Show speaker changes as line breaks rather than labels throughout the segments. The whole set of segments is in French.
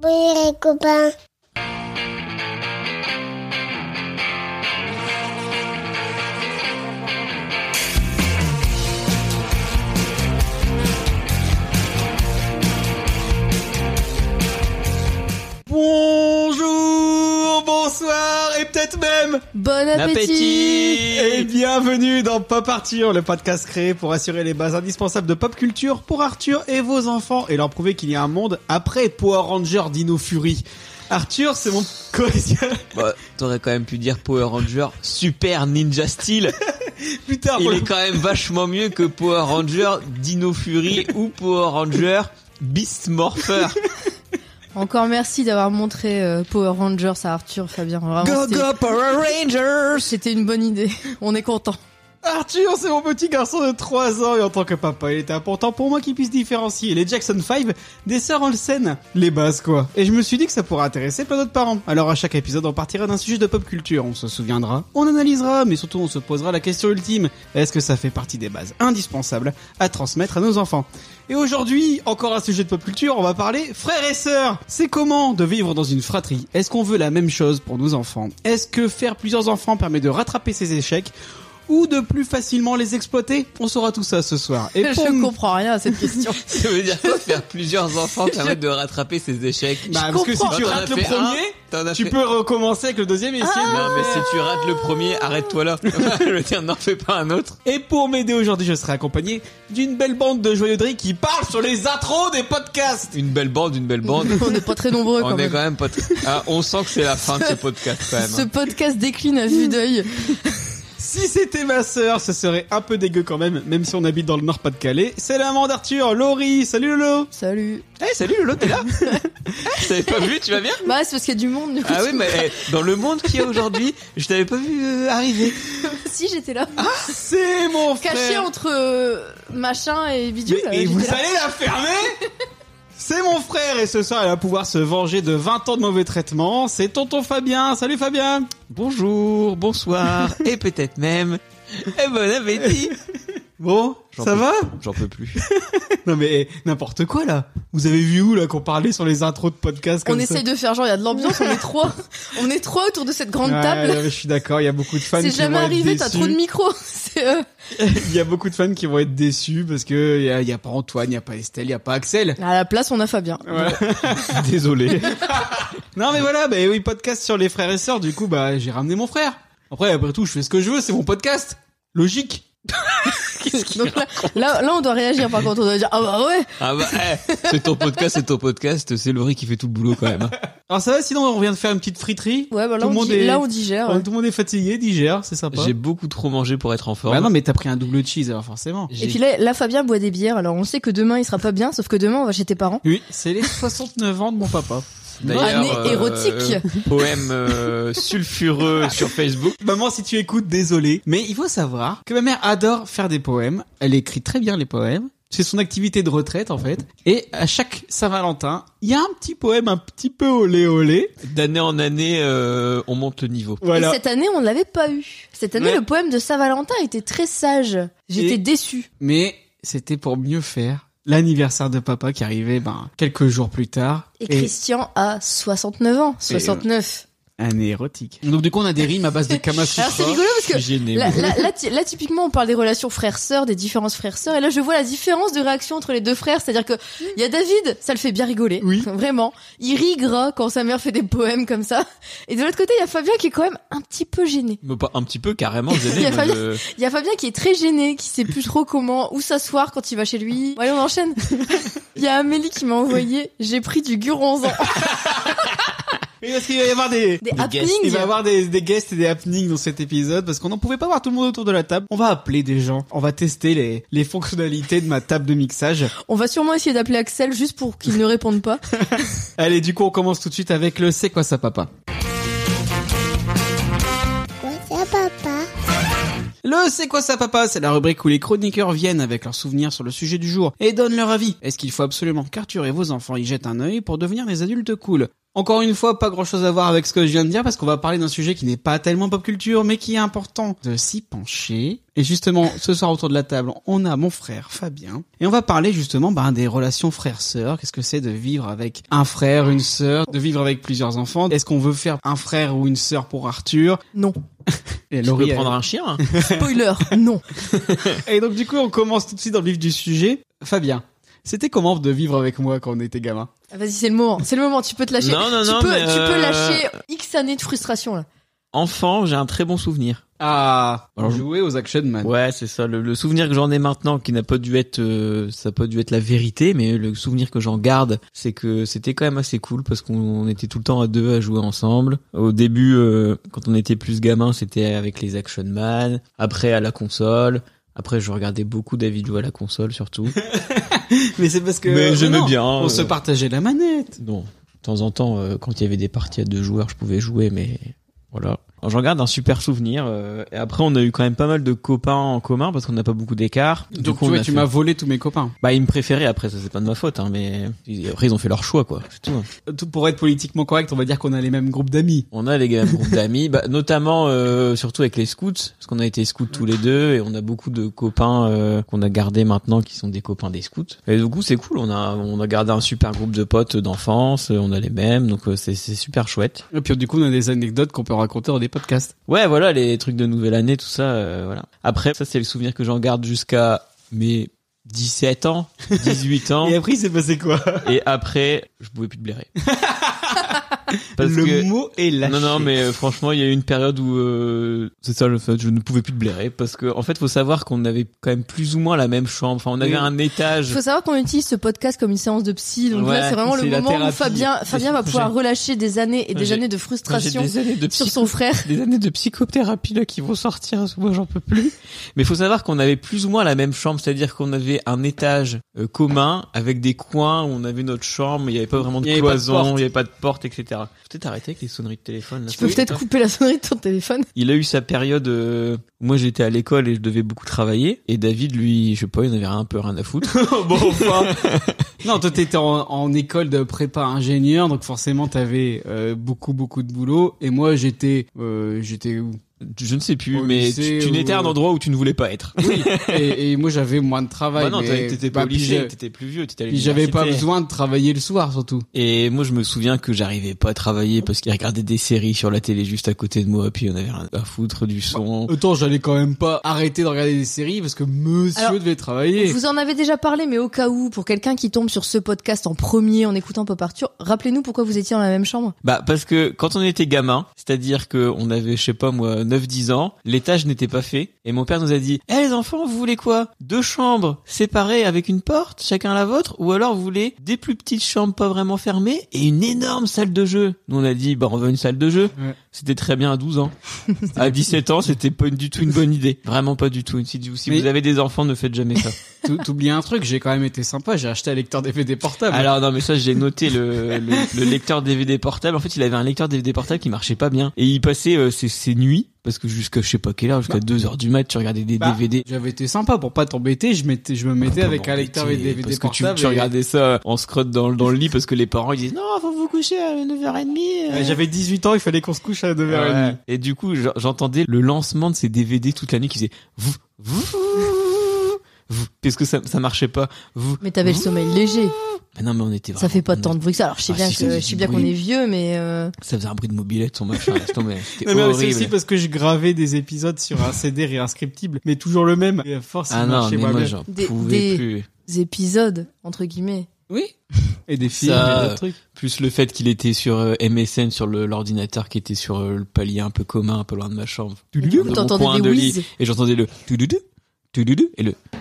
Oui, les copains.
Bonjour, bonsoir et peut-être même
Bon
et bienvenue dans Pop Arthur, le podcast créé pour assurer les bases indispensables de pop culture pour Arthur et vos enfants et leur prouver qu'il y a un monde après Power Ranger Dino Fury. Arthur, c'est mon coéquipier.
Bah, t'aurais quand même pu dire Power Ranger Super Ninja Steel.
Plus tard,
Il
pour
est
le-
quand même vachement mieux que Power Ranger Dino Fury ou Power Ranger Beast Morpher.
Encore merci d'avoir montré euh, Power Rangers à Arthur, Fabien. Vraiment, c'était-
Power Rangers
C'était une bonne idée. On est content.
Arthur, c'est mon petit garçon de 3 ans et en tant que papa, il était important pour moi qu'il puisse différencier les Jackson 5 des sœurs Olsen. Les bases, quoi. Et je me suis dit que ça pourrait intéresser plein d'autres parents. Alors à chaque épisode, on partira d'un sujet de pop culture, on se souviendra, on analysera, mais surtout on se posera la question ultime. Est-ce que ça fait partie des bases indispensables à transmettre à nos enfants Et aujourd'hui, encore un sujet de pop culture, on va parler frères et sœurs. C'est comment de vivre dans une fratrie Est-ce qu'on veut la même chose pour nos enfants Est-ce que faire plusieurs enfants permet de rattraper ses échecs ou de plus facilement les exploiter On saura tout ça ce soir. Et pour
Je
m-
comprends rien à cette question.
Ça veut dire quoi faire plusieurs enfants permet de rattraper ses échecs
Bah, parce que si
comprends.
tu
T'en as
rates le
fait un,
premier,
t'en as
tu
fait- Ah.
peux recommencer avec le deuxième et essayer de-
Non mais si tu rates le premier, arrête-toi là. Je veux dire, n'en fais pas un autre.
Et pour m'aider aujourd'hui, je serai accompagné d'une belle bande de joyeux drilles qui parlent sur les intros des podcasts.
Une belle bande, une belle bande.
On n'est pas très nombreux
On
quand
est
même.
quand même pas. tr- Ah, on sent que c'est la fin de ce podcast quand même. hein.
Ce podcast décline à
Mm.
vue d'œil.
Si c'était ma sœur, ce serait un peu dégueu quand même, même si on habite dans le Nord-Pas-de-Calais. C'est l'amant d'Arthur, Laurie. Salut Lolo.
Salut.
Eh salut Lolo, t'es là Eh, Je t'avais pas vu, tu vas bien
Mm.
Bah c'est parce qu'il y a du monde. du coup.
Ah oui, mais eh, dans le monde qu'il y a aujourd'hui, je t'avais pas vu euh, arriver.
Si j'étais là,
C'est mon frère.
caché entre euh, machin et bidule.
Mais- et
j'étais
vous
là.
allez la fermer C'est mon frère et ce soir, elle va pouvoir se venger de 20 ans de mauvais traitements. C'est tonton Fabien. Salut Fabien.
Bonjour, bonsoir, et peut-être même. Et bon appétit
Bon,
J'en
ça
peux-
va
J'en peux plus.
Non mais eh, n'importe quoi là. Vous avez vu où là qu'on parlait sur les intros de podcasts comme
On
ça
essaye de faire genre il y a de l'ambiance. On est trois. On est trois autour de cette grande
Ouais,
table.
ouais, je suis d'accord, il y a beaucoup de fans
C'est
qui
jamais
vont
arrivé,
être
t'as trop de
déçus.
micros. C'est, euh,
Il y a beaucoup de fans qui vont être déçus parce que il y a, il y a pas Antoine, il y a pas Estelle, il y a pas Axel.
À la place, on a Fabien.
Voilà. Désolé. non mais voilà, bah oui, podcast sur les frères et sœurs, du coup bah j'ai ramené mon frère. Après après tout, je fais ce que je veux, c'est mon podcast. Logique.
Donc là, là, là, on doit réagir par contre. On doit dire Ah bah ouais
Ah bah, eh, c'est ton podcast, c'est ton podcast, c'est Laurie qui fait tout le boulot quand même. hein.
Alors ça va sinon on vient de faire une petite friterie.
Ouais,
Tout
bah là,
le
on,
monde
di-
est-
là on digère.
Tout le monde est fatigué, digère, c'est sympa.
J'ai beaucoup trop mangé pour être en forme.
Bah non mais t'as pris un double cheese alors forcément.
J'ai-
Et puis là, là, Fabien boit des bières. Alors on sait que demain il sera pas bien, sauf que demain on va chez tes parents.
Oui, c'est les 69 ans de mon papa.
D'ailleurs, euh,
Année érotique.
poème euh, sulfureux sur Facebook.
Maman, si tu écoutes, désolé. Mais il faut savoir que ma mère adore faire des poèmes. Elle écrit très bien les poèmes. C'est son activité de retraite, en fait. Et à chaque Saint-Valentin, il y a un petit poème un petit peu olé olé.
D'année en année, euh, on monte le niveau.
Voilà.
Et cette année, on ne l'avait pas eu. Cette année,
Ouais.
le poème de Saint-Valentin était très sage. J'étais
Et-
déçue.
Mais c'était pour mieux faire l'anniversaire de papa qui arrivait, ben, quelques jours plus tard.
Et, Christian a 69 ans.
euh,
69.
année érotique. Donc, du coup, on a des rimes à base de Kama
Alors Ah, c'est
Sutra.
rigolo parce
Je suis
que
gêné.
là,
moi.
là, là, ty- là, typiquement, on parle des relations frères-sœurs, des différences frères-sœurs. Et là, je vois la différence de réaction entre les deux frères. C'est-à-dire que il y a David, ça le fait bien rigoler.
Oui.
Vraiment. Il rit gras quand sa mère fait des poèmes comme ça. Et de l'autre côté, il y a Fabien qui est quand même un petit peu gêné.
Mais pas un petit peu carrément
Il y
gêné.
a
moi,
fallu-
je-
Il y a Fabien qui est très gêné, qui sait plus trop comment, où s'asseoir quand il va chez lui. Allez, on enchaîne. Il y a Amélie qui m'a envoyé, j'ai pris du guronzan.
Oui, parce qu'il va y avoir des,
Des
Des
happenings.
guests,
Il va y avoir des, des guests et des happenings dans cet épisode parce qu'on n'en pouvait pas voir tout le monde autour de la table. On va appeler des gens. On va tester les, les fonctionnalités de ma table de mixage.
On va sûrement essayer d'appeler Axel juste pour qu'il ne réponde pas.
Allez, du coup, on commence tout de suite avec le C'est quoi ça, papa
Quoi ça, papa
Le C'est quoi ça, papa C'est la rubrique où les chroniqueurs viennent avec leurs souvenirs sur le sujet du jour et donnent leur avis. Est-ce qu'il faut absolument qu'Arthur et vos enfants y jettent un œil pour devenir des adultes cool Encore une fois, pas grand chose à voir avec ce que je viens de dire parce qu'on va parler d'un sujet qui n'est pas tellement pop culture mais qui est important de s'y pencher. Et justement, ce soir autour de la table, on a mon frère Fabien et on va parler justement bah, des relations frère-sœur. Qu'est-ce que c'est de vivre avec un frère, une sœur, de vivre avec plusieurs enfants Est-ce qu'on veut faire un frère ou une sœur pour Arthur
Non.
Et
Tu peux
elle-
prendre un chien hein
Spoiler, non.
Et donc du coup, on commence tout de suite dans le vif du sujet. Fabien, c'était comment de vivre avec moi quand on était gamin
Ah, Vas-y, c'est le moment. C'est le moment. Tu peux te lâcher.
Non, non,
tu
non,
Peux,
mais,
Tu peux
euh,
lâcher X années de frustration là.
Enfant, j'ai un très bon souvenir.
Ah,
Alors, je-
jouer aux Action Man.
Ouais, c'est ça. Le, le souvenir que j'en ai maintenant, qui n'a pas dû être, euh, ça a pas dû être la vérité, mais le souvenir que j'en garde, c'est que c'était quand même assez cool parce qu'on était tout le temps à deux à jouer ensemble. Au début, euh, quand on était plus gamin, c'était avec les Action Man. Après, à la console. Après, je regardais beaucoup David jouer à la console, surtout.
Mais c'est parce que
mais j'aimais
non,
bien.
On
euh,
se partageait la manette.
Non, de temps en temps, euh, quand il y avait des parties à deux joueurs, je pouvais jouer, mais voilà. Alors, J'en garde un super souvenir. euh, et après, on a eu quand même pas mal de copains en commun parce qu'on n'a pas beaucoup d'écart. Du
Donc
coup, on
ouais,
a
tu
fait-
m'as volé tous mes copains.
Bah, ils me préféraient. Après, ça c'est pas de ma faute, hein, mais après ils ont fait leur choix, quoi. C'est tout. hein.
Tout pour être politiquement correct, on va dire qu'on a les mêmes groupes d'amis.
On a les gars, groupes d'amis, bah, notamment euh, surtout avec les scouts, parce qu'on a été scouts tous les deux et on a beaucoup de copains euh, qu'on a gardés maintenant qui sont des copains des scouts. Et du coup, c'est cool. On a on a gardé un super groupe de potes d'enfance. euh, On a les mêmes, donc euh, c'est c'est super chouette.
Et puis du coup, on a des anecdotes qu'on peut raconter dans des podcasts.
Ouais, voilà, les trucs de nouvelle année, tout ça, euh, voilà. Après, ça, c'est le souvenir que j'en garde jusqu'à mes 17 ans, 18 ans,
Et après, il s'est passé quoi
et après, je pouvais plus de blairer. Parce
Le
que...
mot est lâché.
Non, non, mais euh, franchement, il y a eu une période où, euh, c'est ça le fait, je ne pouvais plus de blairer, parce que, en fait, faut savoir qu'on avait quand même plus ou moins la même chambre, enfin, on avait
Oui.
un
Il
étage.
faut savoir qu'on utilise ce podcast comme une séance de psy. Donc
Ouais,
là, c'est vraiment le
c'est la
moment où
thérapie.
Fabien, Fabien va pouvoir relâcher des années et des
J'ai-
années de
Enfin, j'ai
frustration
des années de
sur
psycho-
son frère.
des années de psychothérapie là qui vont sortir parce que moi j'en peux plus mais faut savoir qu'on avait plus ou moins la même chambre c'est-à-dire qu'on avait un étage euh, commun avec des coins où on avait notre chambre il n'y avait pas vraiment
Il
de
y avait pas de
cloison
porte.
il n'y avait pas de porte etc peut-être arrêter avec les sonneries de téléphone là,
Tu
ça
peux
fait
peut-être
peur.
couper la sonnerie de ton téléphone.
il a eu sa période euh, moi j'étais à l'école et je devais beaucoup travailler et David lui je sais pas il en avait un peu rien à foutre
Oh, bon, enfin. non, toi, t'étais en, en école de prépa ingénieur, donc forcément, t'avais euh, beaucoup, beaucoup de boulot. Et moi, j'étais, euh, j'étais où
je ne sais plus
Au
mais
lycée
tu, tu n'étais à un
ou-
endroit où tu ne voulais pas être
et, et moi, j'avais moins de travail.
Bah non
mais-
t'étais pas
bah,
au
puis
lycée
j'ai-
t'étais plus vieux t'étais à
Puis j'avais pas
l'université.
besoin de travailler le soir, surtout.
Et moi, je me souviens que j'arrivais pas à travailler parce qu'il regardait des séries sur la télé juste à côté de moi, puis on avait rien à foutre du son.
Autant, j'allais quand même pas arrêter de regarder des séries parce que monsieur
Alors,
devait travailler.
Vous en avez déjà parlé, mais au cas où, pour quelqu'un qui tombe sur ce podcast en premier en écoutant Pop Arthur, rappelez-nous pourquoi vous étiez dans la même chambre.
Bah, parce que quand on était gamin, c'est-à-dire que on avait, je sais pas moi, 9-10 ans, l'étage n'était pas fait, et mon père nous a dit, eh les enfants, vous voulez quoi? Deux chambres séparées avec une porte, chacun la vôtre, ou alors vous voulez des plus petites chambres pas vraiment fermées et une énorme salle de jeu. Nous, on a dit, bah, on veut une salle de jeu.
Ouais.
C'était très bien à 12 ans. à 17 ans, c'était pas du tout une bonne idée. Vraiment pas du tout. Si, si
Mais-
vous avez des enfants, ne faites jamais ça.
T'ou- T'oublies un truc, j'ai quand même été sympa, j'ai acheté un lecteur DVD portable.
Alors non mais ça j'ai noté le, le, le lecteur DVD portable. En fait il avait un lecteur DVD portable qui marchait pas bien et il passait euh, ses, ses nuits parce que jusqu'à je sais pas quelle heure jusqu'à 2 heures du mat tu regardais des
Bah,
DVD.
J'avais été sympa pour pas t'embêter, je, mettais- je me mettais avec un
Embêté,
lecteur DVD
parce que tu,
portable.
tu
et-
regardais ça en scrot dans, le- dans le lit parce que les parents ils disaient non faut vous coucher à 9h30.
Ouais, J'avais 18 ans, il fallait qu'on se couche à 9h30.
Et du coup j'en- j'entendais le lancement de ces DVD toute la nuit qui faisait vous vous vous parce que ça ça marchait pas vous.
Mais t'avais le sommeil léger.
Mais non mais on était
Ça fait pas
vraiment-
tant de bruit que ça. Alors, je sais
Ah,
bien
si,
que,
si,
je
si,
sais bien
bruit.
qu'on est vieux, mais euh,
ça faisait un bruit de mobilette son machin laisse tomber. C'était
Non, mais c'est
horrible.
aussi parce que je gravais des épisodes sur un CD réinscriptible, mais toujours le même. Et à force,
Ah
il
non,
marchait
mais
moins
moi
bien.
j'en
Des-
pouvais
des-
plus.
des épisodes, entre guillemets.
Oui. Et des films,
Ça- euh,
et d'autres trucs.
Plus le fait qu'il était sur euh, MSN, sur le- l'ordinateur qui était sur euh, le palier un peu commun, un peu loin de ma chambre.
Et du coup,
Dans mon coin
T'entendais des
de lit.
whiz.
Et j'entendais le tout-doudou, tout-doudou, et le...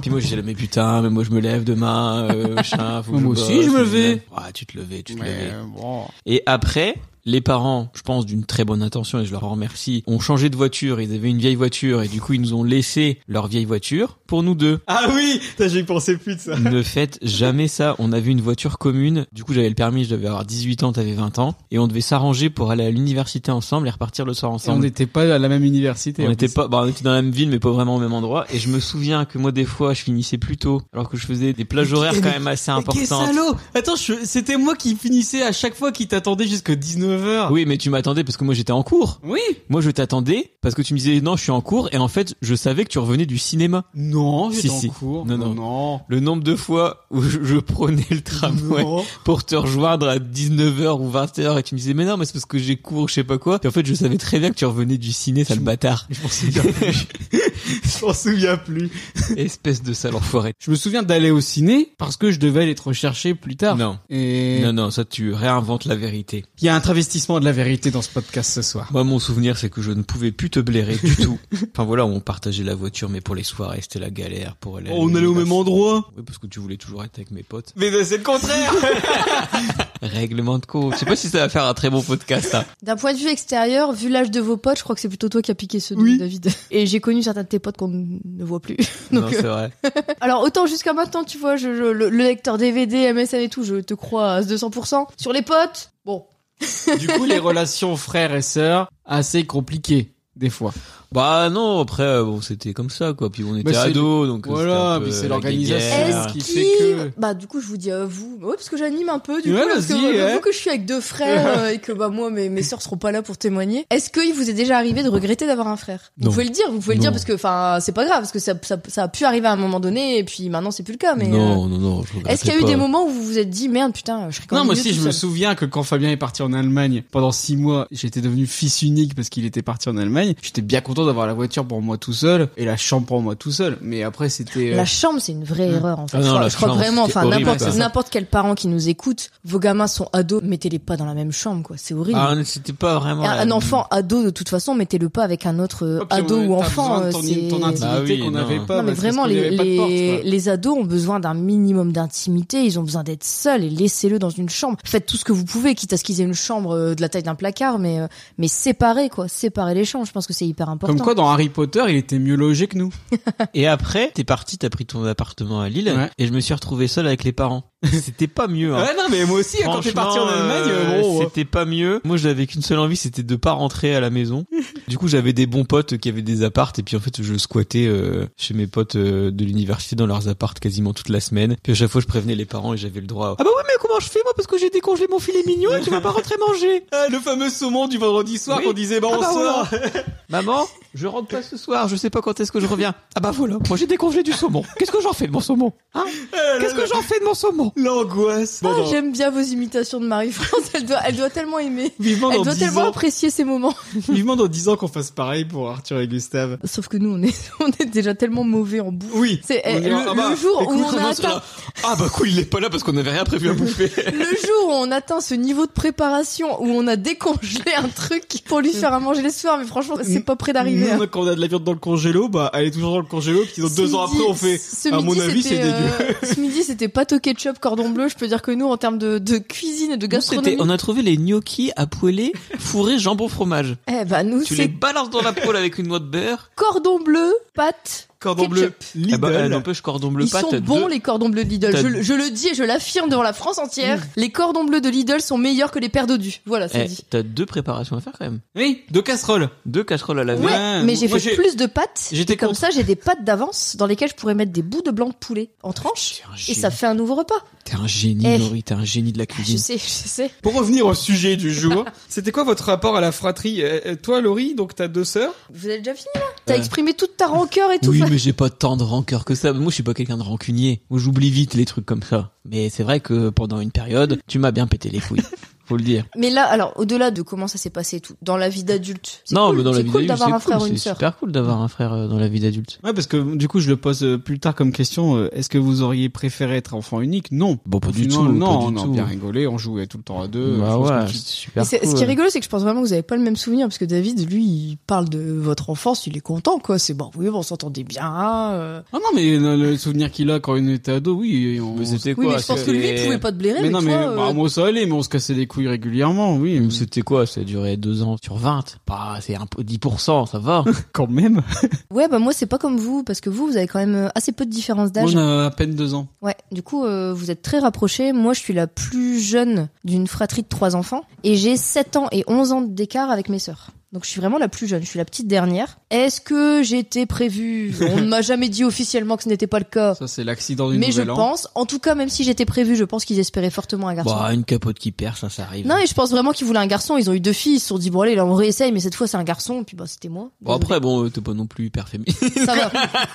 Puis moi je disais mais putain mais moi je me lève demain euh, machin, faut que
Moi aussi,
bosse,
je me
machin.
levais.
Ah tu te levais tu te
Mais,
levais
bon.
et après les parents, je pense d'une très bonne intention et je leur en remercie, ont changé de voiture, ils avaient une vieille voiture et du coup ils nous ont laissé leur vieille voiture pour nous deux.
Ah oui Putain, J'y pensais plus de ça.
Ne faites jamais ça. On avait une voiture commune. Du coup, j'avais le permis, je devais avoir 18 ans, t'avais 20 ans. Et on devait s'arranger pour aller à l'université ensemble et repartir le soir
Et on
ensemble.
n'était pas à la même université.
On
en
était
plus.
pas, bah, on était dans la même ville, mais pas vraiment au même endroit. Et je me souviens que moi, des fois, je finissais plus tôt, alors que je faisais des plages
Mais-
horaires quand
mais-
même assez
Mais quel
importantes.
salaud Attends, je- c'était moi qui finissais à chaque fois qui t'attendait jusqu'à 19h.
Oui, mais tu m'attendais parce que moi, j'étais en cours.
Oui
Moi, je t'attendais parce que tu me disais non, je suis en cours. Et en fait, je savais que tu revenais du cinéma.
Non, j'étais
Si,
en
si.
cours.
Non, non.
non.
Le nombre de fois où je je prenais le tramway.
Non.
pour te rejoindre à 19h ou 20h et tu me disais mais non mais c'est parce que j'ai cours je sais pas quoi et en fait je savais très bien que tu revenais du ciné sale
Je-
bâtard
Je m'en souviens plus. je m'en souviens plus.
espèce de sale enfoiré
Je me souviens d'aller au ciné parce que je devais aller te rechercher plus tard.
non
Et
non non ça tu réinventes la vérité
il y a un travestissement de la vérité dans ce podcast ce soir.
moi mon souvenir c'est que je ne pouvais plus te blairer du tout enfin voilà on partageait la voiture mais pour les soirées c'était la galère pour
Oh,
aller à l'université.
endroit.
oui parce que tu voulais toujours être avec mes potes
Mais c'est le contraire.
règlement de compte je sais pas si ça va faire un très bon podcast hein.
D'un point de vue extérieur, vu l'âge de vos potes, je crois que c'est plutôt toi qui as piqué ceux de
Oui.
David. Et j'ai connu certains de tes potes qu'on ne voit plus.
non
Donc,
c'est vrai
Alors autant jusqu'à maintenant, tu vois, je, je- le, le lecteur DVD, MSN et tout, je te crois à 200%. Sur les potes, bon.
du coup, les relations frères et sœurs, assez compliquées, des fois.
bah non après euh, bon c'était comme ça quoi puis on était
Bah, c'est-
ados donc euh, c'était un
Voilà,
peu
puis c'est
la
l'organisation
guéguerre.
Est-ce
Eh, qui
qui-
fait que...
Bah du coup, je vous dis à vous. Bah Ouais, parce que j'anime un peu, du
Ouais,
coup, parce que
vas-y,
euh,
ouais.
vu que je suis avec deux frères euh, et que bah moi, mes, mes sœurs seront pas là pour témoigner. Est-ce qu'il vous est déjà arrivé de regretter d'avoir un frère
Non.
Vous pouvez le dire, vous pouvez le dire
Non.
parce que, enfin, c'est pas grave, parce que ça, ça, ça a pu arriver à un moment donné et puis maintenant c'est plus le cas. Mais euh,
non, non, non, je
Est-ce qu'il y a eu des
regrettais pas.
moments où vous vous êtes dit merde putain je serais quand
Non,
même
moi
mieux
aussi,
tout
je me
seul.
souviens que quand Fabien est parti en Allemagne pendant six mois, j'étais devenu fils unique parce qu'il était parti en Allemagne. J'étais bien content d'avoir la voiture pour moi tout seul et la chambre pour moi tout seul. Mais après, c'était. euh,
La chambre, c'est une vraie
Mm.
erreur en fait.
Ah non,
je crois,
la
je crois que
chambre,
vraiment,
c'était
enfin
horrible,
n'importe
ça.
n'importe quel parent qui nous écoute, vos gamins sont ados, mettez-les pas dans la même chambre quoi, c'est horrible.
Ah, non, c'était pas vraiment.
un,
la-
un enfant ado de toute façon, mettez-le pas avec un autre euh,
hop,
ado
t'as
ou enfant.
besoin de
euh,
ton,
c'est-
ton intimité
Bah oui,
qu'on
non.
n'avait pas.
non mais
parce
vraiment
qu'il y
les,
avait pas de porte,
les,
quoi.
les ados ont besoin d'un minimum d'intimité, ils ont besoin d'être seuls et laissez-le dans une chambre. Faites tout ce que vous pouvez, quitte à ce qu'ils aient une chambre euh, de la taille d'un placard, mais euh, mais séparez quoi, séparez les chambres. Je pense que c'est hyper important.
Comme quoi, dans Harry Potter, il était mieux logé que nous.
Et après, t'es parti, t'as pris ton appartement à Lille,
Ouais.
et je me suis retrouvé seul avec les parents. C'était pas mieux. Hein.
Ouais, non, mais moi aussi, quand t'es
Franchement,
parti en Allemagne,
euh,
bon, euh,
c'était pas mieux. Moi, j'avais qu'une seule envie, c'était de pas rentrer à la maison. Du coup, j'avais des bons potes qui avaient des appartes, et puis en fait, je squattais euh, chez mes potes euh, de l'université dans leurs appartes quasiment toute la semaine. Puis à chaque fois, je prévenais les parents et j'avais le droit. à, Ah bah oui, mais comment je fais moi parce que j'ai décongelé mon filet mignon et tu vas pas rentrer manger.
Ah, le fameux saumon du vendredi soir
Oui.
qu'on disait, bah,
Ah
on
bah,
sort.
Maman, je rentre pas ce soir, je sais pas quand est-ce que je reviens. Ah bah voilà, moi j'ai décongelé du saumon. Qu'est-ce que j'en fais de mon saumon hein Qu'est-ce que j'en fais de mon saumon
L'angoisse.
Ah,
Bon, bon,
j'aime bien vos imitations de Marie-France, elle doit, elle doit tellement aimer.
Vivement
Elle
dans,
doit
10
tellement
ans,
apprécier ces moments.
vivement dans 10 ans qu'on fasse pareil pour Arthur et Gustave.
Sauf que nous, on est, on est déjà tellement mauvais en bouffe.
Oui.
C'est eh,
On
le,
dira, ah bah,
le jour où
Écoute,
on a
Clémence,
atteint,
là- Ah bah cool, il est pas là parce qu'on avait rien prévu à bouffer.
le jour où on atteint ce niveau de préparation où on a décongelé un truc pour lui faire à manger le soir, mais franchement, c'est pas près d'arriver.
Nous,
hein.
quand on a de la viande dans le congélo, bah, elle est toujours dans le congélo, puis dans deux
Ce
ans
midi-
après, on fait.
ce
à
midi,
mon avis, c'est
c'était,
dégueu.
euh, ce midi, c'était pâte au ketchup, cordon bleu. Je peux dire que nous, en termes de, de cuisine et de gastronomie,
on a trouvé les gnocchis à poêler, fourrés jambon fromage.
eh ben, nous,
Tu les
c'est
balances dans la poêle avec une noix de beurre.
cordon bleu, pâte,
Cordon bleu.
ketchup.
Lidl.
Ah bah, euh, n'empêche cordon bleu
Ils
pâte.
sont bons
deux-
les cordons bleus de Lidl.
t'as- Mm.
Je, le- je le dis et je l'affirme devant la France entière. Les cordons bleus de Lidl sont meilleurs que les paires dodus. Voilà, c'est
Eh,
dit.
T'as deux préparations à faire quand même.
Oui, deux casseroles.
Deux casseroles à la
Ouais,
vue.
mais j'ai
moi,
fait plus de pâtes.
j'étais
et comme
contre.
ça, j'ai des pâtes d'avance dans lesquelles je pourrais mettre des bouts de blanc de poulet en tranches. Et ça fait un nouveau repas.
T'es un génie,
Eh.
Laurie, t'es un génie de la
Je
cuisine.
sais, je sais.
Pour revenir au sujet du jour, c'était quoi votre rapport à la fratrie Euh, euh, Toi, Laurie, donc t'as deux sœurs
Vous avez déjà fini là T'as
Ouais.
exprimé toute ta rancœur et tout.
Oui,
ça.
mais j'ai pas tant de rancœur que ça. Moi, je suis pas quelqu'un de rancunier. Moi, j'oublie vite les trucs comme ça. Mais c'est vrai que pendant une période, tu m'as bien pété les couilles. Faut le dire.
Mais là, alors, au-delà de comment ça s'est passé et tout, dans la vie d'adulte, c'est
Non,
cool,
mais dans la
c'est
vie
cool
d'adulte,
d'avoir un
c'est cool.
frère ou une
C'est
sœur.
super cool d'avoir un frère euh, dans la vie d'adulte.
Ouais, parce que du coup, je le pose euh, plus tard comme question. euh, Est-ce que vous auriez préféré être enfant unique Non.
Bon, pas du
Sinon,
tout.
Non,
pas
on
du
a
tout.
bien rigolé, on jouait tout le temps à deux.
Bah
je pense
ouais,
que tu-
c'est
Et
super.
c'est-
cool.
ce qui est rigolo, c'est que je pense vraiment que vous avez pas le même souvenir, parce que David, lui, il parle de votre enfance, il est content, quoi. C'est bon, oui, on s'entendait bien. euh.
Ah non, mais euh, le souvenir qu'il a quand il était ado, oui. On...
Mais c'était
Oui,
quoi
mais je pense que lui, il pouvait pas te blairer,
Mais
mais,
non,
toi,
mais
euh,
bah, moi ça allait, mais on se cassait des couilles régulièrement, oui. mais c'est
C'était quoi Ça a duré deux ans sur 20 Pas, c'est un peu 10%, ça va.
Quand même.
Ouais, bah moi c'est pas comme vous parce que vous vous avez quand même euh, assez peu de différence
Moi,
d'âge.
on a à peine deux ans.
Ouais, du coup euh, vous êtes très rapprochés. Moi je suis la plus jeune d'une fratrie de trois enfants et j'ai 7 ans et 11 ans d'écart avec mes sœurs. Donc je suis vraiment la plus jeune, je suis la petite dernière. Est-ce que j'étais prévue On ne m'a jamais dit officiellement que ce n'était pas le cas.
Ça, c'est l'accident du
Mais je
nouvel an.
pense, en tout cas même si j'étais prévue, je pense qu'ils espéraient fortement un garçon.
Bah, une capote qui perd, ça, ça arrive.
Non, et je pense vraiment qu'ils voulaient un garçon. Ils ont eu deux filles, ils se sont dit, bon, allez, là, on réessaye, mais cette fois, c'est un garçon. Et puis, bah, c'était moi.
Bon, après, bon, euh, t'es pas non plus hyper féminine.
Ça va,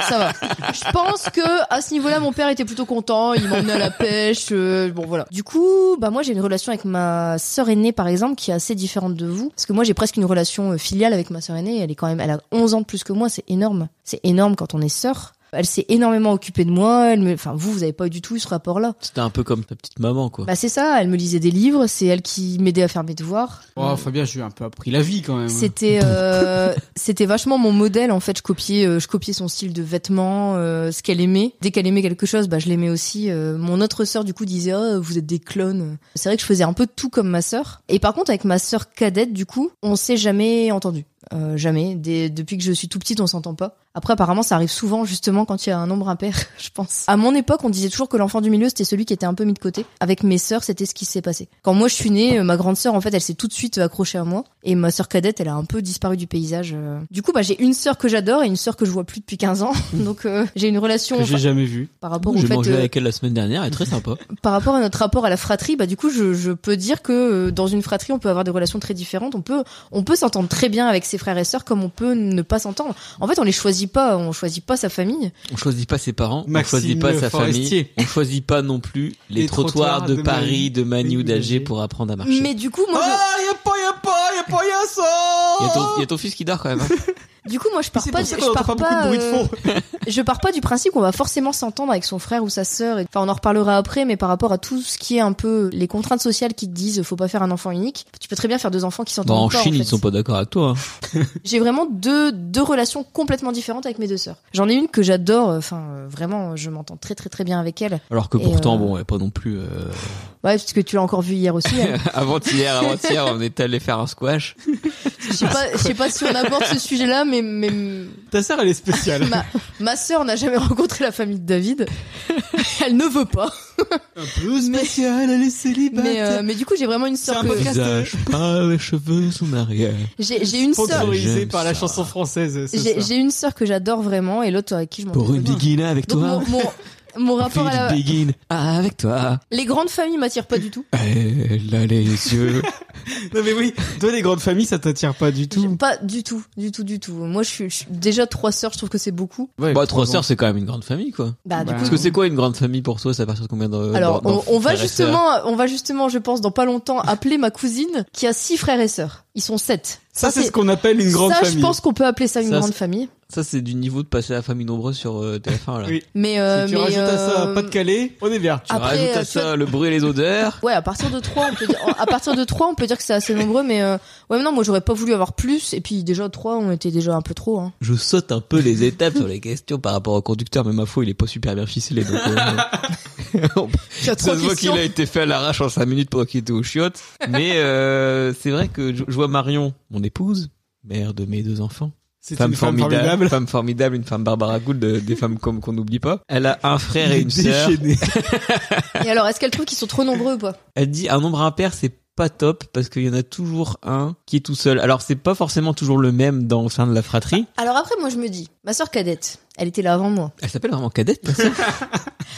ça va. Je pense que, à ce niveau-là, mon père était plutôt content. Il m'emmenait à la pêche. euh, bon, voilà. Du coup, bah, moi, j'ai une relation avec ma sœur aînée, par exemple, qui est assez différente de vous. Parce que moi, j'ai presque une relation euh, filiale avec ma sœur aînée. Elle est quand même, elle a 11 ans de plus que moi. C'est énorme. C'est énorme quand on est sœur. Elle s'est énormément occupée de moi. Elle me, enfin, vous, vous avez pas eu du tout eu ce rapport-là.
C'était un peu comme ta petite maman, quoi.
Bah, c'est ça. Elle me lisait des livres. C'est elle qui m'aidait à faire mes devoirs.
Oh, Fabien, j'ai un peu appris la vie quand même.
C'était euh, c'était vachement mon modèle en fait. Je copiais euh, je copiais son style de vêtements, euh, ce qu'elle aimait. Dès qu'elle aimait quelque chose, bah je l'aimais aussi. Euh, mon autre sœur du coup disait oh, vous êtes des clones. C'est vrai que je faisais un peu tout comme ma sœur. Et par contre avec ma sœur cadette du coup, on s'est jamais entendu. Euh, jamais. Dès- depuis que je suis tout petite, on s'entend pas. Après, apparemment, ça arrive souvent justement quand il y a un nombre impair, je pense. À mon époque, on disait toujours que l'enfant du milieu, c'était celui qui était un peu mis de côté. Avec mes sœurs, c'était ce qui s'est passé. Quand moi, je suis née, euh, ma grande sœur, en fait, elle s'est tout de suite accrochée à moi. Et ma sœur cadette, elle a un peu disparu du paysage. euh. Du coup, bah, j'ai une sœur que j'adore et une sœur que je vois plus depuis 15 ans. Donc, euh, j'ai une relation
que j'ai
enfin,
jamais vu.
par rapport au
J'ai
fait...
mangé
euh,
avec elle la semaine dernière, elle est très sympa.
par rapport à notre rapport à la fratrie, bah du coup, je, je peux dire que euh, dans une fratrie, on peut avoir des relations très différentes. On peut, on peut s'entendre très bien avec ses frères et sœurs, comme on peut ne pas s'entendre. En fait, on les choisit pas, on choisit pas sa famille.
On choisit pas ses parents,
Maxime
on choisit pas sa
Forestier.
famille, on choisit pas non plus les,
Les
trottoirs,
trottoirs
de,
de
Paris,
Manu-
de Manu,
Manu
d'Alger
d'Alger.
pour apprendre à marcher.
Mais du coup, moi, je-
Ah, y'a pas, y'a pas, y'a pas, y'a
Il y, a ton,
ça
il y a ton fils qui dort quand même. hein. Bah,
du coup, moi, je oh pars
Ah C'est
pas,
pour
du-
ça
je
qu'on entend
pars
pas beaucoup de bruit de
euh,
fond.
je pars pas du principe qu'on va forcément s'entendre avec son frère ou sa sœur. Et- Enfin, on en reparlera après, mais par rapport à tout ce qui est un peu les contraintes sociales qui te disent, faut pas faire un enfant unique. Tu peux très bien faire deux enfants qui
Bah,
s'entendent
en
pas,
Chine,
fait.
ils sont pas d'accord avec toi. hein.
J'ai vraiment deux, deux relations complètement différentes avec mes deux sœurs. J'en ai une que j'adore, euh, enfin euh, vraiment, je m'entends très très très bien avec elle.
Alors que
Et,
pourtant,
euh,
bon, ouais, pas non plus. euh,
Ouais, parce que tu l'as encore vu hier aussi. hein.
avant-hier, avant-hier, on est allé faire un squash.
Je sais pas, je sais pas si on aborde ce sujet-là, mais, mais
Ta sœur, elle est spéciale.
ma, ma sœur n'a jamais rencontré la famille de David. Elle ne veut pas.
Un peu spéciale, elle est
Mais, euh,
célibataire.
mais du coup, j'ai vraiment une
C'est
sœur
un
que...
podcast.
Visage pâle, cheveux sous l'arrière.
J'ai j'ai une sœur...
Sponsorisée
J'aime
par la
ça.
chanson française. ce
J'ai
soir.
j'ai une sœur que j'adore vraiment et l'autre avec qui je m'entends
Pour
très
une
bien.
biguine avec
Donc
toi.
mon, mon, mon rapport à la...
Philippe Béguine, avec toi.
Les grandes familles m'attirent pas du tout.
Elle a les yeux.
Non mais oui, toi les grandes familles, ça t'attire pas du
J'aime
tout.
Pas du tout, du tout, du tout. Moi, je suis, je suis- déjà trois sœurs, je trouve que c'est beaucoup.
bah, trois sœurs, c'est quand même une grande famille, quoi.
Bah, du
Bah,
coup.
Parce que c'est quoi une grande famille pour toi Ça partir de combien de
Alors,
d'en-
on, on va
frères et sœurs
justement, on va justement, je pense, dans pas longtemps, appeler ma cousine qui a six frères et sœurs. Ils sont sept.
Ça c'est ce qu'on appelle une grande
ça,
famille.
je pense qu'on peut appeler ça une
Ça,
grande
c'est-
famille.
Ça, c'est du niveau de passer à la famille nombreuse sur euh, TF1, là.
Oui.
Mais, euh,
si tu
mais,
rajoutes à ça
euh,
pas de Calais, on est bien.
Tu
Après,
rajoutes
euh,
à
tu
ça le bruit et les odeurs.
Ouais, à partir de trois, on peut dire, à partir de trois, on peut dire que c'est assez nombreux, mais euh, ouais, mais non, moi j'aurais pas voulu avoir plus. Et puis déjà trois, on était déjà un peu trop. Hein.
Je saute un peu les étapes sur les questions par rapport au conducteur, mais ma foi, il est pas super bien ficelé. Donc, euh, on-
Tu as
ça
trois
se voit qu'il
questions.
a été fait à l'arrache en 5 minutes pour qu'il était aux chiottes. Mais euh, c'est vrai que je, je vois Marion, mon épouse, mère de mes deux enfants.
C'est
Femme
une femme
formidable,
formidable.
femme formidable, une femme Barbara Gould, euh, des femmes comme qu'on n'oublie pas. Elle a un frère et une sœur.
Déchaînée.
Euh, Et alors, est-ce qu'elle trouve qu'ils sont trop nombreux ou pas
Elle dit un nombre impair, c'est pas top parce qu'il y en a toujours un qui est tout seul. Alors c'est pas forcément toujours le même dans le sein de la fratrie.
Alors après, moi je me dis, ma sœur cadette, elle était là avant moi.
Ah, Elle s'appelle vraiment cadette, ta sœur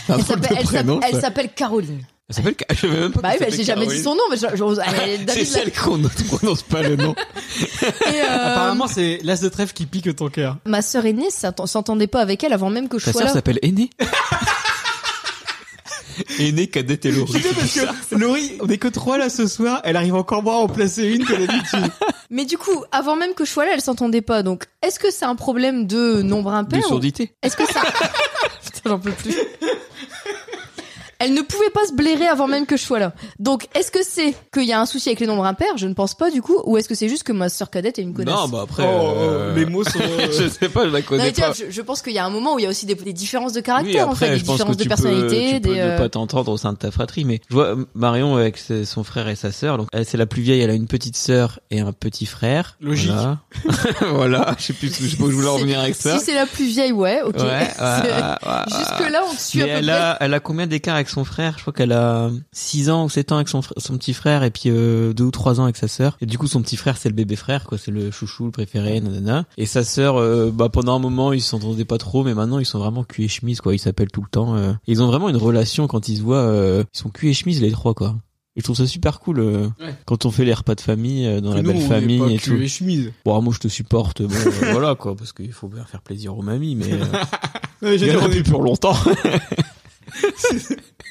C'est
Elle
un drôle de
s'appelle- elle
prénom,
s'appelle-
ça.
elle s'appelle Caroline.
Elle s'appelle. Ca- Je savais même pas
Bah oui,
qu'elle
bah,
s'appelait
j'ai jamais dit
Caroline.
son nom, mais je- je- je- elle-
C'est
David
celle qu'on ne prononce pas le nom.
l'a- et, euh,
Apparemment c'est l'as de trèfle qui pique ton cœur.
ma sœur aînée s'atten- s'entendait pas avec elle avant même que je
Ta
sois
sœur
là.
s'appelle Aînée. Aînée, cadette et Laurie.
C'est bien parce que Laurie, on est que trois là ce soir, elle arrive encore moins à en placer une que d'habitude.
Mais du coup, avant même que je sois là, elle s'entendait pas. Donc, est-ce que c'est un problème de nombre
De
impair ou-
surdité.
Est-ce que ça Putain, j'en peux plus. Elle ne pouvait pas se blairer avant même que je sois là. Donc, est-ce que c'est qu'il y a un souci avec les nombres impairs Je ne pense pas du coup. Ou est-ce que c'est juste que ma sœur cadette est une connasse
Non, bah après.
Oh,
euh,
les mots sont.
je sais pas, je
Non,
la
mais
connais
tu vois,
pas.
je, je pense qu'il y a un moment où il y a aussi des, des différences de
Oui,
caractère, en
après,
fait, des
je pense que
différences de
tu peux,
personnalité,
tu peux
des.
ne
euh,
pas t'entendre au sein de ta fratrie, mais je vois euh, Marion avec ses- son frère et sa sœur. Donc, elle, c'est la plus vieille, elle a une petite sœur et un petit frère.
Logique.
Voilà. Voilà, je sais plus où je où je voulais en
c'est-
venir avec ça.
Si c'est la plus vieille, ouais, ok.
Ouais, ouais,
C'est-
ouais, ouais, ouais.
Jusque-là, on tue
Mais
à peu
elle
près.
a, elle a combien d'écart avec son frère Je crois qu'elle a 6 ans ou 7 ans avec son, fr- son petit frère et puis 2 ou 3 ans avec sa sœur. Et du coup, son petit frère, c'est le bébé frère, quoi. C'est le chouchou, le préféré, nanana. Et sa sœur, euh, bah, pendant un moment, ils s'entendaient pas trop, mais maintenant, ils sont vraiment cul et chemise, quoi. Ils s'appellent tout le temps. euh. Et Ils ont vraiment une relation quand ils se voient. euh, ils sont cul et chemise, les trois, quoi. Et je trouve ça super cool euh,
Ouais.
quand on fait les repas de famille euh, dans la
Nous, on
belle
est
famille
pas
et
cul
tout.
et chemise.
Bon, moi je te supporte, bon, euh, voilà quoi, parce qu'il faut bien faire plaisir aux mamies, mais euh,
Ouais,
il
j'ai
y
dit,
en a
on
plus
est
pour longtemps.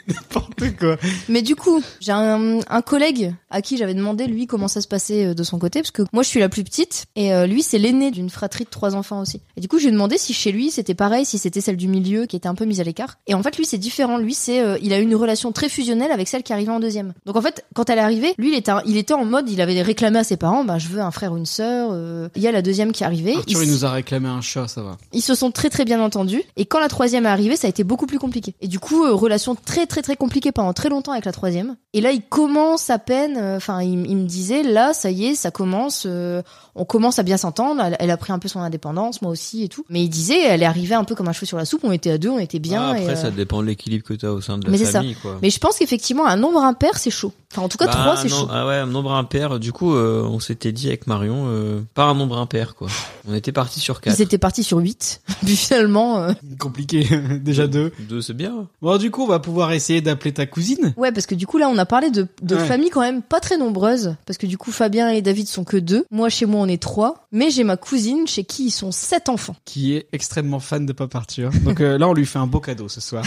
n'importe quoi.
Mais du coup, j'ai un, un collègue à qui j'avais demandé lui comment ça se passait euh, de son côté, parce que moi je suis la plus petite et euh, lui c'est l'aîné d'une fratrie de trois enfants aussi. Et du coup, je lui ai demandé si chez lui c'était pareil, si c'était celle du milieu qui était un peu mise à l'écart. Et en fait, lui c'est différent. Lui c'est euh, il a eu une relation très fusionnelle avec celle qui arrivait en deuxième. Donc en fait, quand elle est arrivée, lui il était un- il était en mode, il avait réclamé à ses parents, bah je veux un frère ou une sœur. euh. Il y a la deuxième qui est arrivée.
Arthur,
Il
il
s-
nous a réclamé un chat, ça va.
ils se sont très très bien entendus et quand la troisième est arrivée ça a été beaucoup plus compliqué et du coup euh, relation très très très compliquée pendant très longtemps avec la troisième et là il commence à peine euh, enfin il, il me disait là ça y est ça commence euh, on commence à bien s'entendre elle, elle a pris un peu son indépendance moi aussi et tout mais il disait elle est arrivée un peu comme un cheveu sur la soupe on était à deux on était bien
Ah, après,
et, euh,
ça dépend de l'équilibre que tu as au sein de la
Mais c'est ça.
famille, quoi.
mais je pense qu'effectivement un nombre impair c'est chaud enfin en tout cas
Bah,
trois c'est
non,
chaud
Ah ouais, un nombre impair. Du coup, euh, on s'était dit avec Marion, euh, pas un nombre impair, quoi. On était parti sur 4.
ils étaient partis sur huit puis finalement euh,
Compliqué, déjà deux.
2, c'est bien.
Bon, du coup, on va pouvoir essayer d'appeler ta cousine.
Ouais, parce que du coup, là, on a parlé de, de
Ouais.
familles quand même pas très nombreuses. Parce que du coup, Fabien et David sont que deux. Moi, chez moi, on est trois. Mais j'ai ma cousine chez qui ils sont sept enfants.
qui est extrêmement fan de Pop Arthur. Donc euh, là, on lui fait un beau cadeau ce soir.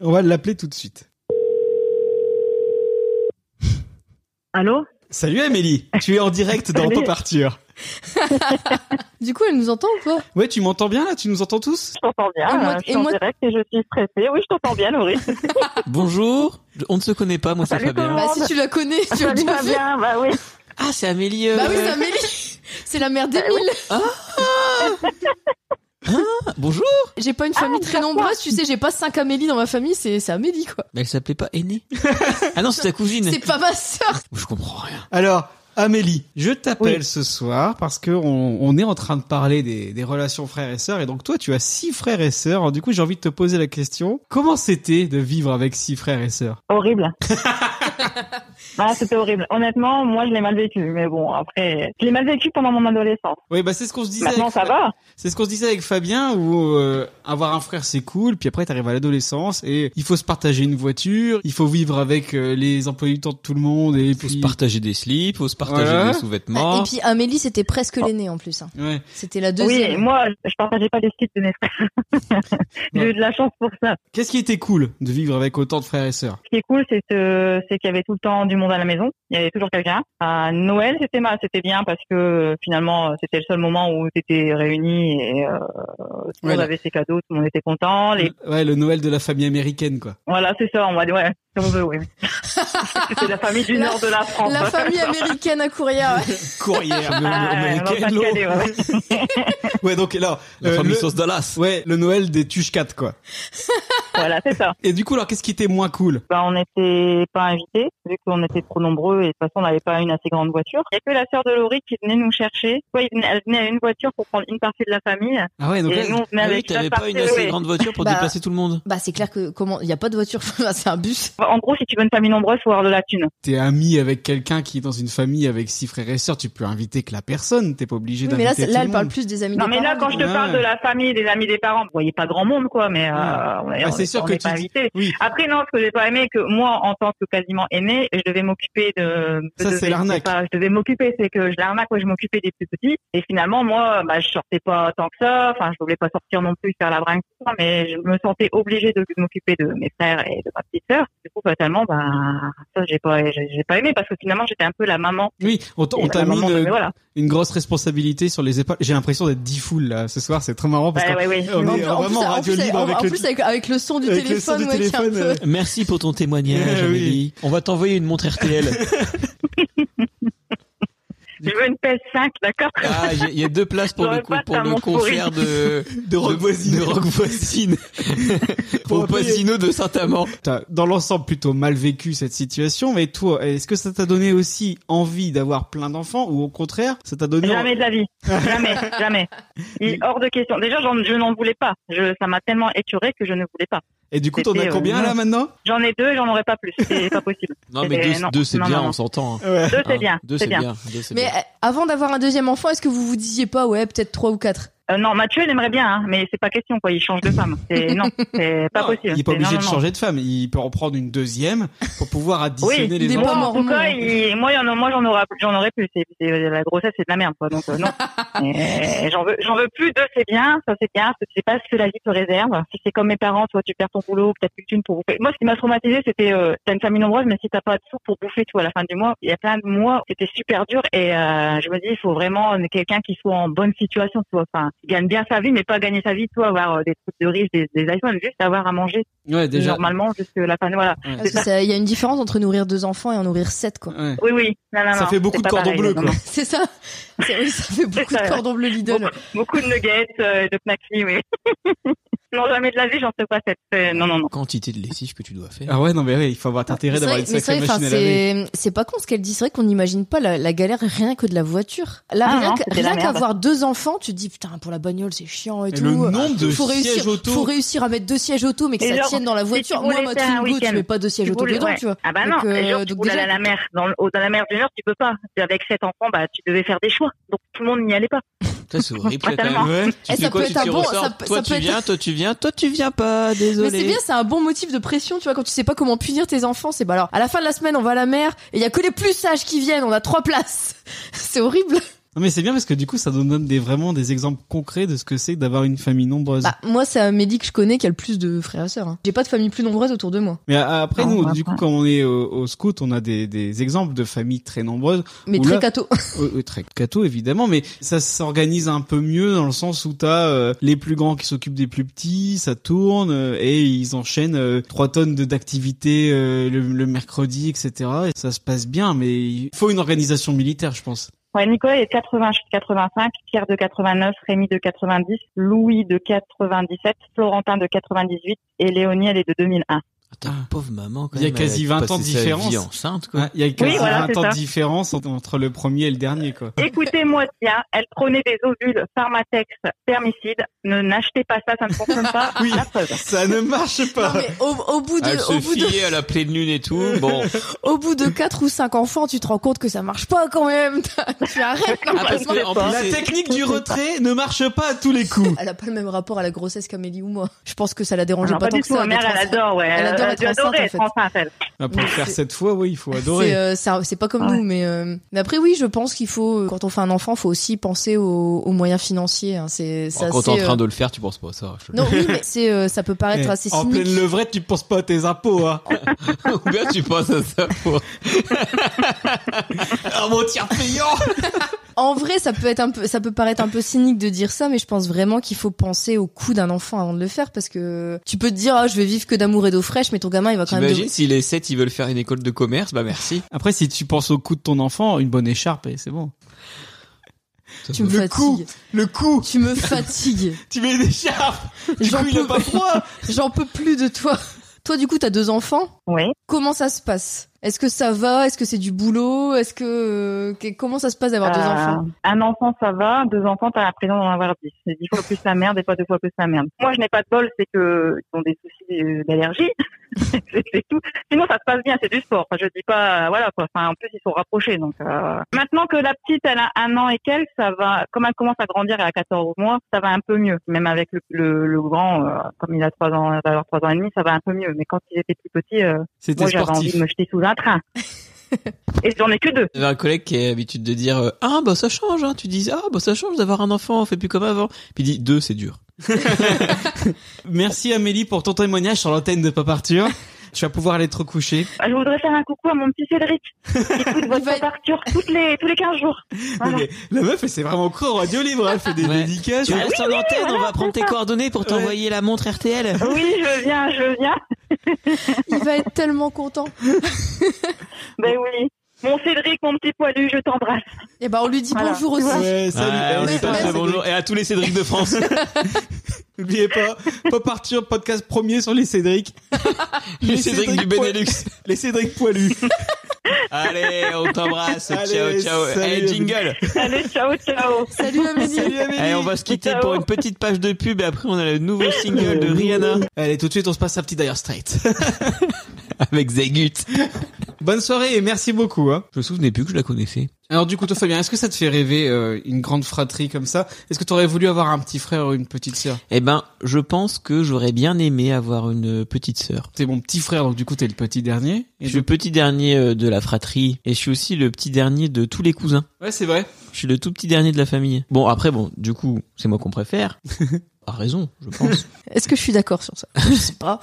on va l'appeler tout de suite.
Allô
Salut Amélie, tu es en direct dans
Salut.
Pop Arthur.
Du coup, elle nous entend ou quoi
Ouais, tu m'entends bien là Tu nous entends tous
Je t'entends bien.
Et moi-
euh, je
et
suis en
moi-
direct et je suis stressée. Oui, je t'entends bien, Laurie.
Bonjour. On ne se connaît pas, moi, c'est
Salut,
Fabien.
Thomas.
Bah, si tu la connais, tu l'as
Salut
déjà vu.
Fabien. Bah oui.
Ah, c'est Amélie. euh,
Bah oui, c'est Amélie. C'est la
Bah
mère d'Emile.
Bonjour.
J'ai pas une
Ah,
famille très nombreuse, tu sais, j'ai pas cinq Amélie dans ma famille, c'est c'est Amélie, quoi.
Mais elle s'appelait pas Aînée. ah non, c'est ta cousine.
C'est pas ma sœur.
Je comprends rien.
Alors, Amélie, je t'appelle ce soir parce que on, on est en train de parler des, des relations frères et sœurs. Et donc toi, tu as six frères et sœurs. Alors, Du coup, j'ai envie de te poser la question comment c'était de vivre avec six frères et sœurs
Horrible. ah, c'était horrible. Honnêtement, moi, je l'ai mal vécu. Mais bon, après, je l'ai mal vécu pendant mon adolescence.
Oui, bah c'est ce qu'on se disait.
Maintenant,
avec-
ça va.
C'est ce qu'on se disait avec Fabien, où euh, avoir un frère c'est cool, puis après t'arrives à l'adolescence et il faut se partager une voiture, il faut vivre avec euh, les employés du temps de tout le monde et
Faut
puis.
se partager des slips, faut se partager
Voilà.
des
Et
sous-vêtements.
puis, Amélie, c'était presque l'aînée, en plus. hein.
Ouais.
C'était la
Oui,
deuxième.
moi, je partageais pas les sites de mes frères. J'ai eu de la chance pour ça.
Qu'est-ce qui était cool de vivre avec autant de frères et sœurs
Ce qui est cool, c'est que- c'est qu'il y avait tout le temps du monde à la maison. Il y avait toujours quelqu'un. À Noël, c'était mal, c'était bien parce que euh, finalement, euh, c'était le seul moment où t'étais réunis et euh, tout le
Ouais,
monde
là.
avait ses cadeaux, tout le monde était content. Les...
Ouais, le Noël de la famille américaine quoi.
Voilà, c'est ça. On va dire, ouais, si on veut, oui. c'était la famille du
La-
nord de la France.
La famille américaine à courrière.
Courrière
Ah, ouais, dans le
américaine. l'autre.
Pas-de-Calais, ouais.
Ouais, donc là.
La
euh,
famille
le-
sauce Dallas.
Ouais, le Noël des Tushkat quoi.
voilà, c'est ça.
Et du coup, alors qu'est-ce qui était moins cool
Bah, on n'était pas invités, vu qu'on était trop nombreux et de toute façon, on n'avait pas une assez grande voiture. Il n'y a que la sœur de Laurie qui venait nous chercher. Soit il venait- elle venait à une voiture pour prendre une partie de la famille.
Ah ouais, donc
Et
là-
nous, on venait
Ah oui,
avec
t'avais
notre
pas une
partie,
assez
oui.
grande voiture pour
Bah.
déplacer tout le monde.
Bah, c'est clair que comment, y a pas de voiture, c'est un bus.
En gros, si tu veux une famille nombreuse, faut avoir de la thune.
t'es ami avec quelqu'un qui est dans une famille avec six frères et sœurs, tu peux inviter que la personne, t'es pas obligé
Oui, mais
d'inviter
là,
tout
c'est- là,
le
elle parle
monde.
plus des amis
Non,
des
mais là,
parents,
quand
du
je
coup.
te
Ouais.
parle de la famille, des amis, des parents, vous voyez pas grand monde, quoi, mais euh,
Ouais.
on est-
Bah,
on
c'est sûr
on
que
est
tu
pas
dis-
invité.
Oui.
Après, non, ce que j'ai pas aimé, que moi, en tant que quasiment aîné, je devais m'occuper de... je
Ça,
devais-
c'est l'arnaque.
pas- Je devais m'occuper, c'est que je l'arnaque, ouais, je m'occupais des plus petits. Et finalement, moi, bah, je sortais pas tant que ça, enfin, je voulais pas sortir non plus, faire la brinque, tout ça, mais je me sentais obligée de m'occuper de mes frères et de ma petite sœur. Du coup, fatalement, bah, ça, j'ai pas, j'ai j'ai pas aimé, parce que finalement, j'étais un peu la maman.
Oui, on t'a on
la
t'a euh, mis
maman de-
une,
mais voilà.
une grosse responsabilité sur les épaules. J'ai l'impression d'être dix foules là ce soir, c'est très marrant parce
Ouais,
que
ouais, ouais.
on
En
est euh,
plus- en
vraiment
plus,
radio
en-
libre avec
en
le
plus, avec, avec le son son du
Avec le son
téléphone,
du
ouais, qui est un
téléphone,
peu-
euh,
Merci pour ton témoignage,
Eh oui.
Amélie. On va t'envoyer une montre RTL.
Je veux une PS5, d'accord
Ah, il y a- il y, a deux places pour le,
J'aurais
coup-
pas de
pour
ta
le
montre
concert de,
de rock voisine.
de rock voisine.
Pour
Au
appuyer.
Pasino de Saint-Amand.
T'as, dans l'ensemble, plutôt mal vécu cette situation, mais toi, est-ce que ça t'a donné aussi envie d'avoir plein d'enfants, ou au contraire, ça t'a donné...
Jamais de la vie. Jamais, jamais. Il est hors de question. Déjà, j'en- je n'en voulais pas. Je, ça m'a tellement éturé que je ne voulais pas.
Et du coup, t'en as
C'était, euh,
combien, là,
non.
maintenant?
J'en ai deux et j'en aurai pas plus. C'est pas possible.
Non, mais
Eh
deux,
non.
deux, c'est
Non,
bien,
non, non.
on s'entend. hein.
Ouais.
Deux, c'est
Hein,
bien.
Deux, c'est
c'est bien.
bien. Deux, c'est
Mais
bien.
euh, avant d'avoir un deuxième enfant, est-ce que vous vous disiez pas, ouais, peut-être trois ou quatre
Euh, non, Mathieu, il aimerait bien, hein, mais c'est pas question, quoi. Il change de femme. C'est, non, c'est pas
Non,
possible.
Ah, Il est pas
C'est- non,
obligé
non,
de
non.
changer de femme. Il peut en prendre une deuxième pour pouvoir additionner
Oui,
il
les
est
Bon,
pas
enfants.
mort.
en tout cas,
non.
il- moi, il y en a- moi, j'en aurai, j'en aurai plus. C'est- c'est- la grossesse, c'est de la merde, quoi. Donc, euh, non. Et j'en veux, j'en veux plus. Deux, c'est bien. Ça, c'est bien. C'est pas ce que la vie te réserve. Si c'est comme mes parents, toi, tu perds ton boulot, peut-être plus de thunes pour bouffer. Moi, ce qui m'a traumatisé, c'était, euh, t'as une famille nombreuse, mais si t'as pas de sous pour bouffer tout à la fin du mois, il y a plein de mois, c'était super dur. Et, euh, je me dis, il faut vraiment quelqu'un qui soit en bonne situation, tu vois. Enfin, qui gagne bien sa vie, mais pas gagner sa vie, toi, avoir euh, des trucs de riches, des, des iPhones, juste avoir à manger
Ouais, déjà.
normalement jusque la fin. Voilà.
Ouais.
Parce que ça- il y a une différence entre nourrir deux enfants et en nourrir sept, quoi.
Ouais.
Oui, oui. Non, non,
Ça
non,
fait beaucoup
c'est
de
pas
cordon
pareil,
bleu,
non,
quoi.
non.
C'est ça. C'est- Oui, ça fait beaucoup
ça,
de
ouais.
cordon bleu Lidl.
Beaucoup, beaucoup de nuggets, euh, de knackis, oui. non, jamais de la vie, j'en sais pas cette. euh, non, non, non.
Quantité de lessive que tu dois faire.
Ah ouais, non, mais ouais, il faut avoir intérêt
Mais c'est
d'avoir
vrai-
une
mais c'est
sacrée
vrai, enfin,
machine à laver.
c'est- c'est pas con ce qu'elle dit. C'est vrai qu'on n'imagine pas la, la galère rien que de la voiture. Là,
Ah
rien
non,
que-
c'était la
rien
merde.
qu'avoir deux enfants, tu te dis putain pour la bagnole c'est chiant et,
Et
tout.
le nombre de
faut réussir,
sièges auto.
Faut réussir à mettre deux sièges auto, mais que
Et
ça
genre,
tienne dans la
si
voiture.
tu
Moi,
voulais
ma
faire un
Twingo, tu
week-end,
mets pas deux sièges
Tu
auto
voulais-
dedans,
ouais.
tu vois.
Ah bah non,
Donc, euh,
les gens, tu
donc
voulais
déjà-
aller à la mer. Dans, le- au- dans la mer du Nord, tu peux pas. Avec sept enfants, bah, tu devais faire des choix. Donc tout le monde n'y allait pas.
Ça, c'est horrible, ça, quand
Totalement.
même.
Ouais.
Tu
Eh,
fais
ça
quoi,
peut
tu
être un
t'y
bon-
ressors
ça peut-
Toi,
ça
tu
peut être-
viens, toi, tu viens, toi, tu viens pas,
Mais
désolé.
c'est bien, c'est un bon motif de pression, tu vois, quand tu sais pas comment punir tes enfants, c'est bah alors à la fin de la semaine on va à la mer et il y a que les plus sages qui viennent, on a trois places. C'est horrible.
Non, mais c'est bien parce que du coup, ça nous donne des, vraiment des exemples concrets de ce que c'est d'avoir une famille nombreuse.
Bah moi c'est Amélie que je connais qui a le plus de frères et sœurs. hein. J'ai pas de famille plus nombreuse autour de moi.
Mais a- après,
Non,
nous,
bah,
du coup,
après.
quand on est au, au scout, on a des, des exemples de familles très nombreuses,
Mais
Oula.
très catho.
euh, euh, très cato évidemment, mais ça s'organise un peu mieux dans le sens où t'as euh, les plus grands qui s'occupent des plus petits, ça tourne euh, et ils enchaînent euh, trois tonnes de d'activités euh, le, le mercredi, etc. Et ça se passe bien, mais il faut une organisation militaire, je pense.
Ouais, Nicolas est de 80, je suis de 85, Pierre de 89, Rémi de 90, Louis de 97, Florentin de 98 et Léonie, elle est de 2001.
Ah, Ta
Ah.
pauvre maman, quand
Il y a
même. elle
quasi
dû
20 ans de
passer sa
différence.
vie enceinte, quoi.
Ouais, Il y a quasi
voilà,
20
c'est
ans de
ça.
différence entre- entre le premier et le dernier, quoi.
Écoutez-moi bien, elle prenait des ovules Pharmatex thermicide. Ne n'achetez pas ça, ça ne fonctionne pas.
Oui.
La preuve.
Ça ne marche
Non,
pas.
mais au, au bout
Elle
de, au
se
bout de,
fiait à la pleine lune et tout. Bon.
au bout de quatre ou cinq enfants, tu te rends compte que ça marche pas quand même. tu arrêtes.
Ah, parce que, en plus,
La
c'est-
technique du retrait ne marche pas à tous les coups.
Elle a pas le même rapport à la grossesse qu'Amélie ou moi. Je pense que ça la dérangeait
Alors,
pas,
pas
tant
du
que
tout,
ça.
ma mère,
d'être
elle
enceinte.
adore, ouais.
Elle adore être
dû adorer
enceinte, en
être
fait.
enceinte, elle.
Ah, pour le
Mais
faire
c'est-
cette fois, oui, il faut
C'est
adorer.
euh, c'est un- c'est pas comme
Ouais.
nous, mais, euh, mais après oui, je pense qu'il faut euh, quand on fait un enfant, faut aussi penser aux, aux moyens financiers. hein. C'est c'est
Bon, quand t'es en
assez, euh,
train de le faire, tu penses pas à ça. je te le
Non oui, mais c'est euh, ça peut paraître
Eh,
assez
en
cynique.
pleine levrette, tu penses pas à tes impôts, hein.
Ou bien tu penses à ça pour.
Ah, mon tiers payant!
En vrai, ça peut être un peu, ça peut paraître un peu cynique de dire ça, mais je pense vraiment qu'il faut penser au coût d'un enfant avant de le faire parce que tu peux te dire, ah, je vais vivre que d'amour et d'eau fraîche, mais ton gamin, il va quand même.
T'imagines si les 7 ils veulent faire une école de commerce, bah merci.
Après, si tu penses au coût de ton enfant, une bonne écharpe, et c'est bon.
Tu me
Le
fatigues.
Le coût
Tu me fatigues.
Tu mets une écharpe Du
J'en
coup, il a
peux,
pas froid
j'en peux plus de toi. Toi, du coup, t'as deux enfants.
Oui.
Comment ça se passe Est-ce que ça va Est-ce que c'est du boulot Est-ce que euh, que- comment ça se passe d'avoir deux
Euh,
enfants
Un enfant, ça va. Deux enfants, t'as l'impression d'en avoir dix. C'est dix fois plus la merde, des fois deux fois plus la merde. Moi, je n'ai pas de bol, c'est que ils ont des soucis euh, d'allergie. c'est c'est tout. Sinon, ça se passe bien, c'est du sport. Enfin, je dis pas, euh, voilà quoi. Enfin, en plus, ils sont rapprochés. Donc, euh, maintenant que la petite, elle a un an et quelques, ça va. Comme elle commence à grandir, elle a 14 mois, ça va un peu mieux. Même avec le, le, le grand, euh, comme il a trois ans, il va avoir trois ans et demi, ça va un peu mieux. Mais quand il était plus petit, euh,
C'était
moi, j'avais envie
sportif.
de me jeter sous un train. et j'en ai que deux.
J'avais un collègue qui a l'habitude de dire euh, Ah bah ça change, hein. tu dis Ah bah ça change d'avoir un enfant, on fait plus comme avant. Puis il dit Deux c'est dur.
Merci Amélie pour ton témoignage sur l'antenne de Paparture. Tu vas pouvoir aller te recoucher.
Bah, je voudrais faire un coucou à mon petit Cédric qui écoute votre
va-
Pop Arthur toutes les, tous les 15 jours. Voilà.
Mais la meuf, elle s'est vraiment crue en radio libre. Elle fait des
Ouais.
dédicaces.
Tu restes en antenne, on
voilà,
va prendre tes
c'est ça.
coordonnées pour t'envoyer la montre RTL.
Oui, je viens, je viens.
Il va être tellement content.
Ben oui. Mon Cédric, mon petit poilu, je t'embrasse.
Eh ben, on lui dit
Voilà.
bonjour aussi.
Ouais, salut.
Ouais,
Eh,
on
on
dit
est
pas
pas
Ouais,
ça,
mal.
bonjour. Et à tous les Cédric de France.
N'oubliez pas, Pop Arthur, podcast premier sur les Cédric.
les Cédric du
Poil-
Benelux.
Les Cédric poilus.
Allez, on t'embrasse. Ciao,
Allez,
ciao.
salut,
Hey, jingle.
Allez, ciao, ciao.
Salut Amélie.
Salut Amélie.
Allez, on va se quitter
Ciao.
pour une petite page de pub et après, on a le nouveau single de Rihanna
Euh, Allez, tout de suite, on se passe un petit Dire Straight.
avec Zegut.
Bonne soirée et merci beaucoup. hein.
Je me souvenais plus que je la connaissais.
Alors du coup, toi Fabien, est-ce que ça te fait rêver euh, une grande fratrie comme ça Est-ce que t'aurais voulu avoir un petit frère ou une petite sœur
Eh ben, je pense que j'aurais bien aimé avoir une petite sœur.
T'es mon petit frère, donc du coup t'es le petit dernier. Et
Je suis le petit dernier euh, de la fratrie et je suis aussi le petit dernier de tous les cousins.
Ouais, c'est vrai.
Je suis le tout petit dernier de la famille. Bon, après, bon, du coup, c'est moi qu'on préfère. A raison, je pense.
Est-ce que je suis d'accord sur ça Je sais pas.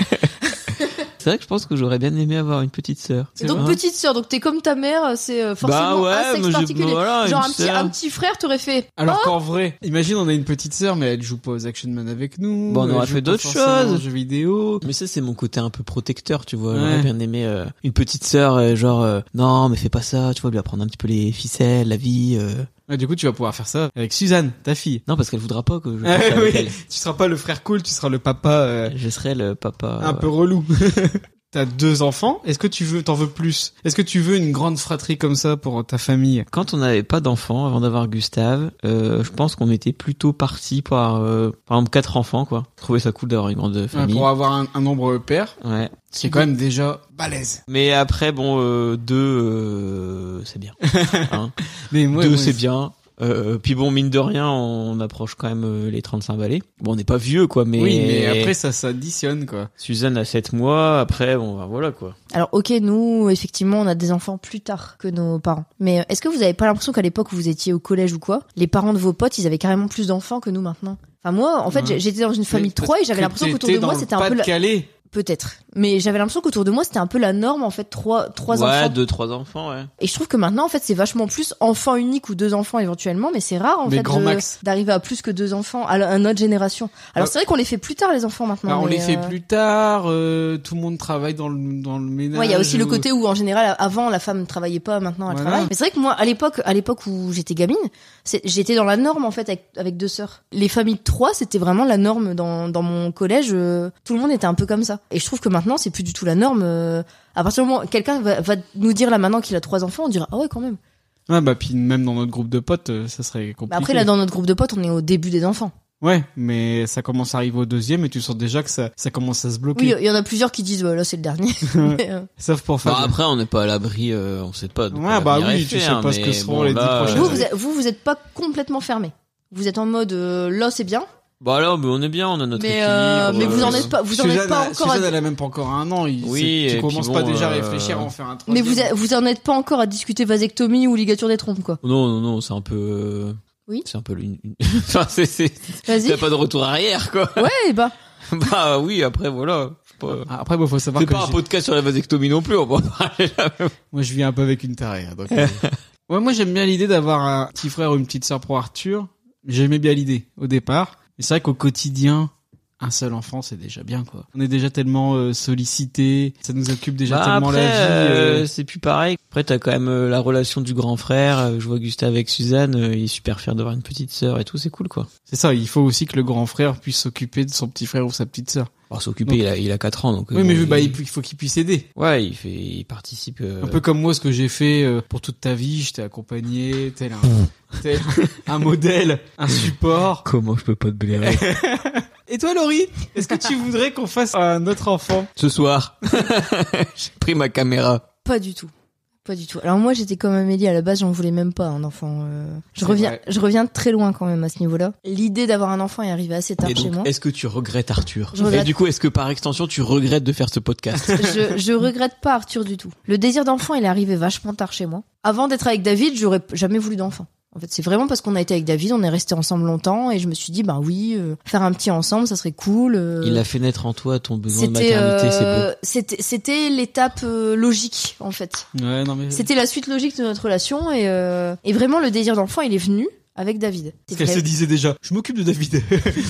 C'est vrai que je pense que j'aurais bien aimé avoir une petite sœur.
Et donc
Hein Bah
petite sœur, donc t'es comme ta mère, c'est euh, forcément un sexe
mais je-
particulier.
voilà,
Genre
une
un petit,
sœur.
un petit frère t'aurais fait.
Alors
Oh
qu'en vrai, imagine on a une petite sœur, mais elle joue pas aux Action Man avec nous.
Bon, on
elle
aurait
joue
fait
pas
d'autres
forcément
choses.
aux Jeux vidéo.
Mais ça, c'est mon côté un peu protecteur, tu vois. J'aurais
Ouais.
bien aimé euh, une petite sœur, euh, genre, euh, non, mais fais pas ça, tu vois, lui apprendre un petit peu les ficelles, la vie. euh.
Ouais, Ah, du coup, tu vas pouvoir faire ça avec Suzanne, ta fille.
Non, parce qu'elle voudra pas que je
Ah,
fasse ça
oui.
avec
Tu seras pas le frère cool, tu seras le papa euh,
elle. Je serai le papa.
un
ouais.
peu relou. T'as deux enfants. Est-ce que tu veux, t'en veux plus Est-ce que tu veux une grande fratrie comme ça pour ta famille
Quand on n'avait pas d'enfants, avant d'avoir Gustave, euh, je pense qu'on était plutôt parti par, euh, par exemple, quatre enfants, quoi. Je trouvais ça cool d'avoir une grande
Ouais,
famille.
Pour avoir un, un nombre pair,
Ouais.
c'est quand même déjà balèze.
Mais après, bon, euh, deux, euh, c'est bien. Hein.
Mais moi,
deux,
moi,
c'est bien. Euh, puis bon, mine de rien, on approche quand même euh, les 35 balais. Bon, on n'est pas vieux, quoi, mais...
Oui, mais après ça s'additionne quoi.
Suzanne a 7 mois, après, bon, bah, voilà, quoi.
Alors ok, nous effectivement on a des enfants plus tard que nos parents. Mais euh, est-ce que vous avez pas l'impression qu'à l'époque où vous étiez au collège ou quoi, les parents de vos potes ils avaient carrément plus d'enfants que nous maintenant Enfin moi en fait
Ouais.
j'ai- j'étais dans une famille de trois et j'avais l'impression qu'autour de moi c'était un peu la...
calé.
peut-être. Mais j'avais l'impression qu'autour de moi c'était un peu la norme en fait trois trois
ouais,
enfants.
deux, trois enfants, ouais.
Et je trouve que maintenant, en fait, c'est vachement plus enfant unique ou deux enfants éventuellement, mais c'est rare, en
Mais
fait,
grand
de-
max.
d'arriver à plus que deux enfants, à, la- à notre génération. Alors,
Ah.
c'est vrai qu'on les fait plus tard, les enfants, maintenant.
Alors, bah, on
mais,
les fait
euh,
plus tard. euh, tout le monde travaille dans le dans le ménage. euh.
Ouais, il y a aussi le
ou-
côté où en général avant la femme ne travaillait pas, maintenant elle
Voilà.
travaille. Mais c'est vrai que moi à l'époque, à l'époque où j'étais gamine, c'est- j'étais dans la norme en fait avec, avec deux sœurs. Les familles de trois, c'était vraiment la norme dans, dans mon collège. euh, tout le monde était un peu comme ça. Et je trouve que maintenant c'est plus du tout la norme. euh, à partir du moment où quelqu'un va, va nous dire là maintenant qu'il a trois enfants, on dira ah ouais quand même.
Ouais, bah puis même dans notre groupe de potes, euh, ça serait compliqué.
Bah après là dans notre groupe de potes, on est au début des enfants.
Ouais, mais ça commence à arriver au deuxième et tu sens déjà que ça ça commence à se bloquer.
Oui, il y en a plusieurs qui disent ouais, là c'est le dernier. Mais, euh,
Sauf pour
Enfin,
Fabien.
Bah, après, on n'est pas à l'abri, euh, on sait pas. de quoi
Ouais, bah
l'avenir
oui,
est
tu
fait,
sais
hein,
pas ce que
mais
seront
bon,
les dix
là, euh,
prochaines
vous,
années.
vous êtes, vous vous êtes pas complètement fermé. Vous êtes en mode euh, là c'est bien,
Bah là, mais on est bien, on a notre
mais euh,
équilibre,
mais vous
euh,
en êtes pas vous en
Suzanne,
êtes pas
a-
encore à
Suzanne, elle a même pas encore un an. Il,
Oui,
c'est-
et
tu
puis
commences
bon,
pas déjà à
euh,
réfléchir à en faire un
Mais
troisième.
vous, a- vous en êtes pas encore à discuter vasectomie ou ligature des trompes, quoi.
Non, non, non, c'est un peu. euh,
Oui.
C'est un peu l'une. une- enfin, c'est, c'est,
Vas-y.
t'as pas de retour arrière, quoi.
Ouais, bah.
bah oui, après, voilà. Je sais pas.
Ah, Après, bon, faut savoir
C'est
que
pas un
j'ai-
podcast sur la vasectomie non plus, on va en parler là.
moi, je vis un peu avec une tarée. hein, donc, euh, ouais, moi, j'aime bien l'idée d'avoir un petit frère ou une petite sœur pour Arthur. J'aimais bien l'idée au départ, mais c'est vrai qu'au quotidien, un seul enfant, c'est déjà bien, quoi. On est déjà tellement euh, sollicité, ça nous occupe déjà
Bah,
tellement
après,
la vie.
euh,
euh,
c'est plus pareil. Après, t'as quand même euh, la relation du grand frère. Euh, Je vois Gustave avec Suzanne, euh, il est super fier d'avoir une petite sœur et tout, c'est cool, quoi.
C'est ça. Il faut aussi que le grand frère puisse s'occuper de son petit frère ou sa petite sœur.
Alors, s'occuper,
Donc-
il a, il a 4 ans, donc. euh,
Oui, mais
bon,
je- bah,
il-
il faut qu'il puisse aider.
Ouais, il fait, il participe. euh,
Un peu comme moi, ce que j'ai fait euh, pour toute ta vie, je t'ai accompagné, tel un, tel un modèle, un support.
Comment je peux pas te blairer
Et toi, Laurie, est-ce que tu voudrais qu'on fasse un autre enfant
Ce soir, j'ai pris ma caméra.
Pas du tout. Pas du tout. Alors moi, j'étais comme Amélie à la base, j'en voulais même pas un enfant. euh. Je
C'est
reviens,
vrai.
je reviens très loin quand même à ce niveau-là. L'idée d'avoir un enfant est arrivée assez tard
Et
chez
donc,
moi.
est-ce que tu regrettes Arthur
Je regrette.
Et du coup, est-ce que par extension, tu regrettes de faire ce podcast
je, je regrette pas Arthur du tout. Le désir d'enfant, il est arrivé vachement tard chez moi. Avant d'être avec David, j'aurais jamais voulu d'enfant. En fait, c'est vraiment parce qu'on a été avec David, on est resté ensemble longtemps et je me suis dit, ben oui, euh, faire un petit ensemble, ça serait cool. euh,
Il a fait naître en toi ton besoin de
C'était
maternité, c'est
euh,
beau.
c'était c'était l'étape euh, logique en fait.
Ouais,
Mm.
non, mais.
C'était la suite logique de notre relation et euh, et vraiment le désir d'enfant, il est venu avec David.
Parce qu'elle se disait déjà, je m'occupe de David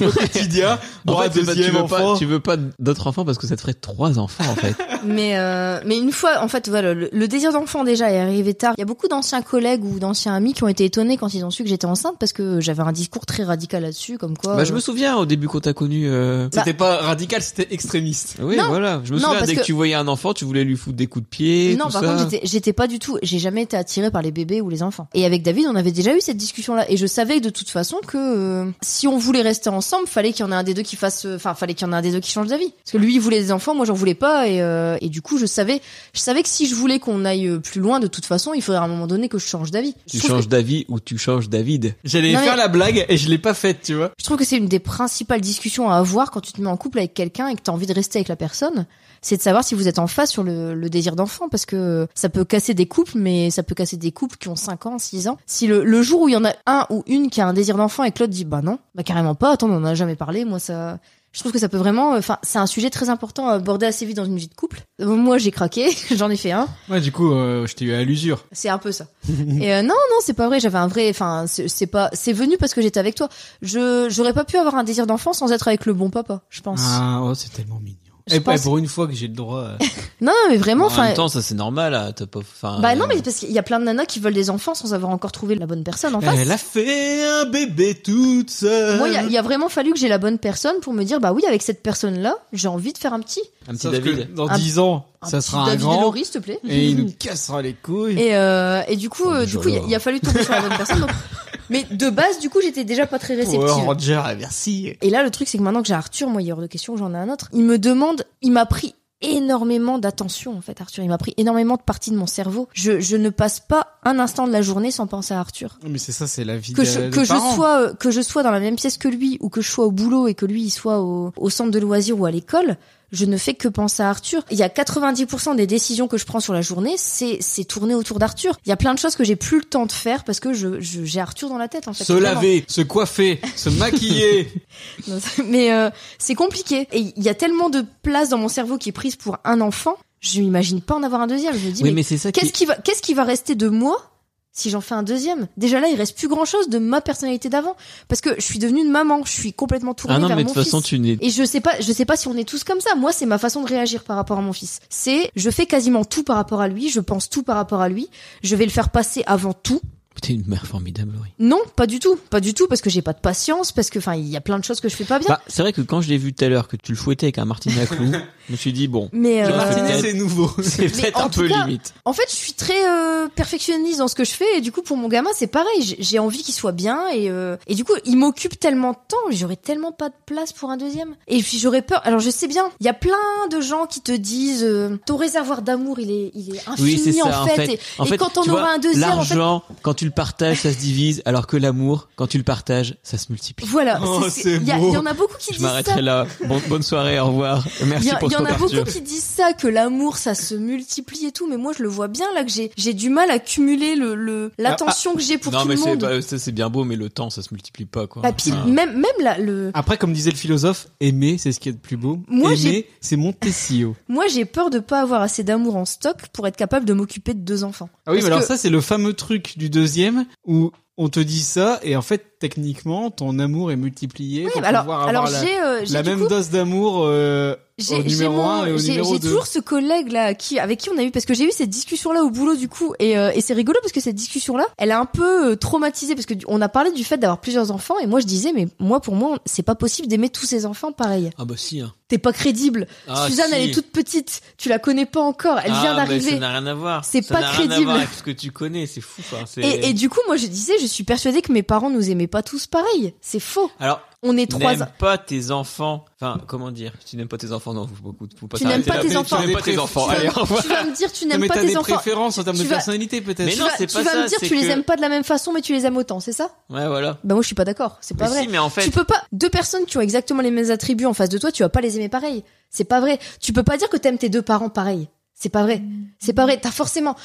au quotidien.
En
Bon,
fait, c'est pas- tu
deuxième
veux pas,
enfant.
tu veux pas d'autres enfants parce que ça te ferait trois enfants en fait.
Mais euh, mais une fois, en fait, voilà, le, le désir d'enfant déjà est arrivé tard. Il y a beaucoup d'anciens collègues ou d'anciens amis qui ont été étonnés quand ils ont su que j'étais enceinte parce que j'avais un discours très radical là-dessus, comme quoi.
bah, je
euh,
me souviens au début qu'on t'a connu. euh,
C'était pas radical, c'était extrémiste.
Oui,
Non.
voilà. Je me
Non,
souviens
parce
dès que...
que-
tu voyais un enfant, tu voulais lui foutre des coups de pied.
non,
tout
par
ça.
contre, j'étais- j'étais pas du tout. J'ai jamais été attirée par les bébés ou les enfants. Et avec David, on avait déjà eu cette discussion-là, et je savais de toute façon que euh, si on voulait rester ensemble, fallait qu'il y en ait un des deux qui fasse. euh, Enfin, fallait qu'il y en ait un des deux qui change d'avis. Parce que lui, il voulait des enfants, moi, j'en voulais pas, et, euh, et du coup, je savais, je savais que si je voulais qu'on aille euh, plus loin, de toute façon, il faudrait à un moment donné que je change d'avis. Je
Tu
trouve que-
changes d'avis ou tu changes David.
J'allais
Non,
faire
mais-
la blague et je l'ai pas faite, tu vois.
Je trouve que c'est une des principales discussions à avoir quand tu te mets en couple avec quelqu'un et que tu as envie de rester avec la personne, c'est de savoir si vous êtes en phase sur le, le désir d'enfant parce que ça peut casser des couples mais ça peut casser des couples qui ont 5 ans, 6 ans. Si le, le jour où il y en a un ou une qui a un désir d'enfant et que l'autre dit bah non, bah carrément pas, attends, on en a jamais parlé, moi ça je trouve que ça peut vraiment enfin c'est un sujet très important à aborder assez vite dans une vie de couple. Euh, Moi j'ai craqué, j'en ai fait un.
Ouais, du coup, euh, je t'ai eu à l'usure.
C'est un peu ça. Et euh, non, non, c'est pas vrai. J'avais un vrai. Enfin, c'est c'est pas. C'est venu parce que j'étais avec toi. Je j'aurais pas pu avoir un désir d'enfant sans être avec le bon papa, je pense.
Ah, oh, c'est tellement mignon.
Je
Et,
pense-
et pour une fois que j'ai le droit. euh,
Non, non, mais vraiment.
en
Enfin.
même temps, ça c'est normal. là, T'as pas. Enfin.
Bah
euh,
non, mais parce qu'il y a plein de nanas qui veulent des enfants sans avoir encore trouvé la bonne personne en face.
Elle a fait un bébé toute seule.
Moi, il y a- il y, a vraiment fallu que j'ai la bonne personne pour me dire bah oui, avec cette personne-là, j'ai envie de faire un petit.
Un petit
Sauf
David.
que dans
Un-
10 ans,
Un
ça
petit
sera un
David et
grand.
Laurie, s'il te plaît.
Et il nous cassera les couilles.
Et, euh, et du coup,
Oh,
euh,
mais
du coup, il y a-
alors.
il y, a fallu tomber sur la bonne personne. donc- Mais de base, du coup, j'étais déjà pas très réceptive.
Power Ranger, ah, merci.
Et là, le truc, c'est que maintenant que j'ai Arthur, moi, il est hors de question que j'en ai un autre. Il me demande, il m'a pris énormément d'attention, en fait, Arthur. Il m'a pris énormément de partie de mon cerveau. Je, je ne passe pas un instant de la journée sans penser à Arthur.
Mais c'est ça, c'est la vie
Que
de-
je,
des
que, je
parents.
sois, euh, que je sois dans la même pièce que lui, ou que je sois au boulot et que lui, il soit au, au centre de loisirs ou à l'école, je ne fais que penser à Arthur. Il y a 90% des décisions que je prends sur la journée, c'est, c'est tourner autour d'Arthur. Il y a plein de choses que j'ai plus le temps de faire parce que je, je- j'ai Arthur dans la tête, en fait.
Se
clairement.
laver, se coiffer, se maquiller.
Non, c'est- Mais euh, c'est compliqué. Et il y a tellement de place dans mon cerveau qui est prise pour un enfant, je m'imagine pas en avoir un deuxième. Je me dis,
Oui,
mais,
mais c'est ça qui.
qu'est-ce qui va, qu'est-ce qui va rester de moi si j'en fais un deuxième Déjà là, il reste plus grand-chose de ma personnalité d'avant, parce que je suis devenue une maman, je suis complètement tournée
Ah non,
vers
mais de
mon
toute façon,
fils.
tu n'es.
Et je sais pas, je sais pas si on est tous comme ça. Moi, c'est ma façon de réagir par rapport à mon fils. C'est, je fais quasiment tout par rapport à lui, je pense tout par rapport à lui, je vais le faire passer avant tout.
T'es une mère formidable, oui.
Non, pas du tout, pas du tout, parce que j'ai pas de patience, parce que, enfin, il y a plein de choses que je fais pas bien.
Bah, c'est vrai que quand je l'ai vu tout à l'heure que tu le fouettais avec un martinet à clous, je me suis dit bon,
mais
je
Le
Euh,
martinet,
peut-être.
c'est nouveau.
c'est peut-être
en
un
tout
peu
cas-
limite.
En fait, je suis très euh, perfectionniste dans ce que je fais et du coup pour mon gamin c'est pareil. J'ai- J'ai envie qu'il soit bien et euh, et du coup il m'occupe tellement de temps, j'aurais tellement pas de place pour un deuxième. Et puis j'aurais peur. Alors je sais bien, il y a plein de gens qui te disent euh, ton réservoir d'amour il est il est infini
Oui, c'est ça.
en, fait. Et,
en
et
fait,
quand on
tu
aura
vois,
un deuxième, en fait,
l'argent, quand tu le partages, ça se divise, alors que l'amour, quand tu le partages, ça se multiplie.
voilà.
Oh,
c'est-
c'est
c'est- Il y, a-
beau.
il y en a beaucoup qui
Je
disent ça.
m'arrêterai là. Bon- bonne soirée, au revoir.
Il
Merci
y, a-
pour
il y
ton
en a beaucoup
Arthur.
qui disent ça, que l'amour, ça se multiplie et tout, mais moi, je le vois bien là que j'ai j'ai du mal à cumuler le le- l'attention que j'ai pour
Ah, non,
tout
mais
le
c'est
monde.
bah, ça, c'est bien beau, mais le temps, ça se multiplie pas,
Hein.
quoi. Ah.
Bah, puis
Ah.
Enfin,
même même là le
Après, comme disait le philosophe, aimer, c'est ce qui est de plus beau.
Moi,
aimer, c'est mon Tessio.
Moi, j'ai peur de pas avoir assez d'amour en stock pour être capable de m'occuper de deux enfants.
Ah oui, mais
Parce
alors
que-
ça, c'est le fameux truc du deuxième où on te dit ça et en fait, techniquement, ton amour est multiplié
Oui,
pour
bah alors,
pouvoir avoir
alors
la,
j'ai, euh, j'ai
la
du
même
coup,
dose d'amour euh,
j'ai-
au
j'ai
numéro
mon-
un et au
j'ai-
numéro
j'ai
2.
toujours ce collègue là qui, avec qui on a eu, parce que j'ai eu cette discussion là au boulot du coup, et, euh, et c'est rigolo parce que cette discussion là, elle a un peu euh, traumatisé parce que du- on a parlé du fait d'avoir plusieurs enfants et moi je disais mais moi pour moi c'est pas possible d'aimer tous ces enfants pareil.
Ah, bah, si, hein.
T'es pas crédible.
Ah,
Suzanne
si.
elle est toute petite, tu la connais pas encore, elle
Ah,
vient
mais Ça
d'arriver.
n'a rien à voir.
C'est
Ça
pas
n'a rien à
crédible.
voir avec ce que tu connais, c'est fou, quoi. C'est-
Et, et du coup moi je disais je suis persuadée que mes parents nous aimaient pas tous pareil. C'est faux.
Alors,
On est trois.
n'aimes pas tes enfants. Enfin, comment dire Si tu n'aimes pas tes enfants, non, faut, beaucoup, faut pas
Tu n'aimes
t'arrêter
pas
là.
tes
Mais
enfants.
Tu n'aimes pas tes
Tu
enfants.
tu,
Allez,
vas,
au revoir.
tu vas me dire tu
Non,
n'aimes
mais
pas
t'as des
tes enfants.
préférences en termes
Tu
de
vas-
personnalité, peut-être.
Mais
tu
non,
vas,
c'est
tu
pas
vas
ça,
me dire
c'est
tu les
que-
aimes pas de la même façon mais tu les aimes autant, c'est ça
Ouais, voilà.
Bah moi je suis pas d'accord, c'est pas
Mais
vrai.
si, mais en fait,
Tu peux pas deux personnes qui ont exactement les mêmes attributs en face de toi, tu vas pas les aimer pareil. C'est pas vrai. Tu peux pas dire que t'aimes tes deux parents pareil. C'est pas vrai. C'est pas vrai. T'as forcément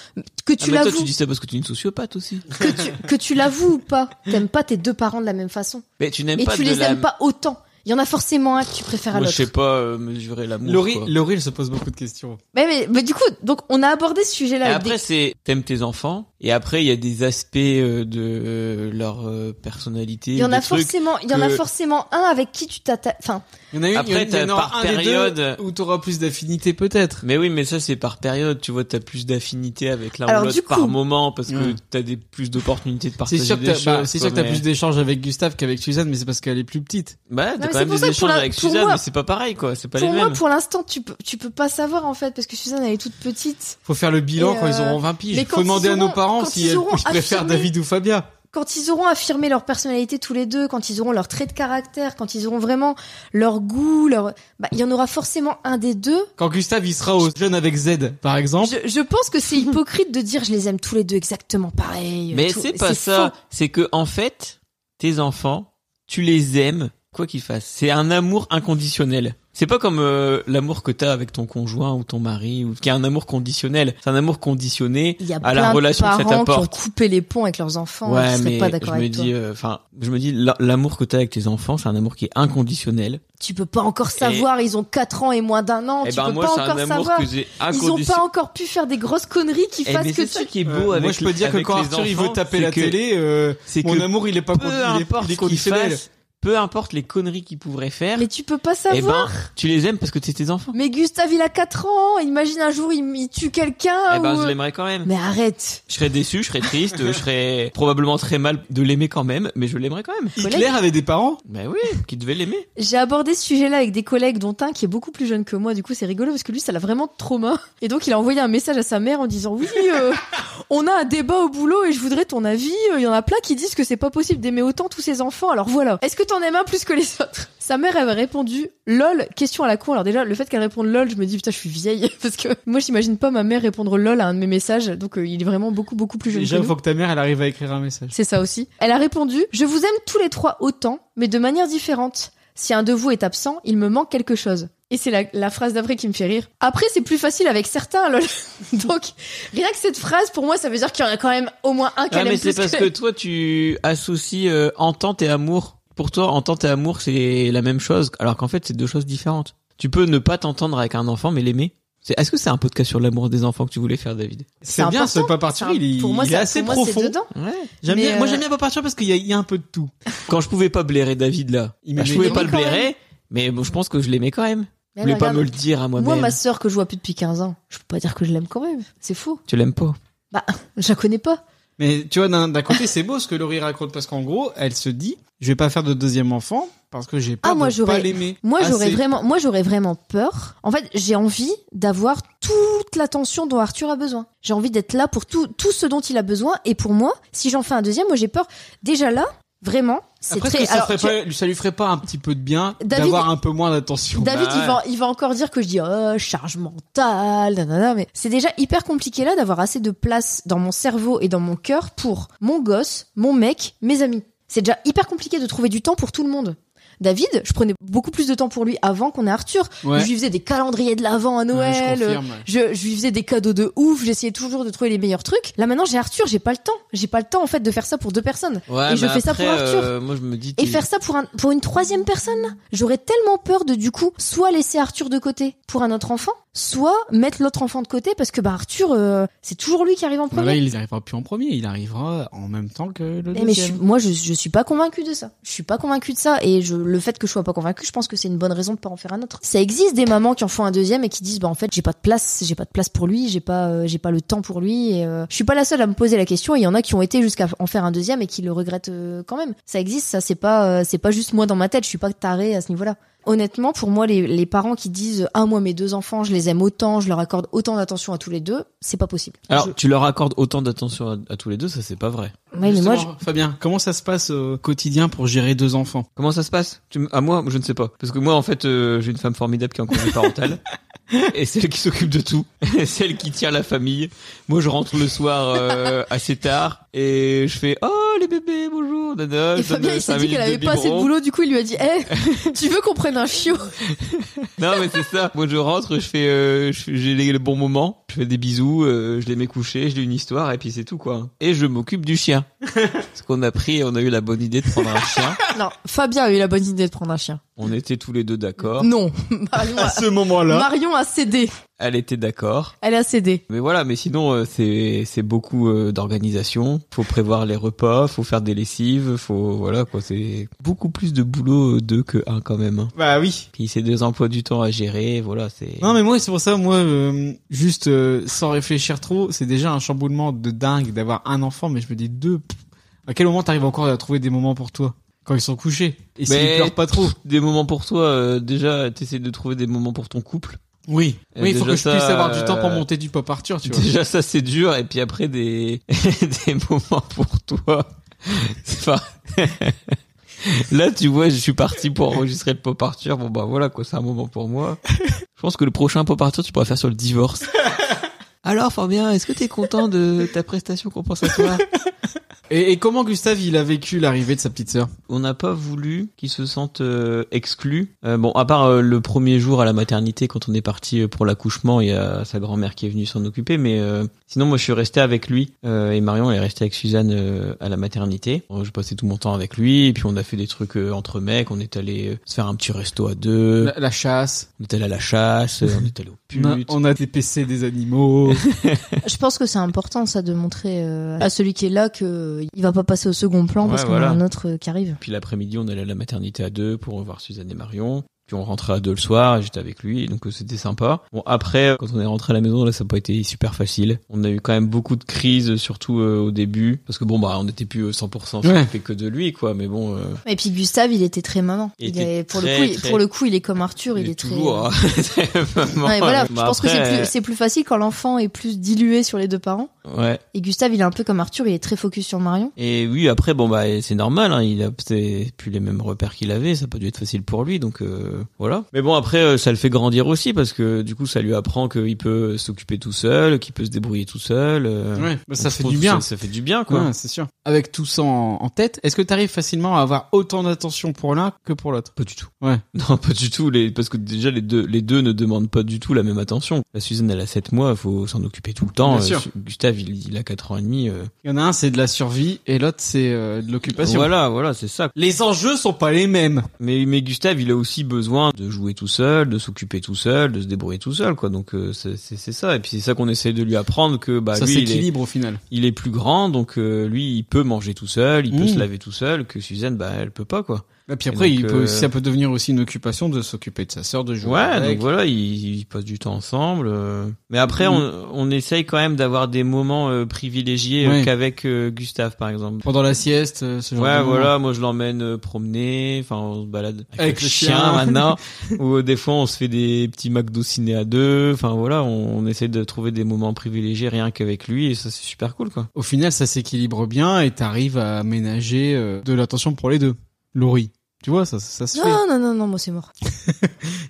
que tu
Ah, mais toi,
l'avoues,
tu dis ça parce que tu es une sociopathe aussi.
que tu que tu l'avoues ou pas. T'aimes pas tes deux parents de la même façon
Mais tu n'aimes
et
pas
tu
de
les
la...
aimes pas autant. Il y en a forcément un que tu préfères à
Moi, je
l'autre.
sais pas euh, mesurer l'amour.
Laurie,
quoi.
Laurie, elle se pose beaucoup de questions.
Mais, mais, mais du coup, donc on a abordé ce sujet-là.
Et
avec
après,
des-
c'est t'aimes tes enfants. Et après, il y a des aspects euh, de euh, leur euh, personnalité.
il y en a
des trucs.
forcément, il y en a
que-
forcément un avec qui tu t'attaques. Enfin,
Il y en a une,
Après,
il y en a- il y
t'as
en aura
par
un des
période-
deux où t'auras plus d'affinité peut-être.
Mais oui, mais ça c'est par période. Tu vois, t'as plus d'affinité avec l'un
Alors,
ou
du
l'autre
coup-
par moment parce que
Ouais.
t'as des plus d'opportunités de
C'est
partager
sûr que
des
t'as
choses.
bah, c'est sûr
quoi,
que t'as
mais-
plus d'échanges avec Gustave qu'avec Suzanne, mais c'est parce qu'elle est plus petite.
Bah,
mais
t'as
c'est
quand même
pour ça
des
que pour
échanges
la-
avec
pour
Suzanne,
moi-
mais c'est pas pareil, quoi. C'est pas
pour
les
moi,
mêmes.
pour l'instant, tu peux, tu peux pas savoir en fait parce que Suzanne elle est toute petite.
Faut faire le bilan
Et,
quand ils
euh,
auront 20 piges.
mais quand
Faut demander
ils
à nos
auront-
parents
quand
si
ils
elles-
auront
ils préfèrent
affirmé-
David ou Fabien.
Quand ils auront affirmé leur personnalité tous les deux, quand ils auront leur trait de caractère, quand ils auront vraiment leur goût, leur, bah, il y en aura forcément un des deux.
Quand Gustave il sera au jeune avec Z, par exemple.
Je, je pense que c'est hypocrite de dire je les aime tous les deux exactement pareil.
Mais
tout-
c'est pas ça.
faux.
C'est que en fait, tes enfants, tu les aimes quoi qu'ils fassent. C'est un amour inconditionnel. C'est pas comme euh, l'amour que t'as avec ton conjoint ou ton mari ou qui est un amour conditionnel. C'est un amour conditionné.
Il y a
à la
plein de
relation que ça
parents qui ont
t'apporte.
coupé les ponts avec leurs enfants.
ouais,
je serais
mais
pas d'accord
je me
avec toi.
dis, euh, enfin, je me dis, la- l'amour que t'as avec tes enfants, c'est un amour qui est inconditionnel.
Tu peux pas encore savoir, ils ont 4 ans et moins d'un an,
Eh
tu
ben
peux
moi,
pas
c'est un
encore
amour
savoir.
que j'ai
Ils ont
inconditionnel.
pas encore pu faire des grosses conneries qui
Eh,
fassent
mais
que
c'est
tu...
ça qui est
Euh,
beau avec
moi je peux dire que
avec
quand
les
Arthur il
enfants,
veut taper
c'est
la
que-
télé, euh,
c'est
mon
que
amour il est pas con-
peu
il est-
importe
il est
ce qu'ils
conditionnel.
fassent, peu importe les conneries qu'ils pourraient faire,
Mais tu peux pas
eh
savoir.
ben, tu les aimes parce que c'est tes enfants.
Mais Gustave, il a 4 ans, imagine un jour, il, il tue quelqu'un
eh ben,
ou-
je l'aimerais quand même.
Mais arrête
Je serais déçu, je serais triste, je serais probablement très mal de l'aimer quand même, mais je l'aimerais quand même.
Hitler avait des parents.
Ben oui, qui devait l'aimer.
J'ai abordé ce sujet-là avec des collègues, dont un qui est beaucoup plus jeune que moi. Du coup, c'est rigolo parce que lui, ça l'a vraiment trauma. Et donc, il a envoyé un message à sa mère en disant oui, euh, on a un débat au boulot et je voudrais ton avis. Euh, Il y en a plein qui disent que c'est pas possible d'aimer autant tous ces enfants. Alors voilà. Est-ce que t'en aimes un plus que les autres Sa mère avait répondu lol. Question à la con. Alors déjà, le fait qu'elle réponde lol, je me dis putain, je suis vieille parce que moi, j'imagine pas ma mère répondre lol à un de mes messages. Donc, euh, il est vraiment beaucoup beaucoup plus jeune.
Déjà,
que nous.
faut que ta mère elle arrive à écrire un message.
C'est ça aussi. Elle a répondu Je vous aime tous les trois autant, mais de manière différente. Si un de vous est absent, il me manque quelque chose. Et c'est la, la phrase d'après qui me fait rire. Après, c'est plus facile avec certains, lol. Donc, rien que cette phrase, pour moi, ça veut dire qu'il y en a quand même au moins un qu'elle
Ah, mais
aime
c'est
plus
parce
que-
que toi, tu associes euh, entente et amour. Pour toi, entente et amour, c'est la même chose, alors qu'en fait, c'est deux choses différentes. Tu peux ne pas t'entendre avec un enfant, mais l'aimer. C'est- Est-ce que c'est un podcast sur l'amour des enfants que tu voulais faire, David
C'est bien ce
important.
pas
C'est
partir,
un-
il, est-
pour moi,
il est
ça-
assez
pour moi, c'est
profond.
dedans.
Ouais.
J'aime
Mais,
bien, moi
euh,
j'aime bien pas partir parce qu'il y, a- il y a un peu de tout.
Quand je pouvais pas blairer David là,
Il
bah,
m'aimait
je pouvais
quand
pas le
même.
blairer, mais bon, je pense que je l'aimais quand même.
Mais
Je voulais pas
regarde,
me le dire à
Moi,
moi-même.
ma sœur que je vois plus depuis 15 ans, je peux pas dire que je l'aime quand même. C'est fou.
Tu l'aimes pas
Je la connais pas.
Mais tu vois, d'un d'un côté, c'est beau ce que Laurie raconte parce qu'en gros, elle se dit, je vais pas faire de deuxième enfant parce que j'ai peur
Ah, moi,
de pas
j'aurais-
l'aimer. Ah,
Moi,
assez.
j'aurais vraiment, moi, j'aurais vraiment peur. En fait, j'ai envie d'avoir toute l'attention dont Arthur a besoin. J'ai envie d'être là pour tout, tout ce dont il a besoin. Et pour moi, si j'en fais un deuxième, moi, j'ai peur. Déjà là, vraiment, c'est
Après, est-ce
très.
que ça,
alors,
ferait
tu-
pas- ça lui ferait pas un petit peu de bien
David-
d'avoir un peu moins d'attention
David,
Bah
il, va, il va encore dire que je dis oh, charge mentale, nanana, mais c'est déjà hyper compliqué là d'avoir assez de place dans mon cerveau et dans mon cœur pour mon gosse, mon mec, mes amis. C'est déjà hyper compliqué de trouver du temps pour tout le monde. David, je prenais beaucoup plus de temps pour lui avant qu'on ait Arthur.
Ouais.
Je lui faisais des calendriers de l'avant
Ouais,
à
je
Noël.
confirme, ouais.
je, je lui faisais des cadeaux de ouf, j'essayais toujours de trouver les meilleurs trucs. Là maintenant j'ai Arthur, j'ai pas le temps. J'ai pas le temps en fait de faire ça pour deux personnes.
Ouais,
Et je
mais
fais ça pour
après,
Arthur.
euh, moi, je me dis.
Et
t'es-
faire ça pour, un, pour une troisième personne là J'aurais tellement peur de du coup soit laisser Arthur de côté pour un autre enfant, soit mettre l'autre enfant de côté parce que bah Arthur euh, c'est toujours lui qui arrive en
Bah là,
premier.
il arrivera plus en premier, il arrivera en même temps que le
Eh, mais je suis-
deuxième.
moi je, je suis pas convaincue de ça. Je suis pas convaincue de ça et je, le fait que je sois pas convaincue, je pense que c'est une bonne raison de pas en faire un autre. Ça existe des mamans qui en font un deuxième et qui disent bah en fait j'ai pas de place, j'ai pas de place pour lui, j'ai pas euh, j'ai pas le temps pour lui. Et, euh, je suis pas la seule à me poser la question. et Il y en a qui ont été jusqu'à en faire un deuxième et qui le regrettent euh, quand même. Ça existe, ça c'est pas euh, c'est pas juste moi dans ma tête. Je suis pas tarée à ce niveau-là. Honnêtement, pour moi, les, les parents qui disent ah moi mes deux enfants, je les aime autant, je leur accorde autant d'attention à tous les deux, c'est pas possible.
Alors,
Je-
tu leur accordes autant d'attention à, à tous les deux, ça c'est pas vrai.
Ouais, mais moi, je-
Justement, Fabien, comment ça se passe au quotidien pour gérer deux enfants
Comment ça se passe tu, m- À moi, je ne sais pas. Parce que moi, en fait, euh, j'ai une femme formidable qui est en congé parental. et celle qui s'occupe de tout. celle qui tient la famille. Moi, je rentre le soir euh, assez tard. Et je fais Oh, les bébés, bonjour, nana.
Et
je donne
Fabien, il
cinq
s'est dit
minutes
qu'elle avait pas assez de
biberon.
boulot, du coup, il lui a dit, Eh, tu veux qu'on prenne un chiot?
Non, mais c'est ça. Moi, je rentre, je fais, euh, je fais- j'ai les- le bon moment. Je fais des bisous, euh, je les mets coucher, je lis une histoire et puis c'est tout quoi. Et je m'occupe du chien. Parce qu'on a pris, on a eu la bonne idée de prendre un chien.
Non, Fabien a eu la bonne idée de prendre un chien.
On était tous les deux d'accord.
Non, Marion
À
a,
ce moment-là.
Marion a cédé.
Elle était d'accord.
Elle a cédé.
Mais voilà, mais sinon euh, c'est c'est beaucoup euh, d'organisation. Faut prévoir les repas, faut faire des lessives, faut voilà quoi. C'est beaucoup plus de boulot euh, deux que un quand même. hein.
Bah oui.
Puis c'est deux emplois du temps à gérer, voilà c'est.
Non mais moi c'est pour ça moi euh, juste euh, sans réfléchir trop c'est déjà un chamboulement de dingue d'avoir un enfant mais je me dis deux pff, à quel moment t'arrives encore à trouver des moments pour toi quand ils sont couchés et s'ils
Mais-
pleurent pas trop
Des moments pour toi, euh, déjà t'essaies de trouver des moments pour ton couple.
oui
Et
oui il faut
déjà
que je puisse
ça,
avoir du temps pour
euh,
monter du pop Arthur tu vois
Déjà ça c'est dur et puis après des des moments pour toi. C'est pas- Là tu vois je suis parti pour enregistrer le pop Arthur. Bon bah voilà quoi c'est un moment pour moi. Je pense que le prochain pop Arthur tu pourras faire sur le divorce. Alors Fabien est-ce que t'es content de ta prestation compensatoire
et, et comment Gustave il a vécu l'arrivée de sa petite sœur
On n'a pas voulu qu'il se sente euh, exclu. Euh, bon à part euh, le premier jour à la maternité quand on est parti euh, pour l'accouchement il y a sa grand-mère qui est venue s'en occuper mais euh, Sinon, moi, je suis resté avec lui euh, et Marion elle est restée avec Suzanne euh, à la maternité. Euh, Je passais tout mon temps avec lui et puis on a fait des trucs euh, entre mecs. On est allé euh, se faire un petit resto à deux.
la, la chasse
On est allé à la chasse. euh, on est allé au putes.
Euh, Bah on a, on a des PC des animaux
Je pense que c'est important ça de montrer euh, à celui qui est là que euh, il va pas passer au second plan parce
Ouais,
qu'on
voilà.
a un autre euh, qui arrive.
Puis l'après-midi, on allait à la maternité à deux pour revoir Suzanne et Marion. Puis on rentrait à deux le soir et j'étais avec lui, donc euh, c'était sympa. Bon, après, euh, quand on est rentré à la maison, là, ça n'a pas été super facile. On a eu quand même beaucoup de crises, surtout euh, au début. Parce que bon, bah, on n'était plus euh, 100%
Ouais.
fait que de lui, quoi. Mais bon, euh,
Et puis Gustave, il était très maman.
Il
Il,
était
est- pour
très,
le coup, il-
très-
pour le coup, il est comme Arthur, il,
mais
est
toujours,
très. euh,
hein, c'est maman.
Ouais, voilà, je
Bah,
pense que
après, euh,
c'est plus, c'est plus facile quand l'enfant est plus dilué sur les deux parents.
Ouais.
Et Gustave, il est un peu comme Arthur, il est très focus sur Marion.
Et oui, après, bon, bah, c'est normal, hein, il a peut-être plus les mêmes repères qu'il avait, ça n'a pas dû être facile pour lui, donc euh, voilà. Mais bon, après, euh, ça le fait grandir aussi, parce que du coup, ça lui apprend qu'il peut s'occuper tout seul, qu'il peut se débrouiller tout seul. euh,
ouais bah, ça
donc, je
fait
trouve
du
que
bien
Ça, ça fait du bien, quoi.
quoi c'est sûr avec tout ça en, en tête est-ce que t'arrives facilement à avoir autant d'attention pour l'un que pour l'autre
Pas du tout.
Ouais.
Non, pas du tout. Les, parce que déjà, les deux, les deux ne demandent pas du tout la même attention. La Suzanne, elle a 7 mois, faut s'en occuper tout le temps.
Bien sûr.
Su- Gustave, il, il a 4 ans et demi. euh.
il y en a un c'est de la survie et l'autre c'est euh, de l'occupation
Voilà, Ah voilà, c'est ça.
Les enjeux sont pas les mêmes.
Mais, mais Gustave, il a aussi besoin de jouer tout seul, de s'occuper tout seul, de se débrouiller tout seul, quoi. Donc euh, c'est c'est- c'est ça. Et puis c'est ça qu'on essaie de lui apprendre que bah
ça
lui, il est,
s'équilibre au final.
il est plus grand, donc euh, lui, il peut manger tout seul, il peut
Mmh.
se laver tout seul, que Suzanne, bah elle peut pas, quoi.
Et puis
Et
après,
donc,
il peut,
euh,
ça peut devenir aussi une occupation de s'occuper de sa sœur, de jouer.
Ouais,
avec.
donc voilà, ils, ils passent du temps ensemble. euh. Mais après,
Mmh.
on, on essaye quand même d'avoir des moments euh, privilégiés euh,
Ouais.
qu'avec euh, Gustave, par exemple.
Pendant la sieste, euh, ce genre
Ouais,
de moment.
voilà, moi je l'emmène euh, promener, enfin on se balade avec,
Avec
le
le
chien,
chien.
maintenant, ou euh, des fois on se fait des petits McDo ciné à deux, enfin voilà, on, on essaie de trouver des moments privilégiés rien qu'avec lui, et ça c'est super cool quoi.
Au final, ça s'équilibre bien et t'arrives à ménager euh, de l'attention pour les deux. Laurie. Tu vois, ça, ça, ça se fait.
Non, non, non, non, moi c'est mort.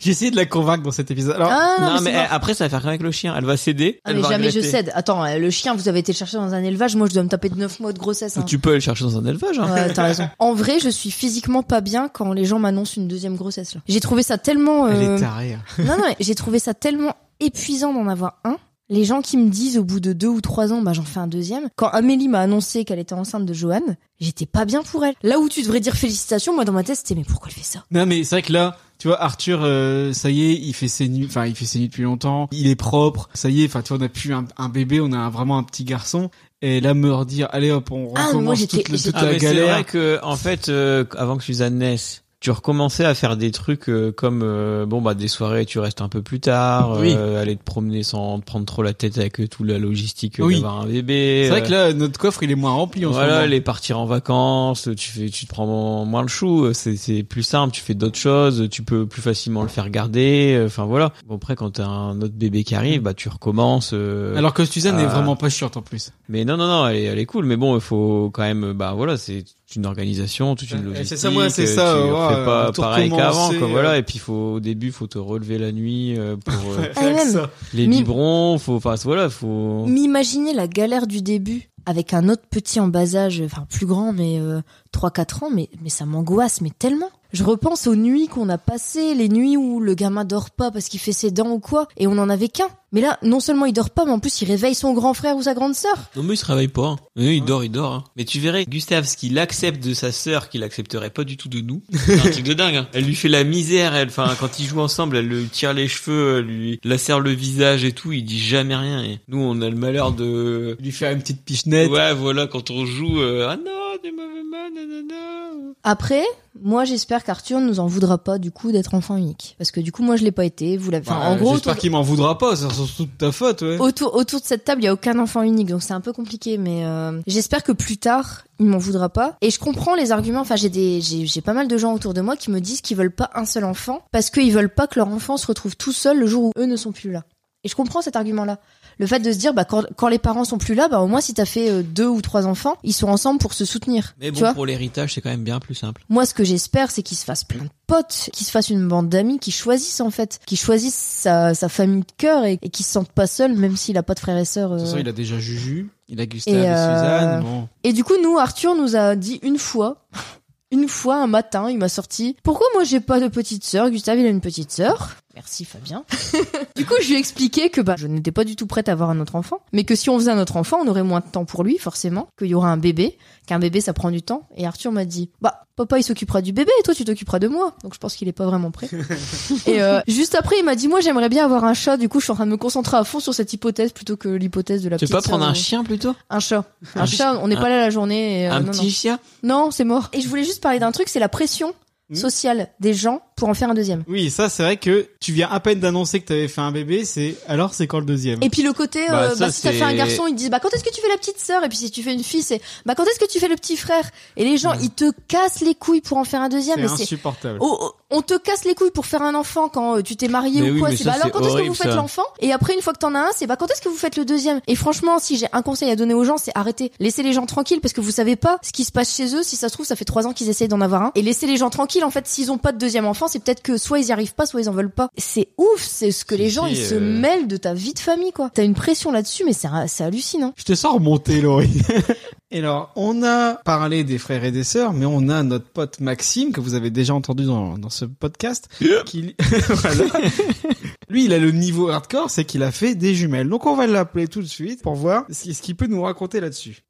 J'ai essayé de la convaincre dans cet épisode. Alors,
Ah, non, mais, c'est
mais,
mort.
euh, après ça va faire rien avec le chien, elle va céder,
Ah,
elle
mais
va
jamais je
regretter.
cède. Attends, euh, le chien, vous avez été le chercher dans un élevage, moi je dois me taper de 9 mois de grossesse. hein.
Tu peux aller le chercher dans un élevage, hein.
Ouais, t'as raison. En vrai, je suis physiquement pas bien quand les gens m'annoncent une deuxième grossesse. là. J'ai trouvé ça tellement. euh,
elle est tarée. hein.
non, non, mais j'ai trouvé ça tellement épuisant d'en avoir un. Les gens qui me disent au bout de deux ou trois ans, bah j'en fais un deuxième. Quand Amélie m'a annoncé qu'elle était enceinte de Joanne, j'étais pas bien pour elle. Là où tu devrais dire félicitations, moi dans ma tête c'était mais pourquoi elle fait ça
Non, mais c'est vrai que là, tu vois, Arthur, euh, ça y est, il fait ses nuits, enfin, il fait ses nuits depuis longtemps, il est propre, ça y est, enfin, tu vois, on a plus un, un bébé, on a un- vraiment un petit garçon, et là, me redire, allez hop, on
Ah, moi,
recommence
j'étais-
toute, le- toute
Ah,
la
mais c'est
galère.
vrai que en fait, euh, avant que Suzanne naisse, tu recommençais à faire des trucs euh, comme euh, bon bah des soirées, tu restes un peu plus tard, euh,
Oui.
aller te promener sans te prendre trop la tête avec euh, toute la logistique euh,
Oui.
d'avoir un bébé.
C'est vrai
euh,
que là, notre coffre, il est moins rempli en ce
voilà,
moment.
les partir en vacances, tu fais, tu te prends moins le chou, euh, c'est, c'est plus simple, tu fais d'autres choses, tu peux plus facilement le faire garder, euh, enfin voilà. Bon après quand t'as un autre bébé qui
Mm.
arrive, bah tu recommences. euh,
Alors que Suzanne
Ah.
est vraiment pas chiante en plus.
Mais non non non, elle est, elle est cool, mais bon il faut quand même, euh, bah voilà, c'est une organisation, toute une
Ouais,
logistique.
c'est ça, moi, c'est
euh,
ça,
Tu
euh, ouais,
fais pas
euh, tout
pareil qu'avant, quoi,
recommencer,
voilà.
euh.
Et puis faut au début faut te relever la nuit euh, pour euh,
Ah, même.
les
Mais-
biberons, faut, enfin voilà, faut.
Oh.
M'imaginer la galère du début avec un autre petit en bas âge, enfin plus grand mais euh, 3-4 ans, mais, mais ça m'angoisse mais tellement. Je repense aux nuits qu'on a passées, les nuits où le gamin dort pas parce qu'il fait ses dents ou quoi, et on en avait qu'un. Mais là, non seulement il dort pas, mais en plus il réveille son grand frère ou sa grande sœur.
Non mais il se réveille pas. hein. Oui, il dort, il dort. hein. Mais tu verrais, Gustave, ce qu'il accepte de sa sœur, qu'il accepterait pas du tout de nous, c'est un truc de dingue. hein. Elle lui fait la misère, elle, enfin, quand ils jouent ensemble, elle lui tire les cheveux, elle lui lacère le visage et tout, il dit jamais rien. Et nous, on a le malheur de...
Lui faire une petite pichenette.
Ouais, voilà, quand on joue, euh, ah non, t'es mauvais man, nanana.
Après, moi j'espère qu'Arthur nous en voudra pas du coup d'être enfant unique. Parce que du coup, moi je l'ai pas été, vous l'avez. Enfin,
Bah,
en gros,
j'espère
autour-
qu'il m'en voudra pas, c'est surtout de ta faute, ouais.
Autour, autour de cette table, il y a aucun enfant unique, donc c'est un peu compliqué, mais euh, j'espère que plus tard, il m'en voudra pas. Et je comprends les arguments. Enfin, j'ai des, j'ai, j'ai pas mal de gens autour de moi qui me disent qu'ils veulent pas un seul enfant parce qu'ils veulent pas que leur enfant se retrouve tout seul le jour où eux ne sont plus là. Et je comprends cet argument-là. Le fait de se dire, bah, quand, quand les parents sont plus là, bah, au moins si t'as fait euh, deux ou trois enfants, ils sont ensemble pour se soutenir.
Mais
tu vois
bon, pour l'héritage, c'est quand même bien plus simple.
moi, ce que j'espère, c'est qu'il se fasse plein de potes, qu'il se fasse une bande d'amis, qu'il choisisse en fait, qu'il choisisse sa, sa famille de cœur et, et qu'il se sente pas seul, même s'il a pas de frères et sœurs.
De toute
euh.
façon, il a déjà Juju, il a Gustave
Et,
et,
euh,
Suzanne. Bon.
Et du coup, nous, Arthur nous a dit une fois, une fois un matin, il m'a sorti Pourquoi moi j'ai pas de petite sœur Gustave, il a une petite sœur. Merci Fabien. du coup, je lui ai expliqué que bah, je n'étais pas du tout prête à avoir un autre enfant, mais que si on faisait un autre enfant, on aurait moins de temps pour lui, forcément, qu'il y aura un bébé, qu'un bébé ça prend du temps. Et Arthur m'a dit Bah, papa il s'occupera du bébé et toi tu t'occuperas de moi. Donc je pense qu'il est pas vraiment prêt. et euh, juste après, il m'a dit Moi j'aimerais bien avoir un chat, du coup je suis en train de me concentrer à fond sur cette hypothèse plutôt que l'hypothèse de la
Tu
petite
peux pas prendre
sœur.
un chien plutôt
Un chat. Un,
Un
chat, on n'est
un-
pas là la journée. et, euh,
Un
non,
petit chien
non. Non, c'est mort. Et je voulais juste parler d'un truc, c'est la pression
Hmm.
sociale des gens pour en faire un deuxième.
Oui, ça, c'est vrai que tu viens à peine d'annoncer que t'avais fait un bébé, c'est, alors c'est quand le deuxième?
Et puis le côté,
Bah,
euh,
ça,
bah, si t'as
c'est-
fait un garçon, ils te disent bah quand est-ce que tu fais la petite sœur Et puis si tu fais une fille, c'est bah quand est-ce que tu fais le petit frère Et les gens, ils te cassent les couilles pour en faire un deuxième.
C'est
Mais c'est
insupportable.
Oh, oh, on te casse les couilles pour faire un enfant quand euh, tu t'es marié
Mais
ou
oui,
quoi.
mais
C'est
ça,
bah alors
c'est
quand est-ce que vous
horrible,
faites
ça.
l'enfant Et après une fois que t'en as un, c'est bah quand est-ce que vous faites le deuxième Et franchement, si j'ai un conseil à donner aux gens, c'est arrêtez, laissez les gens tranquilles parce que vous savez pas ce qui se passe chez eux. Si ça se trouve, ça fait trois ans qu'ils essayent d'en avoir un. Et laissez les gens tranquilles. En fait, s'ils ont pas de deuxième enfant, c'est peut-être que soit ils y arrivent pas, soit ils en veulent pas. C'est ouf, c'est ce que
Si,
les gens
si,
ils se
euh.
mêlent de ta vie de famille quoi. T'as une pression là-dessus, mais c'est c'est hallucinant.
Je te sens remonté, Laurie. et alors, on a parlé des frères et des sœurs, mais on a notre pote Maxime, que vous avez déjà entendu dans, dans ce podcast, qui, voilà. Lui, il a le niveau hardcore, c'est qu'il a fait des jumelles. Donc, on va l'appeler tout de suite pour voir ce ce qu'il peut nous raconter là-dessus.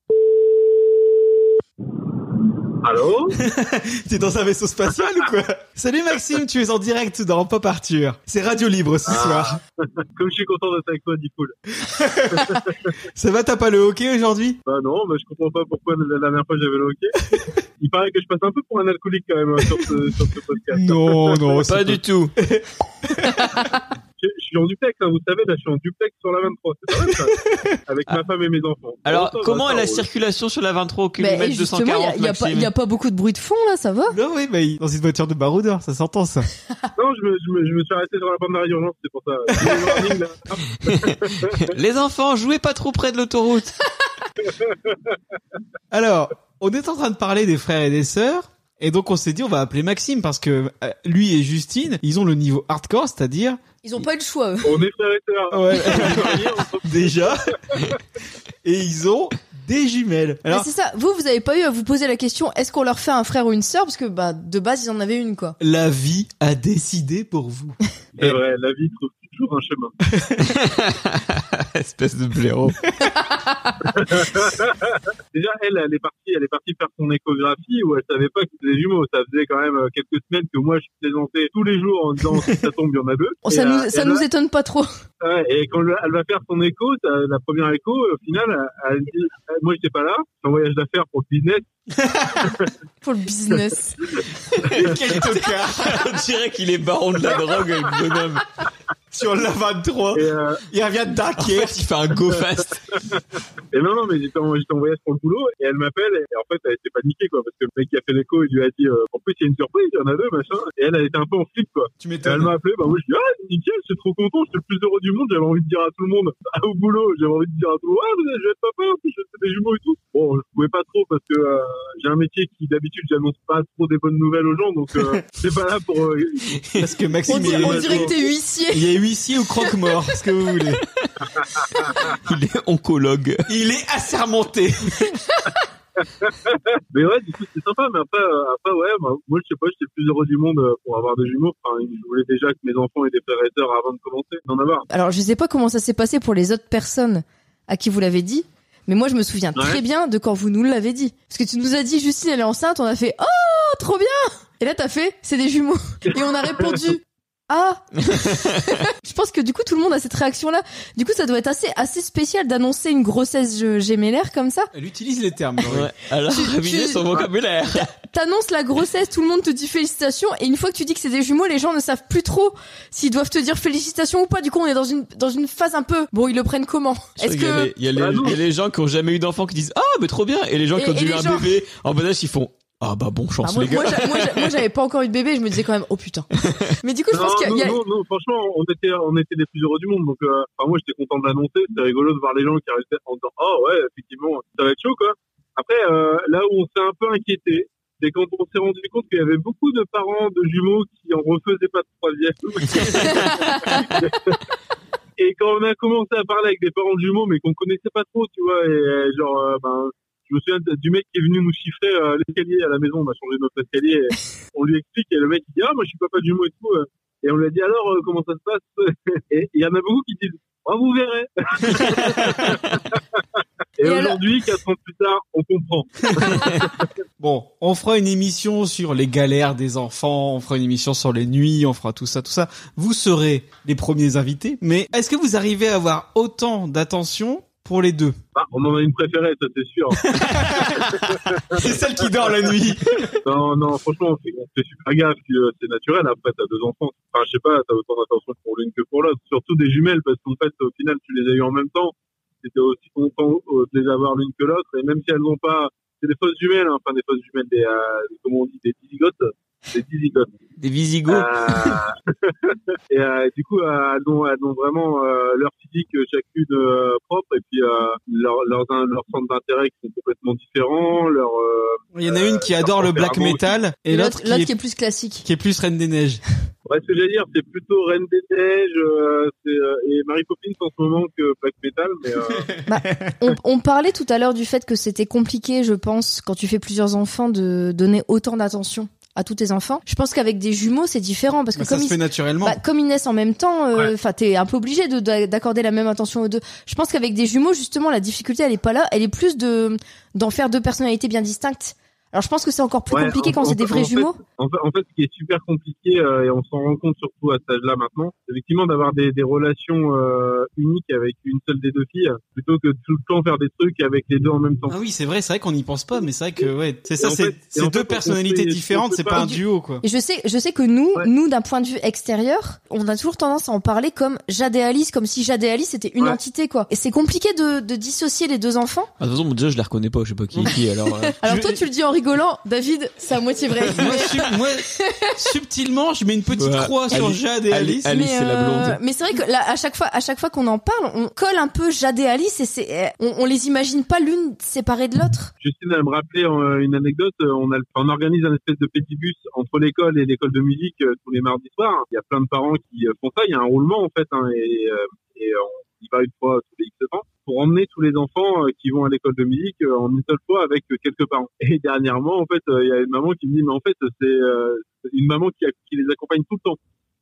Allô
T'es dans un vaisseau spatial ou quoi Salut Maxime, tu es en direct dans Pop Arthur. C'est Radio Libre ce
Ah.
soir.
Comme je suis content d'être avec toi, Dipoul.
Ça va, t'as pas le hockey aujourd'hui
Bah non, mais je comprends pas pourquoi la la dernière fois j'avais le hockey. Il paraît que je passe un peu pour un alcoolique quand même hein, sur ce, sur ce podcast.
Non, non, c'est
Pas du tout.
Je, je suis en duplex, hein, vous savez, là je suis en duplex sur la 23, c'est pas mal ça Avec ma femme et mes enfants.
Alors,
Bon, ça va,
comment
ça
est la
roule.
circulation sur la 23 au
Mais
kilomètre
justement, il y a-
240,
il y, a pas- il y a pas beaucoup de bruit de fond là, ça va
Non, oui, mais dans une voiture de baroudeur, ça s'entend ça.
Non, je me, je, me, je me suis arrêté sur la bande d'arrêt d'urgence, c'est pour ça. Le warning, là. Hop,
Maxime Les enfants, jouez pas trop près de l'autoroute.
Alors, on est en train de parler des frères et des sœurs. Et donc on s'est dit on va appeler Maxime parce que euh, lui et Justine, ils ont le niveau hardcore, c'est-à-dire
Ils ont pas eu le choix. eux.
On est frères et sœurs.
Ouais.
On est mariés, on s'en fout.
déjà et ils ont des jumelles.
Mais
Alors
c'est ça. Vous, vous avez pas eu à vous poser la question est-ce qu'on leur fait un frère ou une sœur Parce que bah de base ils en avaient une quoi.
la vie a décidé pour vous.
C'est vrai, la vie trouve toujours un chemin.
Espèce de blaireau.
Déjà, elle, elle est partie, elle est partie faire son échographie où elle savait pas que c'était des jumeaux. Ça faisait quand même euh, quelques semaines que moi je plaisantais tous les jours en disant si ça tombe, il y en a deux.
Oh, ça
Et,
nous,
euh,
ça
elle
nous
va-
étonne pas trop.
ouais, et quand le- elle va faire son écho, ça- la première écho, au final, elle dit, euh, moi j'étais pas là, c'est un voyage d'affaires pour le business.
Pour le business.
Quel tocard
On dirait qu'il est baron de la drogue, le bonhomme.
sur la 23,
Et, euh,
il revient de
En
Dunkerque.
fait, il fait un go fast.
et non, non, mais j'étais en, j'étais en voyage pour le boulot et elle m'appelle et en fait elle était paniquée quoi parce que le mec qui a fait l'écho, il lui a dit, euh, en plus il y a une surprise, il y en a deux, machin. Et elle, elle était un peu en flip quoi.
Tu
Et elle
m'étonnes.
m'a appelé, bah moi je dis ah nickel, je suis trop content, je suis le plus heureux du monde, j'avais envie de dire à tout le monde, Ah, au boulot, j'avais envie de dire à tout le monde, ah vous êtes- je vais être papa, en plus je fais des jumeaux et tout. Bon, je pouvais pas trop parce que euh, j'ai un métier qui d'habitude j'annonce pas trop des bonnes nouvelles aux gens, donc euh, c'est pas là pour... euh,
Parce que
On,
Maxime
dirait-
il
on
est-
dirait que t'es huissier.
il est huissier ou croque-mort, ce que vous voulez.
Il est oncologue.
Il est assermenté.
Mais ouais, du coup, c'était sympa. Mais après, euh, après ouais, bah, moi, je sais pas, j'étais le plus heureux du monde euh, pour avoir des jumeaux. Enfin, je voulais déjà que mes enfants aient des frères et sœurs avant de commencer d'en avoir.
Alors, je sais pas comment ça s'est passé pour les autres personnes à qui vous l'avez dit, mais moi, je me souviens
Ouais.
très bien de quand vous nous l'avez dit. Parce que tu nous as dit, Justine, elle est enceinte, on a fait, oh, trop bien! Et là, t'as fait, c'est des jumeaux. Et on a répondu, ah! je pense que du coup, tout le monde a cette réaction-là. Du coup, ça doit être assez, assez spécial d'annoncer une grossesse euh, gémellaire comme ça.
Elle utilise les termes. Laurie.
Ouais. Alors,
Tu-
réviser
tu-
son vocabulaire.
T'annonces la grossesse, tout le monde te dit félicitations, et une fois que tu dis que c'est des jumeaux, les gens ne savent plus trop s'ils doivent te dire félicitations ou pas. Du coup, on est dans une, dans une phase un peu, bon, ils le prennent comment? Est-ce
Il y a
que,
les- il y, a les-
Ah non.
il y a les gens qui ont jamais eu d'enfant qui disent ah mais trop bien et les gens qui
Et-
ont
et
dû eu
les
un
gens-
bébé en bas âge ils font ah bah bon chance
Ah, moi,
les gars.
moi, j'a- moi, j'a- moi, j'avais pas encore eu de bébé, je me disais quand même, oh putain. Mais du coup, je
Non,
pense qu'il y a-
non,
il y a,
non, non, franchement, on était, on était les plus heureux du monde. Donc, euh, enfin, moi, j'étais content de l'annoncer. C'était rigolo de voir les gens qui arrivaient en disant, oh ouais, effectivement, ça va être chaud, quoi. Après, euh, là où on s'est un peu inquiété, c'est quand on s'est rendu compte qu'il y avait beaucoup de parents de jumeaux qui en refaisaient pas de troisième. et quand on a commencé à parler avec des parents de jumeaux, mais qu'on connaissait pas trop, tu vois, et euh, genre, euh, ben, je me souviens du mec qui est venu nous chiffrer euh, l'escalier à la maison, on a changé notre escalier, et on lui explique, et le mec il dit, ah, moi je suis papa de jumeau et tout, euh, et on lui a dit alors euh, comment ça se passe Et il y en a beaucoup qui disent Ah, vous verrez. et
Et alors-
aujourd'hui, quatre ans plus tard, on comprend.
Bon, on fera une émission sur les galères des enfants, on fera une émission sur les nuits, on fera tout ça, tout ça. Vous serez les premiers invités, mais est-ce que vous arrivez à avoir autant d'attention pour les deux
Bah, on en a une préférée, ça c'est sûr.
C'est celle qui dort la nuit.
non, non, franchement, on fait, on fait super gaffe, puis, euh, c'est naturel. Après, t'as deux enfants. Enfin, je sais pas, t'as autant d'attention pour l'une que pour l'autre. Surtout des jumelles, parce qu'en fait, au final, tu les as eues en même temps. T'étais aussi content euh, de les avoir l'une que l'autre. Et même si elles n'ont pas, c'est des fausses jumelles, hein. enfin des fausses jumelles, des, euh, comment on dit, des disigotes, des disigotes.
Des visigoths.
Euh, et euh, du coup, euh, elles, ont, elles ont vraiment euh, leur physique euh, chacune euh, propre et puis euh, leur, leurs leur centres d'intérêt qui sont complètement différents. Leur, euh,
Il y en a une qui adore le black metal et l'autre qui,
l'autre
est-
qui est plus classique.
qui est plus Reine des Neiges.
ouais, ce que j'allais dire, c'est plutôt Reine des Neiges euh, c'est, euh, et Mary Poppins en ce moment que Black Metal. Mais, euh,
On, on parlait tout à l'heure du fait que c'était compliqué, je pense, quand tu fais plusieurs enfants, de donner autant d'attention à tous tes enfants. Je pense qu'avec des jumeaux, c'est différent parce que
Bah, ça
comme
se
ils,
fait naturellement.
bah, comme ils naissent en même temps, euh,
Ouais.
enfin, t'es un peu obligé de- d'a- d'accorder la même attention aux deux. Je pense qu'avec des jumeaux, justement, la difficulté, elle est pas là. Elle est plus de d'en faire deux personnalités bien distinctes. Alors, je pense que c'est encore plus
Ouais,
compliqué
en-
quand
en-
c'est des
en
vrais
fait,
jumeaux.
En fait, en fait, ce qui est super compliqué, euh, et on s'en rend compte surtout à cet âge-là maintenant, c'est effectivement d'avoir des, des relations euh, uniques avec une seule des deux filles, plutôt que tout le temps faire des trucs avec les deux en même temps.
Ah oui, c'est vrai, c'est vrai qu'on n'y pense pas, mais c'est vrai que ouais, c'est
Et
ça,
en
c'est
fait-
c'est
et en fait,
deux
on
personnalités
fait- on
différentes,
fait
c'est
pas
pas un
du-
duo quoi.
Et je sais, je sais que nous,
Ouais.
nous d'un point de vue extérieur, on a toujours tendance à en parler comme Jade et Alice, comme si Jade et Alice c'était une
Ouais.
entité quoi. Et c'est compliqué de, de dissocier les deux enfants.
Ah, de toute façon bon, déjà je la reconnais pas je sais pas qui est qui alors. euh,
Alors
Je-
toi, tu le dis en rigolant, David, c'est à moitié vrai.
moi, sub- moi, subtilement, je mets une petite
Ouais.
croix sur
Ali-
Jade et
Ali-
Alice.
Ali- Alice, c'est la blonde.
euh, mais c'est vrai que là, à chaque fois, à chaque fois qu'on en parle, on colle un peu Jade et Alice et c'est, euh, on, on les imagine pas l'une séparée de l'autre.
Justine elle me rappelait euh, une anecdote. euh, On, a, on organise un espèce de petit bus entre l'école et l'école de musique euh, tous les mardis soirs. Il y a plein de parents qui euh, font ça. Il y a un roulement en fait, hein, et, euh, et on y va une fois tous les X temps pour emmener tous les enfants euh, qui vont à l'école de musique euh, en une seule fois avec euh, quelques parents. Et dernièrement, en fait, euh, il y a une maman qui me dit, mais en fait, c'est euh, une maman qui, a- qui les accompagne tout le temps.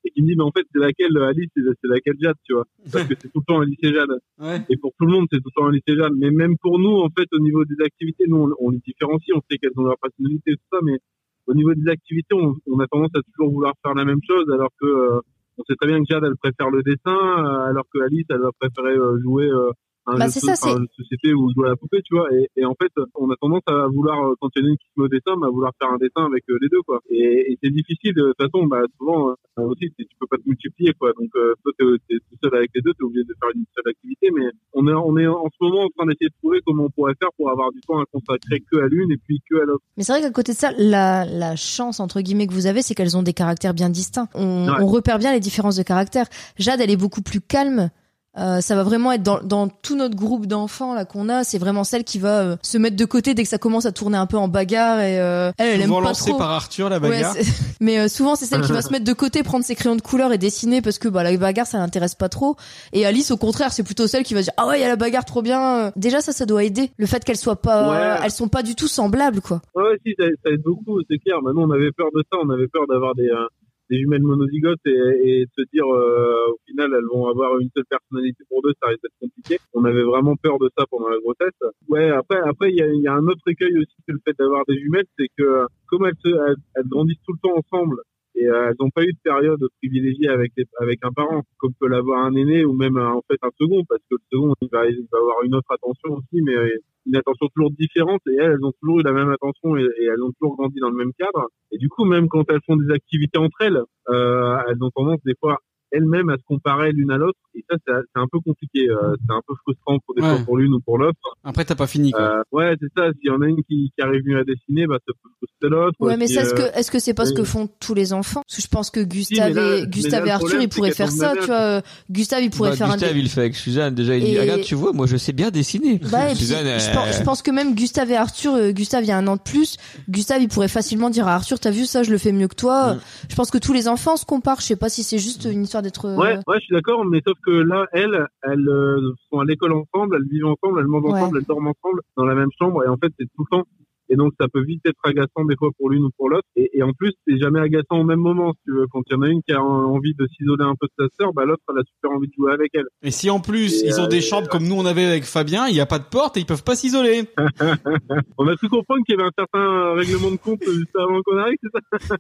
Et qui me dit, mais en fait, c'est laquelle euh, Alice, et c'est laquelle Jade, tu vois. Parce que c'est tout le temps Alice et Jade.
Ouais.
Et pour tout le monde, c'est tout le temps un lycée jeune. Mais même pour nous, en fait, au niveau des activités, nous, on, on les différencie, on sait qu'elles ont leur personnalité, tout ça, mais au niveau des activités, on, on a tendance à toujours vouloir faire la même chose, alors que euh, on sait très bien que Jade, elle préfère le dessin, euh, alors que Alice, elle va préférer euh, jouer euh, à un
Bah,
jeu
c'est
de-
ça,
enfin,
c'est-
une société ou jouer à la poupée, tu vois. Et, et en fait, on a tendance à vouloir, euh, quand il y en a une qui se met au dessin, bah, vouloir faire un dessin avec euh, les deux, quoi. Et, et c'est difficile, de toute façon, bah, souvent, euh, aussi, c'est- tu peux pas te multiplier, quoi. Donc, euh, toi, t'es, t'es tout seul avec les deux, t'es obligé de faire une seule activité, mais on est, on est en ce moment en train d'essayer de trouver comment on pourrait faire pour avoir du temps à consacrer que à l'une et puis que à l'autre.
Mais c'est vrai qu'à côté de ça, la, la chance entre guillemets que vous avez, c'est qu'elles ont des caractères bien distincts. On,
Ouais.
on repère bien les différences de caractère. Jade, elle est beaucoup plus calme. Euh, ça va vraiment être dans, dans tout notre groupe d'enfants là qu'on a, c'est vraiment celle qui va euh, se mettre de côté dès que ça commence à tourner un peu en bagarre et euh, elle, elle aime
Souvent
pas
lancé
trop.
par Arthur, la
Ouais,
bagarre.
c'est- mais euh, souvent c'est celle qui va se mettre de côté, prendre ses crayons de couleur et dessiner parce que bah la bagarre ça l'intéresse pas trop. Et Alice au contraire c'est plutôt celle qui va dire ah ouais il y a la bagarre trop bien. Déjà ça ça doit aider. Le fait qu'elles soient pas,
Ouais.
elles sont pas du tout semblables quoi.
Ouais, ouais, si, ça, ça aide beaucoup, c'est clair. Maintenant, on avait peur de ça, on avait peur d'avoir des, euh, des jumelles monozygotes et, et de se dire, euh, au final, elles vont avoir une seule personnalité pour deux, ça risque d'être compliqué. On avait vraiment peur de ça pendant la grossesse. Ouais, après, après, il y a, il y a un autre écueil aussi, c'est le fait d'avoir des jumelles, c'est que euh, comme elles, se, elles, elles grandissent tout le temps ensemble et euh, elles n'ont pas eu de période privilégiée avec les- avec un parent, comme peut l'avoir un aîné ou même un- en fait un second, parce que le second, il va, il va avoir une autre attention aussi, mais euh, une attention toujours différente et elles, elles ont toujours eu la même attention et, et elles ont toujours grandi dans le même cadre. Et du coup, même quand elles font des activités entre elles, euh, elles ont tendance des fois elles-mêmes à se comparer l'une à l'autre. Et ça, c'est c'est un peu compliqué. euh, c'est un peu frustrant pour des
Ouais.
fois pour l'une ou pour l'autre.
Après, t'as pas fini, quoi.
Euh, ouais, c'est ça. S'il y en a une qui, qui arrive mieux à dessiner, bah, ça peut frustrer l'autre.
Ouais, mais
Si,
ça, est-ce
euh,
que, est-ce que c'est pas ce que
oui.
font tous les enfants Parce que je pense que Gustave,
mais là-
et, Gustave
mais
et
là, le
Arthur,
problème,
ils pourraient
c'est qu'elles
faire
sont
ça,
malades.
tu vois. euh, Gustave, il pourrait
Bah,
faire
Gustave,
un. dé-
il le fait avec Suzanne. Déjà, il dit
Et-
Regarde, tu vois, moi je sais bien dessiner.
Bah, et puis,
Suzanne,
je,
elle-
pense, je pense que même Gustave et Arthur, euh, Gustave, il y a un an de plus, Gustave, il pourrait facilement dire à Arthur, t'as vu ça, je le fais mieux que toi.
Mm.
Je pense que tous les enfants se comparent. Je sais pas si c'est juste une histoire d'être. euh,
Ouais, ouais, je suis d'accord, mais sauf que là, elles, elles euh, sont à l'école ensemble, elles vivent ensemble, elles mangent
Ouais.
ensemble, elles dorment ensemble dans la même chambre, et en fait, c'est tout le temps. Et donc, ça peut vite être agaçant des fois pour l'une ou pour l'autre. Et, et en plus, c'est jamais agaçant au même moment, si tu veux. Quand il y en a une qui a en- envie de s'isoler un peu de sa sœur, bah l'autre, elle a super envie de jouer avec elle.
Et si en plus,
Et,
ils ont
euh,
des chambres comme nous on avait avec Fabien, il n'y a pas de porte et ils peuvent pas s'isoler.
On a cru comprendre qu'il y avait un certain euh, règlement de compte juste avant qu'on arrive, c'est ça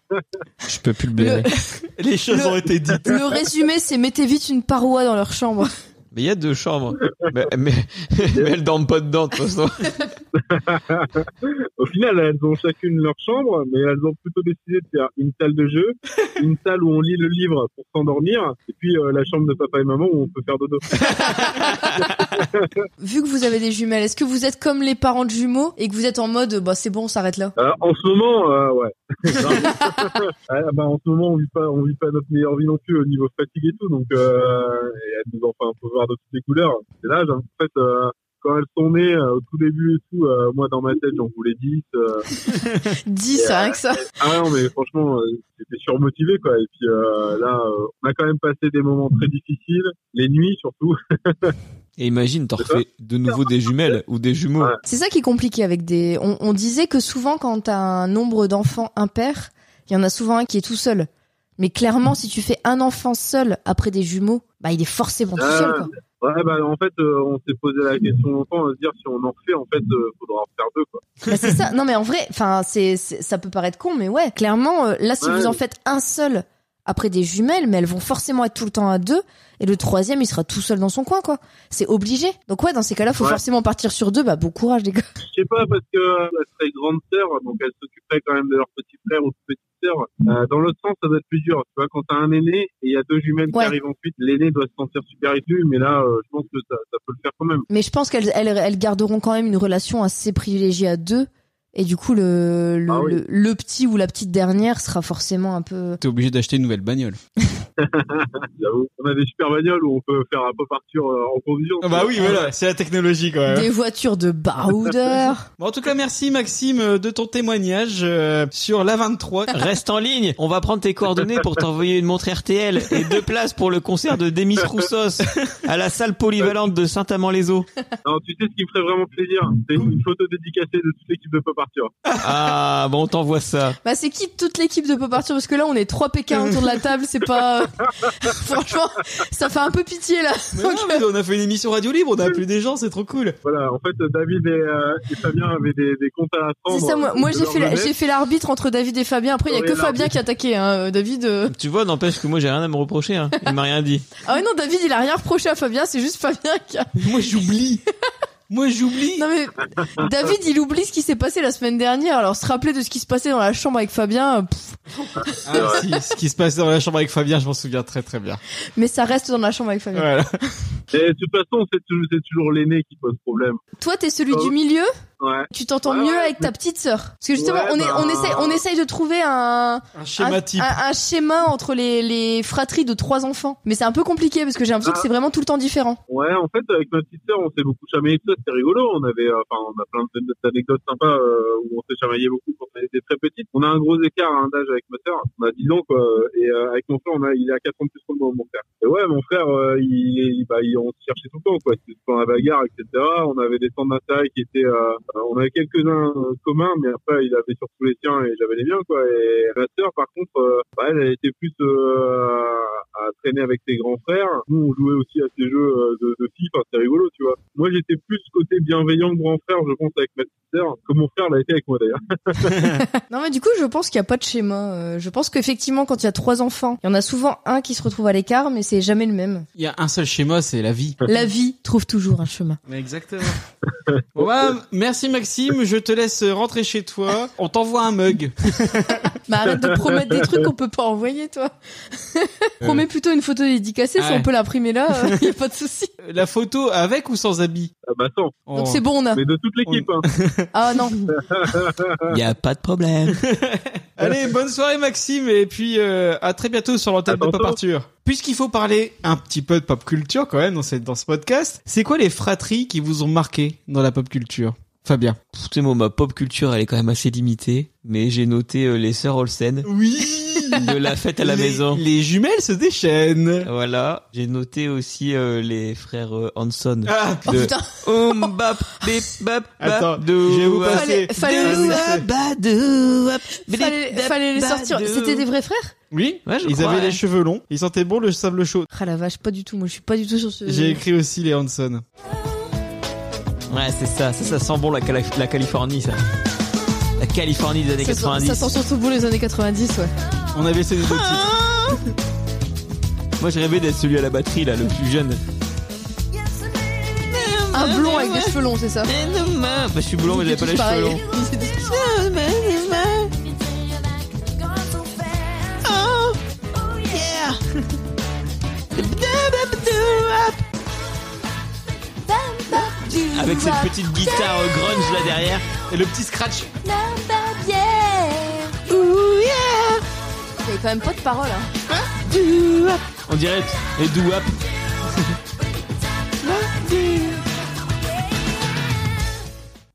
je peux plus le blairer.
Le,
Les choses
Le-
ont été dites.
le résumé, c'est mettez vite une paroi dans leur chambre.
Mais il y a deux chambres. mais, mais, mais elles dorment pas dedans, de toute façon.
Au final, elles ont chacune leur chambre, mais elles ont plutôt décidé de faire une salle de jeu, une salle où on lit le livre pour s'endormir, et puis euh, la chambre de papa et maman où on peut faire dodo.
Vu que vous avez des jumelles, est-ce que vous êtes comme les parents de jumeaux et que vous êtes en mode, bah, c'est bon, on s'arrête là?
Euh, en ce moment, euh, ouais. Ah, bah, en ce moment, on vit pas, on vit pas notre meilleure vie non plus au niveau fatigue et tout, donc euh, et elles nous ont fait un peu voir de toutes les couleurs. C'est là, en fait, euh, quand elles sont nées euh, au tout début et tout, euh, moi dans ma tête, j'en voulais 10. euh.
10,
Yeah.
rien que ça.
Ah ouais, non, mais franchement, euh, j'étais surmotivé quoi. Et puis euh, là, euh, on a quand même passé des moments très difficiles, les nuits surtout.
Et imagine, t'en refais de nouveau des jumelles ou des jumeaux.
Ouais.
C'est ça qui est compliqué avec des. On, on disait que souvent, quand t'as un nombre d'enfants impair, il y en a souvent un qui est tout seul. Mais clairement, si tu fais un enfant seul après des jumeaux, bah il est forcément tout seul. Quoi.
Ouais, bah en fait, euh, on s'est posé la question longtemps, à se dire si on en refait, en fait, euh, faudra en faire deux quoi.
Bah, c'est ça. Non, mais en vrai, enfin, c'est c'est- ça peut paraître con, mais ouais, clairement, euh, là, si
Ouais,
vous en
mais-
faites un seul après des jumelles, mais elles vont forcément être tout le temps à deux, et le troisième, il sera tout seul dans son coin, quoi. C'est obligé. Donc ouais, dans ces cas-là, faut
Ouais.
forcément partir sur deux. Bah bon courage, les gars.
Je sais pas, parce que euh, elles seraient grandes sœurs, donc elles s'occuperaient quand même de leur petit frère ou de petite sœur. Euh, dans l'autre sens, ça doit être plus dur. Tu vois, quand t'as un aîné et il y a deux jumelles
Ouais.
qui arrivent ensuite, l'aîné doit se sentir super exclu, mais là, euh, je pense que ça, ça peut le faire quand même.
Mais je pense qu'elles elles, elles garderont quand même une relation assez privilégiée à deux. Et du coup, le, le,
Ah oui.
le, le petit ou la petite dernière sera forcément un peu.
T'es obligé d'acheter une nouvelle bagnole.
J'avoue. On a des super bagnoles où on peut faire un peu partir euh, en condition.
Ah bah oui, voilà, c'est la technologie quand même.
Des voitures de baroudeur.
Bon, en tout cas, merci Maxime euh, de ton témoignage euh, sur la 23.
Reste en ligne, on va prendre tes coordonnées pour t'envoyer une montre RTL et deux places pour le concert de Demis Roussos à la salle polyvalente de Saint-Amand-les-Eaux.
Non, tu sais ce qui me ferait vraiment plaisir, c'est une photo dédicacée de toute l'équipe de Pop Partir.
Ah, bon, on t'envoie ça.
Bah c'est qui toute l'équipe de Pop Partir parce que là on est trois PK autour de la table, c'est pas euh, franchement ça fait un peu pitié là.
Mais non, mais on a fait une émission radio libre, on a appelé des gens, c'est trop cool.
Voilà, en fait, David et, euh, et Fabien avaient des, des comptes à
C'est
attendre.
ça moi, moi,
Je
j'ai
leur
fait la-
donnais.
j'ai fait l'arbitre entre David et Fabien. Après il y a
Ouais,
que
l'arbitre.
Fabien qui a attaqué hein. David. euh.
Tu vois, n'empêche que moi j'ai rien à me reprocher, hein. il m'a rien dit.
Ah ouais non David il a rien reproché à Fabien, c'est juste Fabien qui a...
Moi j'oublie. Moi j'oublie.
Non mais David il oublie ce qui s'est passé la semaine dernière. Alors se rappeler de ce qui se passait dans la chambre avec Fabien, euh, pff,
Ah si, ce qui se passait dans la chambre avec Fabien, je m'en souviens très très bien.
mais ça reste dans la chambre avec Fabien.
Voilà.
Et de toute façon, c'est tou- c'est toujours l'aîné qui pose problème.
Toi t'es celui
Oh.
du milieu
Ouais.
Tu t'entends
Ouais,
mieux
ouais,
avec ta petite sœur. Parce que justement,
Ouais,
on, est, on,
bah.
essaye, on essaye de trouver un,
Un schéma
un,
type.
un- un schéma entre les, les fratries de trois enfants. Mais c'est un peu compliqué parce que j'ai l'impression que
Ah.
c'est vraiment tout le temps différent.
Ouais, en fait, avec ma petite sœur, on s'est beaucoup chamaillé de ça, c'était rigolo. On avait, euh, enfin, on a plein de- d'anecdotes sympas euh, où on s'est chamaillé beaucoup quand on était très petite. On a un gros écart hein, d'âge avec ma sœur, on a 10 ans quoi, et euh, avec mon frère, on a, il est à 4 ans de plus que moi, mon frère. Et ouais, mon frère, euh, il, est- il- bah, il- on se cherchait tout le temps quoi, c'était dans la bagarre, etc. On avait des temps d'attaque qui étaient, euh, euh, on avait quelques-uns euh, communs, mais après, il avait surtout les siens et j'avais les miens quoi. Et ma sœur, par contre, euh, bah, elle, elle était plus euh, à traîner avec ses grands frères. Nous, on jouait aussi à ces jeux euh, de, de filles, enfin, c'était rigolo, tu vois. Moi, j'étais plus côté bienveillant que grand frère, je pense, avec ma petite sœur, que mon frère l'a été avec moi d'ailleurs.
Non mais du coup, je pense qu'il n'y a pas de schéma. Euh, Je pense qu'effectivement, quand il y a trois enfants, il y en a souvent un qui se retrouve à l'écart, mais c'est jamais le même.
Il y a un seul schéma, c'est la vie.
La vie trouve toujours un chemin.
Exactement. Bon bah, merci Maxime, je te laisse rentrer chez toi. On t'envoie un mug.
Bah arrête de promettre des trucs qu'on peut pas envoyer, toi. Promets plutôt une photo dédicacée, si
Ouais.
on peut l'imprimer là, il y a pas de souci.
La photo avec ou sans habit
Ah bah attends,
Oh.
Donc c'est bon, Ah. on a.
mais de toute l'équipe. Hein.
Ah non.
Il y a pas de problème.
Allez, bonne soirée Maxime et puis euh, à très bientôt sur l'antenne
À
de Pop
bientôt.
Arthur. Puisqu'il faut parler un petit peu de pop culture quand même dans, cette, dans ce podcast, c'est quoi les fratries qui vous ont marqué dans la pop culture Fabien.
Pff, tu sais, moi, ma pop culture, elle est quand même assez limitée, mais j'ai noté euh, les sœurs Olsen
Oui
de la fête à la
les,
maison.
Les jumelles se déchaînent.
Voilà, j'ai noté aussi euh, les frères euh, Hanson.
Ah,
Oh
De-
putain,
Oum, Um, bap, bip, bap, bap,
Attends,
dou,
je vais vous
wap,
passer.
Fallait- fallait-
dou, wap, ba, dou, wap, bidip,
fallait,
dap,
fallait les
ba,
sortir.
dou.
C'était des vrais frères
Oui,
Ouais, je
ils
crois,
avaient les
ouais.
cheveux longs, ils sentaient bon le sable chaud.
Ah la vache, pas du tout. Moi, je suis pas du tout sur ce.
J'ai écrit aussi les Hanson.
Ouais, c'est ça, ça, ça sent bon la, Cali- la Californie, ça. La Californie des années
Ça sent,
90.
ça sent surtout bon les années 90, ouais.
On avait ces deux titres.
Ah.
Moi, je rêvais d'être celui à la batterie, là, le plus jeune.
Ah,
Un blond avec des cheveux longs, c'est ça
Bah, je suis blond, mais j'avais pas les
Tous
cheveux
pareils.
longs. Avec cette petite guitare euh, grunge là derrière.
Et le petit scratch.
Il y avait quand même pas de parole. Hein.
On dirait les doo-wap.
Euh,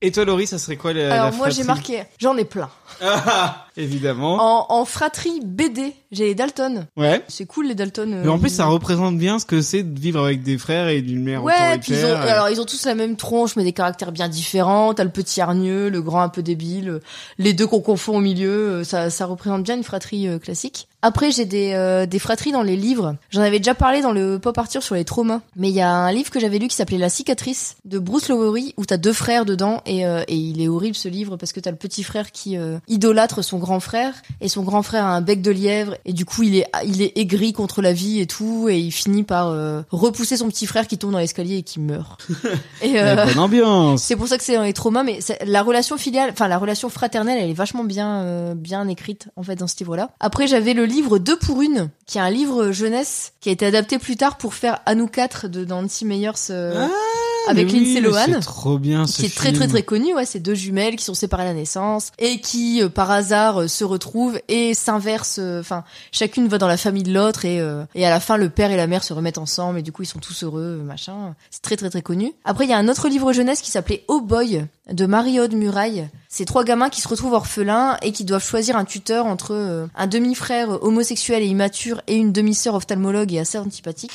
Et toi Laurie, ça serait quoi la, la
Alors moi, j'ai
fratrie
marqué. J'en ai plein.
Ah, évidemment.
En, en fratrie BD, j'ai les Dalton.
Ouais.
C'est cool les Dalton. euh,
Mais en plus,
ils-
ça représente bien ce que c'est de vivre avec des frères et d'une mère
Ouais, puis ils ont,
autoritaire.
alors ils ont tous la même tronche, mais des caractères bien différents. T'as le petit hargneux, le grand un peu débile, euh, les deux qu'on confond au milieu. euh, Ça, ça représente bien une fratrie euh, classique. Après, j'ai des, euh, des fratries dans les livres. J'en avais déjà parlé dans le Pop Arthur sur les traumas. Mais il y a un livre que j'avais lu qui s'appelait La cicatrice de Bruce Lowery, où t'as deux frères dedans. Et, euh, et il est horrible ce livre parce que t'as le petit frère qui euh, idolâtre son grand frère. Et son grand frère a un bec de lièvre. Et du coup, il est, il est aigri contre la vie et tout. Et il finit par euh, repousser son petit frère qui tombe dans l'escalier et qui meurt. et,
Ouais,
euh,
bonne ambiance.
c'est pour ça que c'est dans les traumas, mais c'est- la relation filiale, enfin la relation fraternelle, elle est vachement bien, euh, bien écrite en fait dans ce livre-là. Après, j'avais le livre Deux pour une, qui est un livre jeunesse qui a été adapté plus tard pour faire À nous quatre de Nancy Meyers euh, avec
Mais oui,
Lindsay Lohan.
C'est trop bien Ah, ce
Qui est très
film.
très très connu, ouais, c'est deux jumelles qui sont séparées à la naissance et qui euh, par hasard euh, se retrouvent et s'inversent. euh, Enfin, chacune va dans la famille de l'autre et euh, et à la fin le père et la mère se remettent ensemble et du coup ils sont tous heureux, machin. C'est très très très connu. Après il y a un autre livre jeunesse qui s'appelait Oh Boy de Marie-Aude Muraille. C'est trois gamins qui se retrouvent orphelins et qui doivent choisir un tuteur entre euh, un demi-frère homosexuel et immature et une demi-sœur ophtalmologue et assez antipathique.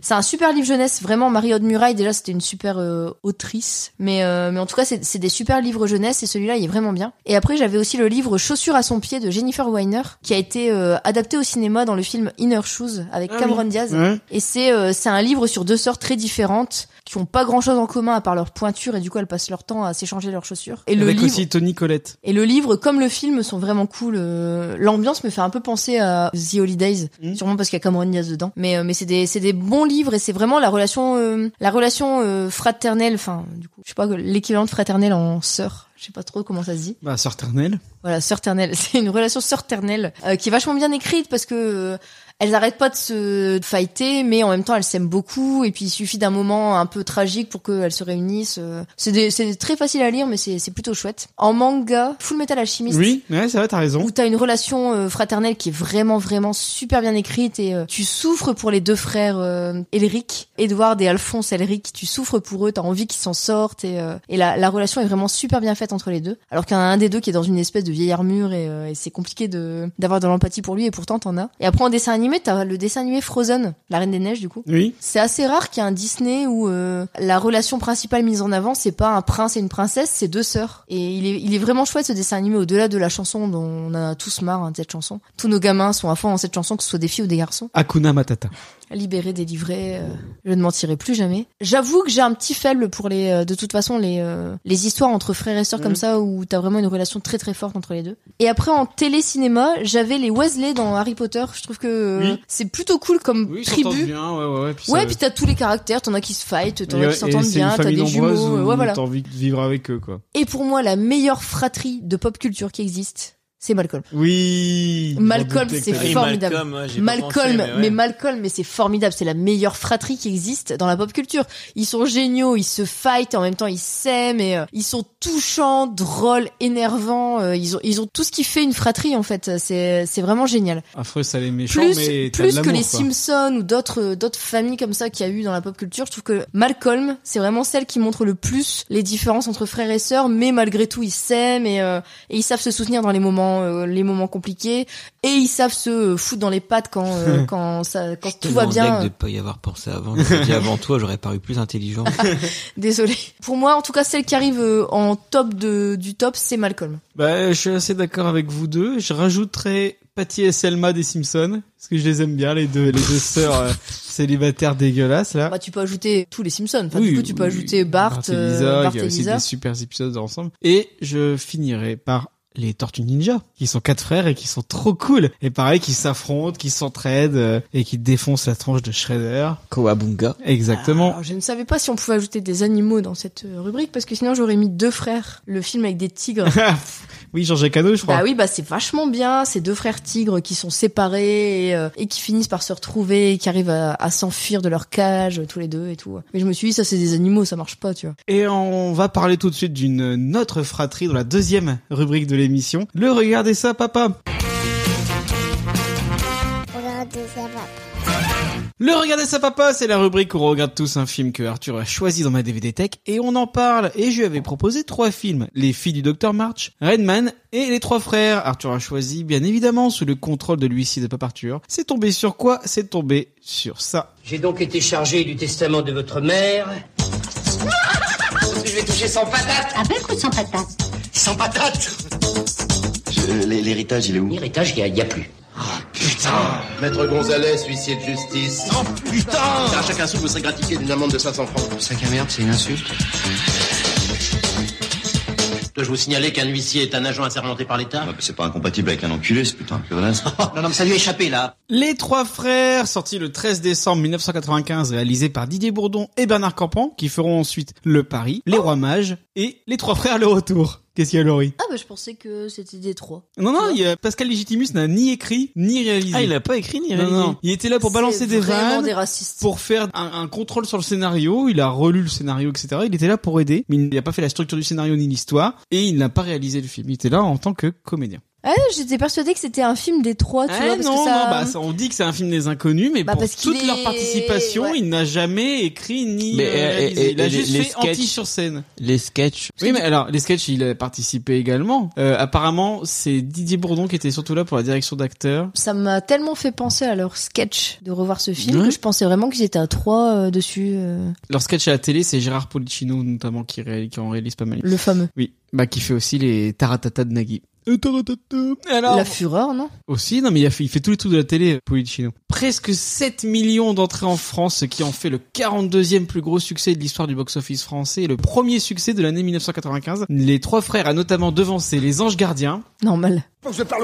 C'est un super livre jeunesse, vraiment. Marie-Aude Muraille, déjà, c'était une super euh, autrice. Mais, euh, mais en tout cas, c'est c'est des super livres jeunesse et celui-là, il est vraiment bien. Et après, j'avais aussi le livre Chaussures à son pied de Jennifer Weiner, qui a été euh, adapté au cinéma dans le film Inner Shoes avec
Ah oui.
Cameron Diaz.
Ouais.
Et c'est euh, c'est un livre sur deux sœurs très différentes qui ont pas grand-chose en commun à part leur pointure et du coup, elles passent leur temps à s'échanger leurs chaussures. Et le
Avec
livre...
aussi Tony Collette.
Et le livre, comme le film, sont vraiment cool. euh, L'ambiance me fait un peu penser à The Holidays,
Mm.
sûrement parce qu'il y a Cameron Diaz dedans. Mais, euh, mais c'est des, c'est des bons livres et c'est vraiment la relation, euh, la relation euh, fraternelle. Enfin, du coup, je sais pas l'équivalent de fraternelle en sœur. Je sais pas trop comment ça se dit.
Bah, Sœur Ternelle.
Voilà, sœur ternelle. C'est une relation sœur ternelle euh, qui est vachement bien écrite parce que euh, elles arrêtent pas de se fighter, mais en même temps elles s'aiment beaucoup. Et puis il suffit d'un moment un peu tragique pour qu'elles se réunissent. euh. C'est des- c'est très facile à lire, mais c'est c'est plutôt chouette. En manga, Full Metal Alchemist.
Oui, ouais, ça va, t'as raison.
Où t'as une relation euh, fraternelle qui est vraiment vraiment super bien écrite et euh, tu souffres pour les deux frères euh, Elric, Edward et Alphonse Elric, tu souffres pour eux, t'as envie qu'ils s'en sortent et, euh, et la, la relation est vraiment super bien faite entre les deux. Alors qu'il y en a un des deux qui est dans une espèce de vieille armure et, euh, et c'est compliqué de d'avoir de l'empathie pour lui et pourtant t'en as. Et après en dessin animé, t'as le dessin animé Frozen, la Reine des Neiges du coup.
Oui.
C'est assez rare qu'il y ait un Disney où euh, la relation principale mise en avant, c'est pas un prince et une princesse, c'est deux sœurs. Et il est, il est vraiment chouette ce dessin animé, au-delà de la chanson dont on a tous marre hein, de cette chanson. Tous nos gamins sont à fond dans cette chanson, que ce soit des filles ou des garçons.
Akuna Matata.
Libéré, délivré, euh, je ne mentirai plus jamais. J'avoue que j'ai un petit faible pour les, euh, de toute façon, les, euh, les histoires entre frères et sœurs comme
Mhm.
ça où t'as vraiment une relation très très forte entre les deux. Et après en télé-cinéma, j'avais les Wesley dans Harry Potter. Je trouve que euh,
Oui.
c'est plutôt cool comme tribu.
bien, ouais, ouais, ouais. Puis
Ouais,
ça-
puis t'as tous les caractères, t'en as qui se fight, t'en as
Et-
qui s'entendent
et c'est une
bien, t'as
famille
des
nombreuse
jumeaux, euh,
où
ouais voilà.
T'as envie de vivre avec eux, quoi.
Et pour moi, la meilleure fratrie de pop culture qui existe, c'est Malcolm.
Oui.
Malcolm,
je m'en doutais que
c'est
t'allais-
fort. formidable.
Malcolm, ouais, j'ai pas
Malcolm,
pensé,
mais,
ouais.
Malcolm, mais c'est formidable, c'est la meilleure fratrie qui existe dans la pop culture. Ils sont géniaux, ils se fight, et en même temps ils s'aiment, et euh, ils sont touchants, drôles, énervants, euh, ils ont ils ont tout ce qui fait une fratrie en fait, c'est c'est vraiment génial.
Affreux, ça les méchants,
plus,
mais t'as
plus
de
que
l'amour,
les
quoi.
Simpsons ou d'autres euh, d'autres familles comme ça qu'il y a eu dans la pop culture, je trouve que Malcolm, c'est vraiment celle qui montre le plus les différences entre frères et sœurs, mais malgré tout ils s'aiment et, euh, et ils savent se soutenir dans les moments euh, les moments compliqués et ils savent se euh, foutre dans les pattes quand euh, quand ça quand tout va
Tellement
bien.
deg de pas y avoir pensé avant. J'aurais dit avant toi, j'aurais paru plus intelligent.
euh, Désolé. Pour moi, en tout cas, celle qui arrive euh, en top de du top, c'est Malcolm.
Bah, je suis assez d'accord avec vous deux. Je rajouterai Patty et Selma des Simpsons. Parce que je les aime bien, les deux, les deux sœurs euh, célibataires dégueulasses, là.
Bah, tu peux ajouter tous les Simpsons. Enfin,
Ah. Oui,
du coup, tu peux
oui,
ajouter Bart,
et
euh,
Lisa,
Bart
il y
et
a aussi
Lisa.
des super épisodes ensemble. Et je finirai par les Tortues Ninja, qui sont quatre frères et qui sont trop cool. Et pareil, qui s'affrontent, qui s'entraident euh, et qui défoncent la tranche de Shredder.
Kawabunga.
Exactement.
Alors, je ne savais pas si on pouvait ajouter des animaux dans cette euh, rubrique parce que sinon j'aurais mis deux frères. Le film avec des tigres.
oui, Georges Cano, je crois.
bah oui, bah c'est vachement bien. Ces deux frères tigres qui sont séparés et, euh, et qui finissent par se retrouver, et qui arrivent à, à s'enfuir de leur cage euh, tous les deux et tout. Mais je me suis dit ça c'est des animaux, ça marche pas, tu vois.
Et on va parler tout de suite d'une autre fratrie dans la deuxième rubrique de l'émission. Le Regardez ça, papa.
regardez ça, papa.
Le Regardez ça, papa, c'est la rubrique où on regarde tous un film que Arthur a choisi dans ma DVD Tech et on en parle. Et je lui avais proposé trois films. Les filles du Docteur March, Redman et Les Trois Frères. Arthur a choisi, bien évidemment, sous le contrôle de l'huissier de Papa Arthur. C'est tombé sur quoi? C'est tombé sur ça.
J'ai donc été chargé du testament de votre mère. Je vais toucher Ah ben, sans patate.
Avec ou sans patate
Sans patate
Je- l'hé- L'héritage, il est où
L'héritage, il n'y a, plus.
Maître Gonzalez, huissier de justice. Oh putain À chacun sou, vous serez gratifié d'une amende de 500 francs.
Sac à merde, c'est une insulte.
Dois-je vous signaler qu'un huissier est un agent assermenté par l'État
Ah, bah, C'est pas incompatible avec un enculé, ce putain de connasse.
Non, non, mais ça lui a échappé, là.
Les Trois Frères, sorti le 13 décembre 1995, réalisé par Didier Bourdon et Bernard Campan, qui feront ensuite Le Paris, Les Rois Mages et Les Trois Frères Le Retour. Qu'est-ce qu'il y a, Laurie
Ah bah je pensais que c'était des trois.
Non, non, il y a- Pascal Légitimus n'a ni écrit, ni réalisé.
Ah, il a pas écrit ni
non,
réalisé.
non. Il était là pour balancer
C'est
des
vraiment
vannes,
des racistes.
pour faire un, un contrôle sur le scénario, il a relu le scénario, etc. Il était là pour aider, mais il n'a pas fait la structure du scénario ni l'histoire, et il n'a pas réalisé le film. Il était là en tant que comédien.
Ah, j'étais persuadée que c'était un film des trois, tu
Ah
vois, parce
non,
que ça.
non, bah, ça, on dit que c'est un film des inconnus, mais
Bah,
pour
parce qu'il
toute leur
est-
participation,
ouais.
il n'a jamais écrit ni
Mais,
euh, réalisé.
et- et-
il a
et
juste
les- les
fait anti
sketchs-
sur scène.
Les sketchs.
Oui, mais alors les sketchs, il a participé également. Euh, apparemment, c'est Didier Bourdon qui était surtout là pour la direction d'acteur.
Ça m'a tellement fait penser à leur sketch de revoir ce film
Ouais.
que je pensais vraiment qu'ils étaient à trois euh, dessus, euh,
Leur sketch à la télé, c'est Gérard Policino notamment qui, ré- qui en réalise pas mal.
le fameux.
Oui, bah qui fait aussi les taratata de Nagui. Euh, taratata. Alors
La fureur, non
aussi, non mais il, a fait, il fait tous les trucs de la télé, Policino. Presque 7 millions d'entrées en France, ce qui en fait le 42e plus gros succès de l'histoire du box-office français et le premier succès de l'année 1995. Les trois frères a notamment devancé Les Anges Gardiens,
Normal.
Tarin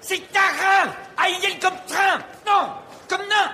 C'est Tarin Aïe, comme train Non Comme nain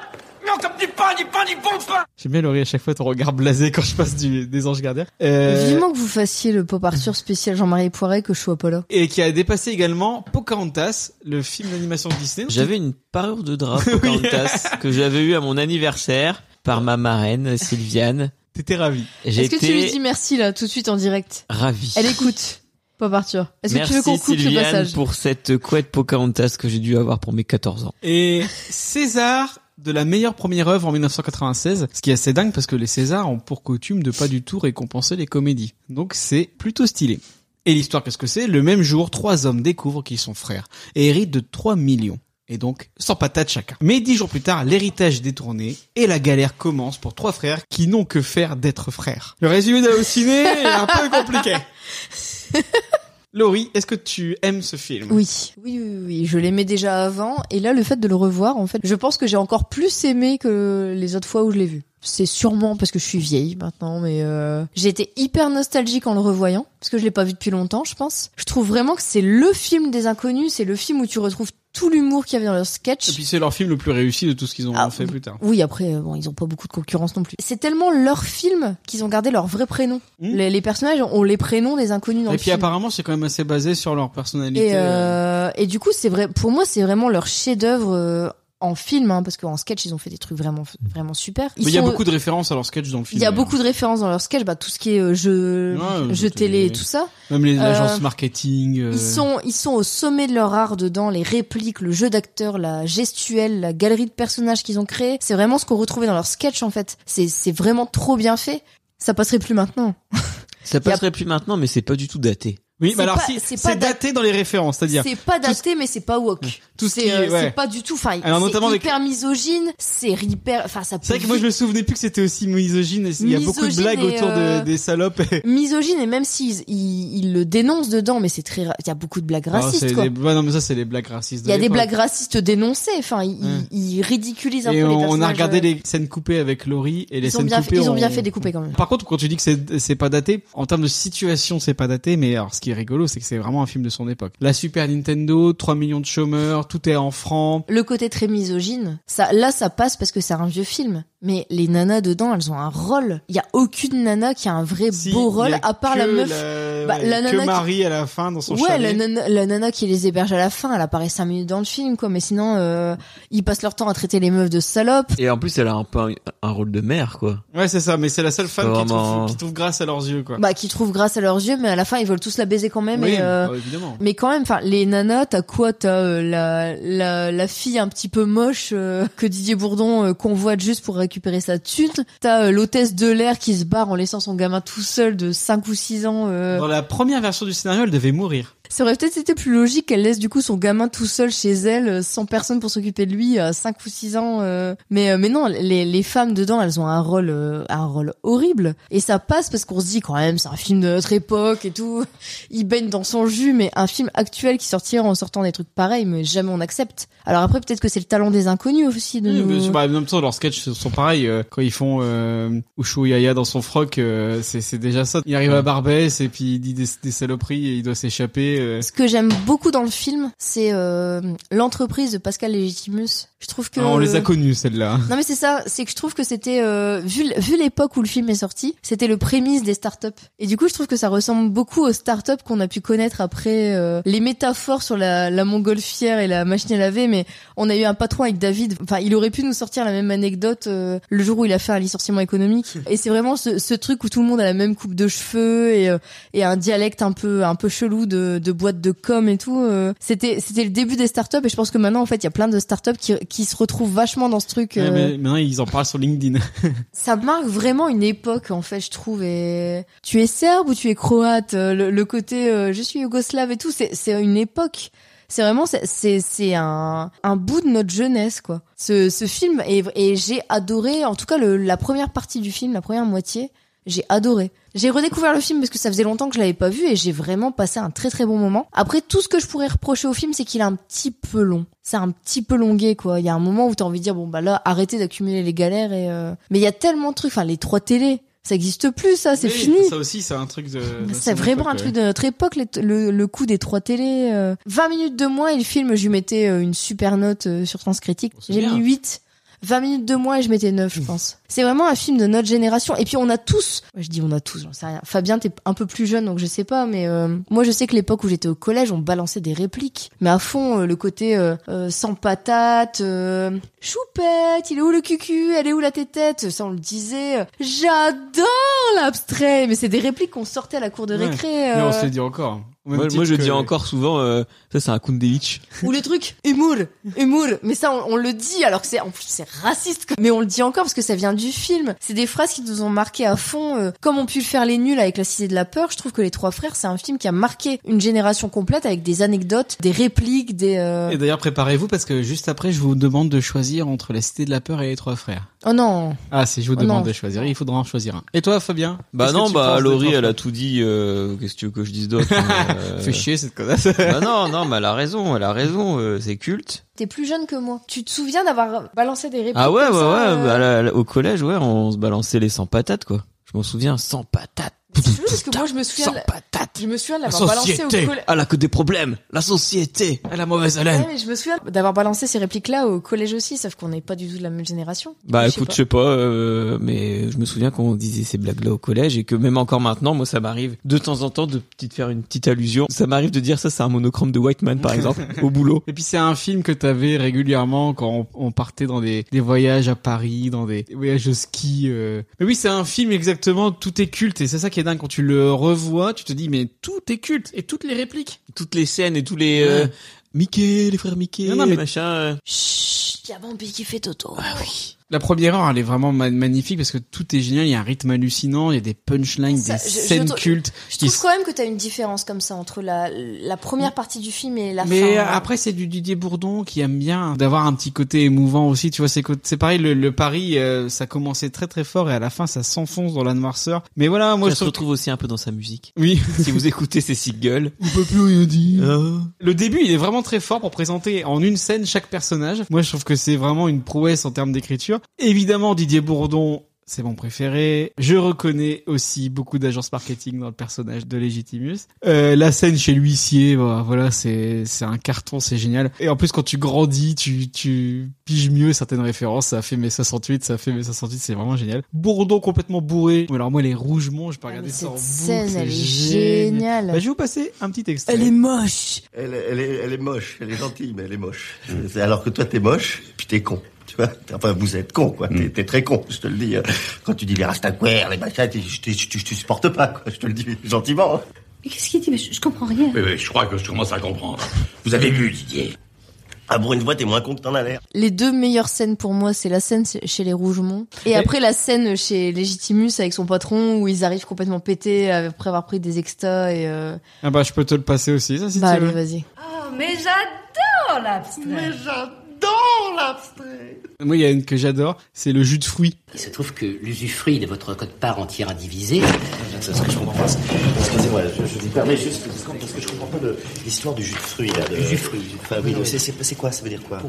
J'aime bien Laurie à chaque fois ton regard blasé quand je passe du, des anges gardiens. Euh,
Vivement que vous fassiez le pop Arthur spécial Jean-Marie Poiret que je sois pas là.
Et qui a dépassé également Pocahontas, le film d'animation de Disney.
J'avais une parure de drap Pocahontas que j'avais eu à mon anniversaire par ma marraine Sylviane.
T'étais ravi.
Est-ce que tu lui
J'étais
dis merci là tout de suite en direct
ravi.
Elle écoute. Pop Arthur. Est-ce que
Merci
tu veux qu'on coupe le
Sylviane
passage
pour cette couette Pocahontas que j'ai dû avoir pour mes 14 ans.
Et César de la meilleure première œuvre en 1996, ce qui est assez dingue parce que les Césars ont pour coutume de pas du tout récompenser les comédies. Donc c'est plutôt stylé. Et l'histoire, qu'est-ce que c'est Le même jour, trois hommes découvrent qu'ils sont frères et héritent de 3 millions. Et donc, sans patate chacun. Mais dix jours plus tard, l'héritage est détourné et la galère commence pour trois frères qui n'ont que faire d'être frères. Le résumé d'Allociné est un peu compliqué. Laurie, est-ce que tu aimes ce film
Oui. oui, oui, oui, je l'aimais déjà avant, et là, le fait de le revoir, en fait, je pense que j'ai encore plus aimé que les autres fois où je l'ai vu. C'est sûrement parce que je suis vieille maintenant, mais euh... j'ai été hyper nostalgique en le revoyant, parce que je l'ai pas vu depuis longtemps, je pense. Je trouve vraiment que c'est le film des inconnus, c'est le film où tu retrouves tout l'humour qu'il y avait dans leur sketch.
Et puis c'est leur film le plus réussi de tout ce qu'ils ont
Ah,
fait plus tard.
Oui, après, euh, bon, ils ont pas beaucoup de concurrence non plus. C'est tellement leur film qu'ils ont gardé leur vrai prénom.
Hmm.
Les, les personnages ont les prénoms des inconnus dans
Et
le
puis
film.
apparemment, c'est quand même assez basé sur leur personnalité.
Et, euh, et du coup, c'est vrai. Pour moi, c'est vraiment leur chef-d'œuvre euh, en film, hein, parce qu'en sketch, ils ont fait des trucs vraiment, vraiment super. Ils
Mais il y a
sont-
beaucoup de références à leur sketch dans le
il
film.
y a beaucoup de références dans leur sketch, bah, tout ce qui est euh, jeu,
Ouais,
jeu
tout-
télé et tout ça.
Même les agences
Euh,
marketing. euh,
Ils sont, ils sont au sommet de leur art dedans, les répliques, le jeu d'acteur, la gestuelle, la galerie de personnages qu'ils ont créé. C'est vraiment ce qu'on retrouvait dans leur sketch en fait. C'est, c'est vraiment trop bien fait. Ça passerait plus maintenant.
Ça passerait plus maintenant, mais c'est pas du tout daté.
Oui,
c'est
mais alors
pas-
si,
c'est
c'est
pas da-
daté dans les références, c'est-à-dire.
C'est pas daté, mais c'est pas woke.
Tout ce qui
c'est,
est-
euh, c'est
ouais.
pas du tout. Enfin,
Alors, notamment
c'est
avec-
hyper misogyne. C'est hyper. Enfin, ça.
C'est vrai
peut
que moi je
vite-
me souvenais plus que c'était aussi misogyne. et Il y a beaucoup de
Misogyne
blagues
et,
autour de-
euh,
des salopes. et-
Misogyne et même s'ils ils, ils le dénoncent dedans, mais c'est très. ra- Il y a beaucoup de blagues
Alors, Ah, c'est
racistes. quoi.
des- ouais, non mais ça c'est les blagues racistes.
Il
de
y a des
l'époque.
blagues racistes dénoncées. Enfin, ils,
Ouais.
ils- ils ridiculisent un
Et
peu les
on,
personnages.
on a regardé
euh,
les scènes coupées avec Laurie et les
Ils ont
scènes
bien fait,
coupées.
ils ont bien
on-
fait découper quand même.
Par contre, quand tu dis que c'est c'est pas daté, en termes de situation, c'est pas daté, mais alors ce qui est rigolo, c'est que c'est vraiment un film de son époque. La Super Nintendo, 3 millions de chômeurs, tout est en francs.
Le côté très misogyne, ça, là, ça passe parce que c'est un vieux film. Mais les nanas dedans, elles ont un rôle. Il y a aucune nana qui a un vrai
Si,
beau
il y a
rôle, à part
que
la meuf.
la-
bah,
ouais,
la nana
que
qui-
Marie à la fin dans son
ouais, la
chalet.
nana, la nana qui les héberge à la fin, elle apparaît 5 minutes dans le film, quoi. Mais sinon, euh, ils passent leur temps à traiter les meufs de salopes.
Et en plus, elle a un peu un, un rôle de mère, quoi.
Ouais, c'est ça, mais c'est la seule femme qui
Vraiment.
trouve, qui trouve grâce à leurs yeux, quoi.
Bah, qui trouvent grâce à leurs yeux, mais à la fin, ils veulent tous la baiser quand même.
oui,
et, euh,
bah, évidemment.
Mais quand même, enfin, les nanas, t'as quoi T'as euh, la, la, la fille un petit peu moche euh, que Didier Bourdon euh, convoite juste pour récupérer sa thune. T'as euh, l'hôtesse de l'air qui se barre en laissant son gamin tout seul de 5 ou 6 ans. euh.
Dans la première version du scénario, elle devait mourir.
Ça aurait peut-être été plus logique qu'elle laisse du coup son gamin tout seul chez elle, euh, sans personne pour s'occuper de lui, à 5 ou 6 ans. euh. Mais, euh, mais non, les, les femmes dedans, elles ont un rôle, euh, un rôle horrible. Et ça passe parce qu'on se dit quand même, c'est un film de notre époque et tout. Il baigne dans son jus, mais un film actuel qui sortirait en sortant des trucs pareils, mais jamais on accepte. Alors après, peut-être que c'est le talent des inconnus aussi de
Oui, mais c'est-
nous...
bah, en même temps, leurs sketchs sont pareils. euh, quand ils font euh, Ushu Yaya dans son froc, euh, c'est c'est déjà ça. Il arrive à Barbès et puis il dit des, des saloperies et il doit s'échapper. euh.
Ce que j'aime beaucoup dans le film, c'est euh, l'entreprise de Pascal Légitimus. Je trouve que
Ah, on les a connus, celles-là.
Non mais c'est ça, c'est que je trouve que c'était euh, vu l- vu l'époque où le film est sorti, c'était le prémisse des startups. Et du coup, je trouve que ça ressemble beaucoup aux startups qu'on a pu connaître après euh, les métaphores sur la, la montgolfière et la machine à laver. Mais on a eu un patron avec David. Enfin, il aurait pu nous sortir la même anecdote euh, le jour où il a fait un licenciement économique. Et c'est vraiment ce, ce truc où tout le monde a la même coupe de cheveux et euh, et un dialecte un peu un peu chelou de, de boîte de com et tout. euh. C'était c'était le début des startups et je pense que maintenant en fait il y a plein de startups qui qui se retrouvent vachement dans ce truc.
Ouais,
euh,
Eh, mais maintenant, ils en parlent sur LinkedIn.
ça marque vraiment une époque en fait je trouve et tu es serbe ou tu es croate euh, le, le côté euh, je suis yougoslave et tout c'est c'est une époque c'est vraiment c'est- c'est c'est un un bout de notre jeunesse quoi ce ce film et et j'ai adoré en tout cas le, la première partie du film la première moitié j'ai adoré j'ai redécouvert le film parce que ça faisait longtemps que je l'avais pas vu et j'ai vraiment passé un très très bon moment après tout ce que je pourrais reprocher au film c'est qu'il est un petit peu long c'est un petit peu longué quoi il y a un moment où t'as envie de dire bon bah là arrêtez d'accumuler les galères et euh, mais il y a tellement de trucs enfin les trois télés ça existe plus ça Ah, c'est
Oui,
fini
Ça aussi, euh, c'est un truc de. de
c'est
son
vraiment
époque,
un truc
ouais.
de notre époque, les t- le, le coup des trois télés. euh. 20 minutes de moins et le film, je lui mettais euh, une super note euh, sur France Critique.
Oh, c'est
J'ai
bien.
mis 8. 20 minutes de moins et je mettais 9, je pense. C'est vraiment un film de notre génération. Et puis on a tous, ouais, je dis on a tous, j'en sais rien. Fabien, t'es un peu plus jeune, donc je sais pas, mais euh, moi je sais que l'époque où j'étais au collège, on balançait des répliques. Mais à fond, euh, le côté euh, euh, sans patate, euh, choupette, il est où le cucu, elle est où la tétette, ça on le disait. J'adore l'abstrait, mais c'est des répliques qu'on sortait à la cour de
Ouais.
récré.
Mais on
euh,
se le dit encore. Au même
Moi,
titre
moi, je
que-
dis encore souvent, euh, ça c'est un Kundevich.
Ou le truc humour, humour. Mais ça, on, on le dit alors que c'est en plus c'est raciste. quoi. Mais on le dit encore parce que ça vient du film. C'est des phrases qui nous ont marqué à fond. euh, comme on pu le faire les nuls avec La Cité de la peur, je trouve que Les Trois Frères, c'est un film qui a marqué une génération complète avec des anecdotes, des répliques, des. euh,
Et d'ailleurs, préparez-vous parce que juste après, je vous demande de choisir entre la cité de la peur et les trois frères.
Oh non.
Ah, si je vous
Oh
demande
non.
de choisir, il faudra en choisir un. Et toi, Fabien
Bah
Qu'est-ce que
non,
tu
bah
penses des
Laurie,
trois
elle a
frères
tout dit. euh, Qu'est-ce que tu veux que je dise d'autre euh,
Fais chier cette connasse.
Bah non, non, mais elle a raison, elle a raison. euh, c'est culte.
T'es plus jeune que moi. Tu te souviens d'avoir balancé des répliques
Ah ouais, ouais,
comme
ouais.
ça, euh,
bah, là, là, au collège, ouais, on se balançait les 100 patates, quoi. Je m'en souviens, 100 patates.
C'est chelou parce que moi je me souviens.
Sans
de la-
patates.
Je me souviens de
La
l'avoir balancé au
société.
collège.
Elle a que des problèmes. La société. Elle a mauvaise haleine.
Ouais, mais je me souviens d'avoir balancé ces répliques-là au collège aussi, sauf qu'on n'est pas du tout de la même génération.
Bah
Je sais
écoute,
pas.
je sais pas, euh, mais je me souviens qu'on disait ces blagues-là au collège et que même encore maintenant, moi ça m'arrive de temps en temps de petite faire une petite allusion. Ça m'arrive de dire ça, c'est un monochrome de White Man par exemple au boulot.
Et puis c'est un film que t'avais régulièrement quand on, on partait dans des, des voyages à Paris, dans des, des voyages au ski. euh. Mais oui, c'est un film exactement, tout est culte et c'est ça qui est dingue quand tu le revois, tu te dis mais tout est culte et toutes les répliques.
Toutes les scènes et tous les euh,
Ouais.
Mickey, les frères Mickey,
Non, non, mais-
machin. euh.
Chut, y a Bambi qui fait Toto.
La première heure, elle est vraiment ma- magnifique parce que tout est génial, il y a un rythme hallucinant, il y a des punchlines,
Ça,
des
je- je
scènes
trou-
cultes.
Je
qui
trouve
s-
quand même que t'as une différence comme ça entre la, la première partie du film et la fin.
Mais après, c'est du Didier Bourdon qui aime bien d'avoir un petit côté émouvant aussi. Tu vois, c'est co- c'est pareil, le, le Paris, euh, ça commençait très très fort et à la fin, ça s'enfonce dans la noirceur. Mais voilà, moi
ça
je
se
trouve...
retrouve aussi un peu dans sa musique.
Oui.
si vous écoutez ces singles.
On peut plus rien dire.
euh,
Le début, il est vraiment très fort pour présenter en une scène chaque personnage. Moi, je trouve que c'est vraiment une prouesse en termes d'écriture. Évidemment, Didier Bourdon, c'est mon préféré. Je reconnais aussi beaucoup d'agences marketing dans le personnage de Legitimus. Euh, la scène chez l'huissier, bah, voilà, c'est c'est un carton, c'est génial. Et en plus, quand tu grandis, tu tu piges mieux certaines références. Ça a fait mes 68, ça a fait mes 68, c'est vraiment génial. Bourdon complètement bourré. Alors moi, les Rougemont, je peux
Ah, mais
regarder ça
cette
en boucle.
scène,
c'est
elle est
génial.
géniale. Oh,
Bah, je vais vous passer un petit extrait.
Elle est moche.
Elle, elle, est, elle est moche, elle est gentille, mais elle est moche. C'est- Alors que toi, t'es moche, puis t'es con. Tu vois enfin, vous êtes con, quoi. T'es- T'es très con, je te le dis. hein. Quand tu dis les rastaquaires, les machins, t'es- je te- je te je te supporte pas, quoi. Je te le dis gentiment. hein.
Mais qu'est-ce qu'il dit Mais je, je comprends rien.
Oui, oui, je crois que je commence à comprendre. Vous avez vu, Didier Ah bon, une fois, t'es moins con que t'en as l'air.
Les deux meilleures scènes pour moi, c'est la scène chez les Rougemont et après la scène chez Legitimus avec son patron où ils arrivent complètement pétés après avoir pris des extas et euh...
Ah bah je peux te le passer aussi ça si
bah
tu
allez
veux.
vas-y.
Oh, mais j'adore l'abstrait.
Moi il y a une que j'adore, c'est le jus de fruits.
Il se trouve que l'usufruit de votre code-part entière
Ah
indivisé.
C'est ce que je comprends pas. Excusez-moi, je, je vous permets juste une seconde, parce que je comprends pas le- l'histoire du jus de fruits, là. Le jus de fruits. Enfin, oui, donc c'est- c'est c'est quoi Ça veut dire quoi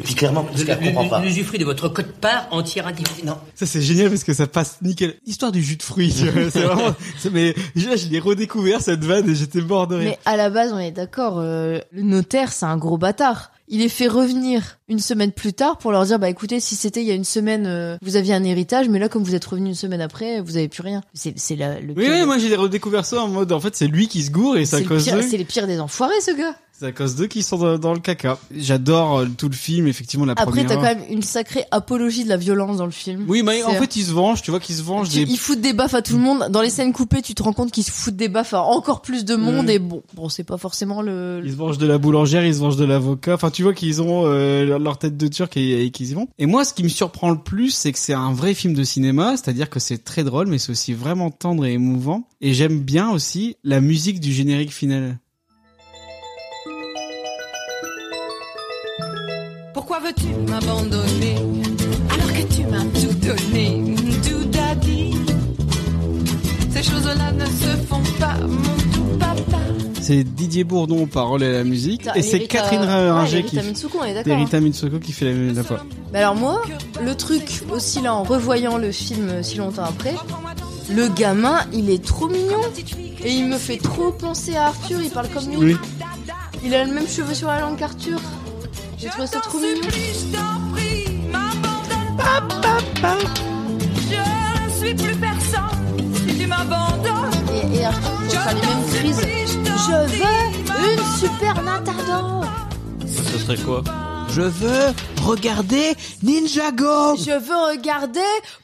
Et puis clairement, parce qu'elle comprend pas.
L'usufruit de votre code-part entière indivisé. Non.
Ça c'est génial parce que ça passe nickel. Histoire du jus de fruits, tu vois, c'est vraiment. c'est- Mais là je l'ai redécouvert cette vanne et j'étais mort de rire.
Mais à la base, on est d'accord, euh, le notaire, c'est un gros bâtard. Il est fait revenir une semaine plus tard pour leur dire, bah écoutez, si c'était il y a une semaine, euh, vous aviez un héritage, mais là, comme vous êtes revenu une semaine après, vous avez plus rien. C'est c'est la- le
Oui,
pire.
oui,
des-
moi j'ai redécouvert ça en mode en fait c'est lui qui se gourre et c'est
c'est
à
le
cause
pire,
d'eux.
c'est les pires des enfoirés, ce gars.
C'est à cause d'eux qui sont dans, dans le caca. J'adore euh, tout le film, effectivement la
Après,
première.
t'as quand
heure.
même une sacrée apologie de la violence dans le film.
Oui, mais en
C'est-
fait ils se vengent, tu vois qu'ils se vengent
tu-
des
ils foutent des baffes à tout le monde. Dans les scènes coupées, tu te rends compte qu'ils se foutent des baffes à encore plus de monde.
Mm.
Et bon, bon, c'est pas forcément le.
Ils se mangent de la boulangère, ils se mangent de l'avocat. Enfin, tu vois qu'ils ont euh, leur- leur tête de turc et, et qu'ils y vont. Et moi, ce qui me surprend le plus, c'est que c'est un vrai film de cinéma, c'est-à-dire que c'est très drôle, mais c'est aussi vraiment tendre et émouvant. Et j'aime bien aussi la musique du générique final.
Pourquoi veux-tu m'abandonner alors que tu m'as tout donné, tout daddy Ces choses-là ne se font pas, mon tout papa.
C'est Didier Bourdon, parole et la musique,
T'as-
et c'est
l'Erika-
Catherine hein,
ouais,
Ringer qui.
l'Erika Mitsuko, on est d'accord. hein.
Erita Mitsuko qui fait la même fois.
Mais alors moi, le truc aussi là en revoyant le film euh, si longtemps après, le gamin il est trop mignon et il me fait trop penser à Arthur, il parle comme nous.
Oui.
Il a le même cheveu sur la langue qu'Arthur. J'ai trouvé ça trop mignon.
Supplie, je t'en prie, maman. Je ne suis plus personne si tu m'abandonnes.
Et, et Arthur, ce sera les mêmes crises.
Je veux une Super Nintendo.
Ce serait quoi Je veux regarder Ninjago
Je veux regarder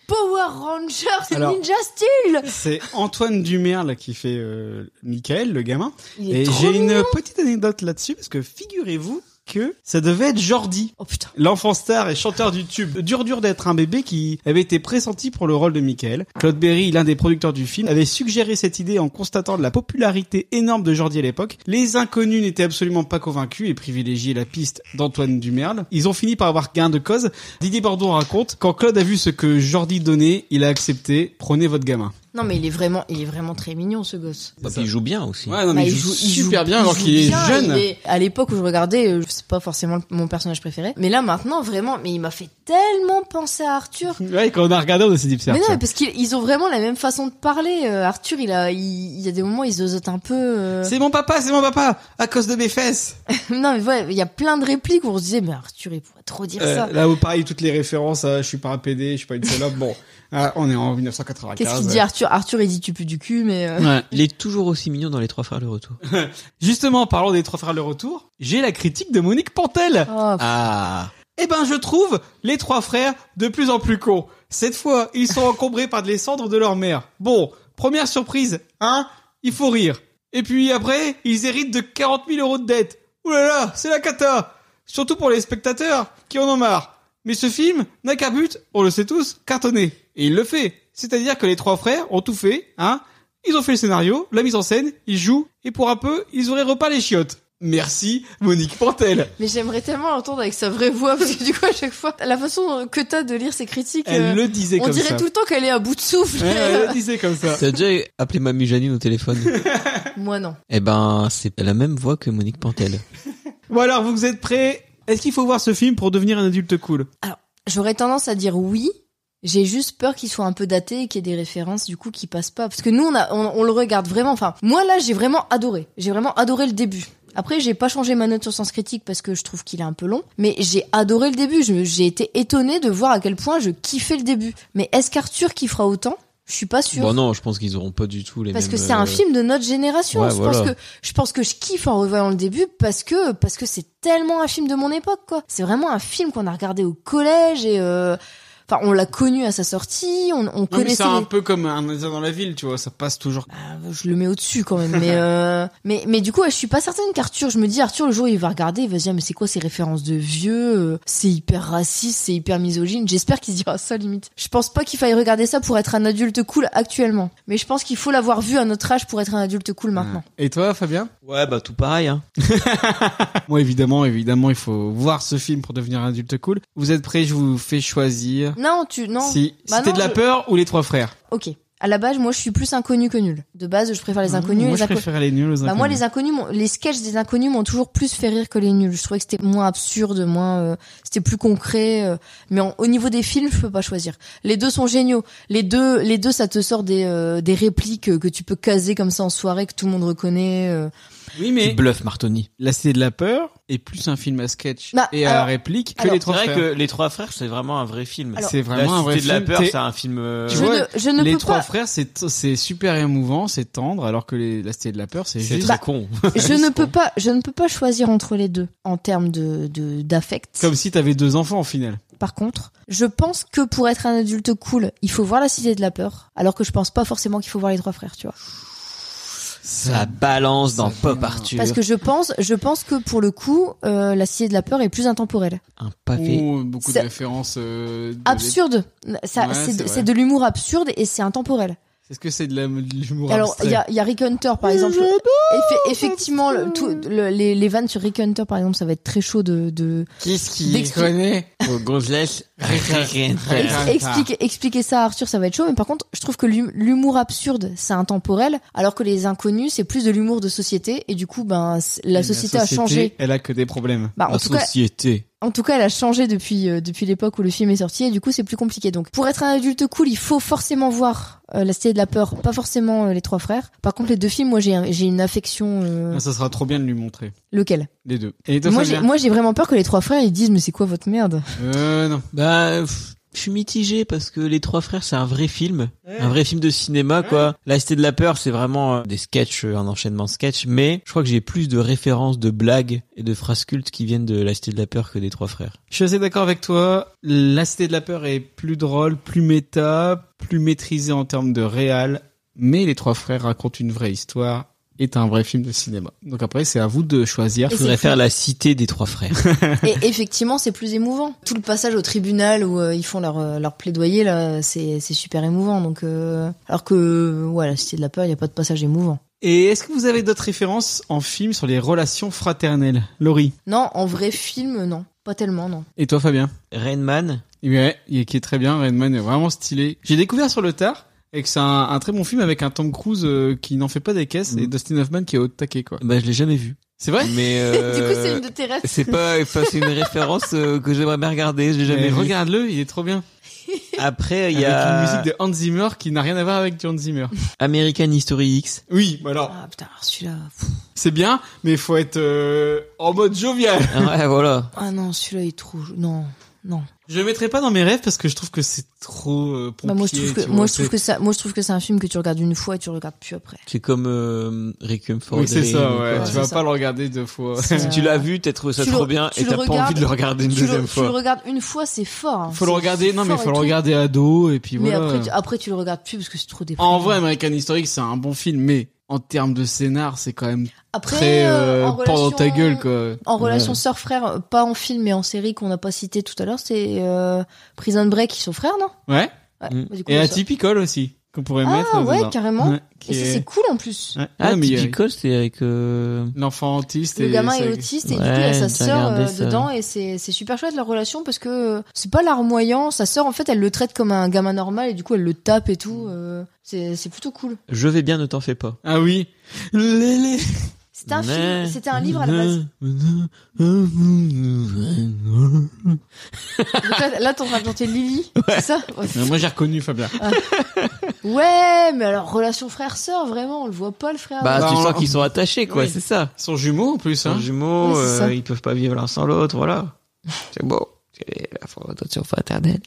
Power Rangers
Alors-
Ninja Steel
C'est Antoine Dumerle qui fait euh, Michael, le gamin.
Il est
Et
trop
j'ai une
mignon.
petite anecdote là-dessus, parce que figurez-vous que ça devait être Jordi.
Oh putain.
L'enfant star et chanteur du tube Dur dur d'être un bébé qui avait été pressenti pour le rôle de Michael. Claude Berry, l'un des producteurs du film, avait suggéré cette idée en constatant de la popularité énorme de Jordi à l'époque. Les inconnus n'étaient absolument pas convaincus et privilégiaient la piste d'Antoine Dumerle. Ils ont fini par avoir gain de cause. Didier Bordeaux raconte, quand Claude a vu ce que Jordi donnait, il a accepté, prenez votre gamin.
Non mais il est vraiment, il est vraiment très mignon ce gosse.
Bah, puis il joue bien aussi.
Ouais, non,
Bah,
mais il joue, super bien alors
il
qu'il
joue
est
bien,
jeune.
il est- À l'époque où je regardais, euh, c'est pas forcément le- mon personnage préféré, mais là maintenant vraiment, mais il m'a fait tellement penser à Arthur.
Ouais, quand on a regardé, on s'est dit, c'est
Mais non,
Arthur.
mais parce qu'ils ils ont vraiment la même façon de parler. euh, Arthur, il a, il, il y a des moments, il zozote un peu. euh,
C'est mon papa, c'est mon papa, à cause de mes fesses.
non, mais ouais, il y a plein de répliques où on se disait, mais Arthur, il pourrait trop dire
Euh,
ça.
là où pareil, toutes les références, à je suis pas un PD, je suis pas une salope. bon, Ah, on est en 1995.
Qu'est-ce qu'il dit hein Arthur Arthur, il dit tu pues du cul, mais euh,
Ouais.
Il est toujours aussi mignon dans Les Trois Frères le Retour.
Justement, parlons des trois frères le retour. J'ai la critique de Monique Pantel.
oh,
Ah
Eh ben, je trouve les trois frères de plus en plus cons. Cette fois, ils sont encombrés par les cendres de leur mère. Bon, première surprise, hein Il faut rire. Et puis après, ils héritent de 40 000 euros de dettes. Ouh là là, c'est la cata Surtout pour les spectateurs, qui en ont marre. Mais ce film n'a qu'un but, on le sait tous, cartonner. Et il le fait. C'est-à-dire que les trois frères ont tout fait, hein Ils ont fait le scénario, la mise en scène, ils jouent, et pour un peu, ils auraient repas les chiottes. Merci, Monique Pantel
mais j'aimerais tellement l'entendre avec sa vraie voix parce que du coup à chaque fois la façon euh, que t'as de lire ses critiques,
Elle
euh,
le disait
on
comme
dirait
ça.
tout le temps qu'elle est à bout de souffle.
Ouais, elle le disait comme ça.
T'as déjà appelé Mamie Janine au téléphone
Moi non.
Eh ben, c'est la même voix que Monique Pantel.
Bon alors, vous êtes prêts Est-ce qu'il faut voir ce film pour devenir un adulte cool
J'aurais tendance à dire oui. J'ai juste peur qu'il soit un peu daté et qu'il y ait des références du coup qui passent pas. Parce que nous, on, a, on, on le regarde vraiment. Enfin, moi là, j'ai vraiment adoré. J'ai vraiment adoré le début. Après, j'ai pas changé ma note sur Sens Critique parce que je trouve qu'il est un peu long. Mais j'ai adoré le début. Je- J'ai été étonnée de voir à quel point je kiffais le début. Mais est-ce qu'Arthur qui fera autant Je suis pas sûre.
Bon non, je pense qu'ils auront pas du tout les
Parce
mêmes,
que c'est un
euh,
film de notre génération.
ouais,
je pense
voilà.
que je pense que je kiffe en revoyant le début parce que parce que c'est tellement un film de mon époque quoi. C'est vraiment un film qu'on a regardé au collège et euh, enfin on l'a connu à sa sortie. On, on connaissait. les-
peu comme un Indien dans la ville, tu vois, ça passe toujours.
Ah, je le mets au dessus quand même. Mais euh, mais mais du coup ouais, je suis pas certaine qu'Arthur. Je me dis Arthur le jour il va regarder il va se dire mais c'est quoi ces références de vieux euh, C'est hyper raciste, c'est hyper misogyne. J'espère qu'il se dira ça limite. Je pense pas qu'il faille regarder ça pour être un adulte cool actuellement. Mais je pense qu'il faut l'avoir vu à notre âge pour être un adulte cool maintenant.
Et toi, Fabien
Ouais, bah tout pareil. Hein.
Moi, évidemment, évidemment, il faut voir ce film pour devenir un adulte cool. Vous êtes prêts Je vous fais choisir.
Non, tu non.
Si
Bah
c'était
non,
de la
je-
peur ou les trois frères
Ok. À la base, moi, je suis plus inconnue que nulle. De base, je préfère les inconnus.
Ah, Moi,
et les
je
inco-
préfère les nuls aux inconnus.
Bah moi, les inconnus, m'ont- les sketchs des inconnus m'ont toujours plus fait rire que les nuls. Je trouvais que c'était moins absurde, moins, euh, c'était plus concret. euh, mais en- au niveau des films, je peux pas choisir. Les deux sont géniaux. Les deux, les deux, ça te sort des euh, des répliques euh, que tu peux caser comme ça en soirée que tout le monde reconnaît. euh.
Oui,
Tu
mais
bluffes, Martoni.
la c'est de la peur est plus un film à sketch
Bah,
et à
alors-
réplique que
alors,
les trois frères.
Les Trois Frères, c'est vraiment un vrai film.
Alors-
C'est vraiment un vrai film. T'es-
un film. euh,
Tu
je,
vois,
ne, je ne
les
peux
trois
pas.
frères, c'est c'est super émouvant, c'est tendre, alors que les, la cité de la peur, c'est
C'est
juste
très con.
Je ne peux pas. Je ne peux pas choisir entre les deux en termes de de- d'affect.
comme si t'avais deux enfants au final.
Par contre, je pense que pour être un adulte cool, il faut voir la Cité de la peur, alors que je pense pas forcément qu'il faut voir les trois frères, tu vois.
Ça balance dans
Ça
Pop
fait un-
Arthur.
Parce que je pense, je pense que pour le coup, euh, la Cité de la peur est plus intemporelle.
Un pavé.
Ou beaucoup de
C'est-
références. euh, de-
Absurde, ça,
Ouais,
c'est
c'est
de,
vrai.
c'est de l'humour absurde et c'est intemporel.
Est-ce que c'est de la- de l'humour
Alors il y a, il y a Rick Hunter par exemple. Effe- effectivement, le- tout- le- les, les vannes sur Rick Hunter par exemple, ça va être très chaud de, de...
Qu'est-ce
D'expli-
connaît
Gonzales.
Rick
Rick
Hunter.
Expliquer, expliquer ça à Arthur, ça va être chaud. Mais par contre, je trouve que l'hum- l'humour absurde, c'est intemporel, alors que les inconnus, c'est plus de l'humour de société. Et du coup, ben c- la société, a changé.
Elle a que des problèmes.
Bah, en,
La
tout cas,
société.
en tout cas, elle a changé depuis euh, depuis l'époque où le film est sorti. Et du coup, c'est plus compliqué. Donc, pour être un adulte cool, il faut forcément voir euh, La Cité de la peur, pas forcément euh, Les Trois Frères. Par contre, les deux films, moi, j'ai un- j'ai une affection. euh,
Ah, Ça sera trop bien de lui montrer.
lequel
Les deux. Et toi,
Moi, j'ai
Fabien
moi, j'ai vraiment peur que les Trois Frères ils disent mais c'est quoi votre merde
Euh, non.
Bah, pff, Je suis mitigé parce que Les Trois Frères, c'est un vrai film, un vrai film de cinéma, quoi. La Cité de la Peur, c'est vraiment euh, des sketchs, euh, un enchaînement de sketchs, mais je crois que j'ai plus de références, de blagues et de phrases cultes qui viennent de La Cité de la Peur que des Trois Frères.
Je suis assez d'accord avec toi. La Cité de la Peur est plus drôle, plus méta, plus maîtrisée en termes de réal. Mais Les Trois Frères racontent une vraie histoire est un vrai film de cinéma. Donc après, c'est à vous de choisir.
Et faudrait c'est- faire
La Cité des Trois Frères.
Et effectivement, c'est plus émouvant. Tout le passage au tribunal où euh, ils font leur, euh, leur plaidoyer, là, c'est c'est super émouvant. Donc, euh, alors que, euh, ouais, la Cité de la Peur, il n'y a pas de passage émouvant.
Et est-ce que vous avez d'autres références en film sur les relations fraternelles Laurie
Non, en vrai film, non. Pas tellement, non.
Et toi, Fabien
Rain Man
Ouais, il est- qui est très bien. Rain Man est vraiment stylé. J'ai découvert sur le tard et que c'est un, un très bon film avec un Tom Cruise euh, qui n'en fait pas des caisses et Dustin Hoffman qui est au taquet, quoi.
Bah, je l'ai jamais vu.
C'est vrai
Mais euh,
Du coup, c'est une de tes rêves.
c'est pas, enfin, c'est une référence euh, que j'aimerais bien regarder. J'ai jamais
Mais
vu.
Eh, regarde-le, il est trop bien.
Après, il
Avec
y a
une musique de Hans Zimmer qui n'a rien à voir avec du Hans Zimmer.
American History X.
Oui, bah alors,
Ah putain, alors celui-là.
c'est bien, mais faut être euh, en mode jovial.
ouais, voilà.
Ah non, celui-là est trop. Non, non.
Je le mettrai pas dans mes rêves parce que je trouve que c'est trop euh, pompier.
Bah, moi, je trouve que,
tu
moi,
vois,
je trouve
c'est-
que ça, moi, je trouve que c'est un film que tu regardes une fois et tu regardes plus après.
C'est comme euh, Requiem for
Oui, c'est
Dream
ça,
ou
ouais.
quoi.
tu
c'est
vas
ça.
pas le regarder deux fois.
C'est-
Si tu l'as vu, t'as trouvé ça
Tu
trop
le-
bien
tu
et
le
t'as pas
regardes-
envie de le regarder une
tu,
deuxième
le, tu le
fois.
regardes une fois, c'est fort. hein.
Faut le
C'est
regarder, non mais
fort
faut
et
le
tout.
regarder à dos et puis
Mais
voilà.
après, tu, après, tu le regardes plus parce que c'est trop déprimant.
En vrai, American History, c'est un bon film, mais en termes de scénar, c'est quand même
après,
très euh,
euh, en
pendant ta
relation-
gueule quoi.
En relation sœur-frère, pas en film mais en série qu'on n'a pas cité tout à l'heure, c'est euh, Prison Break, ils sont frères, non
Ouais.
Ouais,
Mm.
bah, du coup,
Et
on sort-
Atypical aussi qu'on pourrait
Ah,
mettre.
ouais,
dedans.
carrément.
Ouais, qui
Et ça,
est-
c'est cool en plus.
Ouais.
Ah,
Ouais, mais il y a
Typical, c'est avec. euh,
L'enfant autiste.
Le
et
gamin
ça-
est autiste et du
Ouais,
coup il y a sa
j'ai
sœur
regardé
euh,
ça.
dedans et c'est c'est super chouette leur relation parce que euh, c'est pas larmoyant. Sa sœur en fait elle le traite comme un gamin normal et du coup elle le tape et tout. euh, c'est c'est plutôt cool.
Je vais bien, ne t'en fais pas.
Ah oui. Lélé.
C'était un film, c'était un livre à la base. Donc là, là, t'es en train de chanter Lily, c'est ça Ouais.
Non, Moi j'ai reconnu Fabien.
Ouais, mais alors relation frère-sœur vraiment, on le voit pas le frère.
Bah,
Bah,
tu
on-
sens qu'ils sont attachés, quoi,
Oui.
c'est ça.
Ils sont jumeaux en plus.
C'est un
Hein.
jumeau,
Oui, c'est ça.
euh, ils peuvent pas vivre l'un sans l'autre, voilà. C'est beau. C'est la sur fraternelle.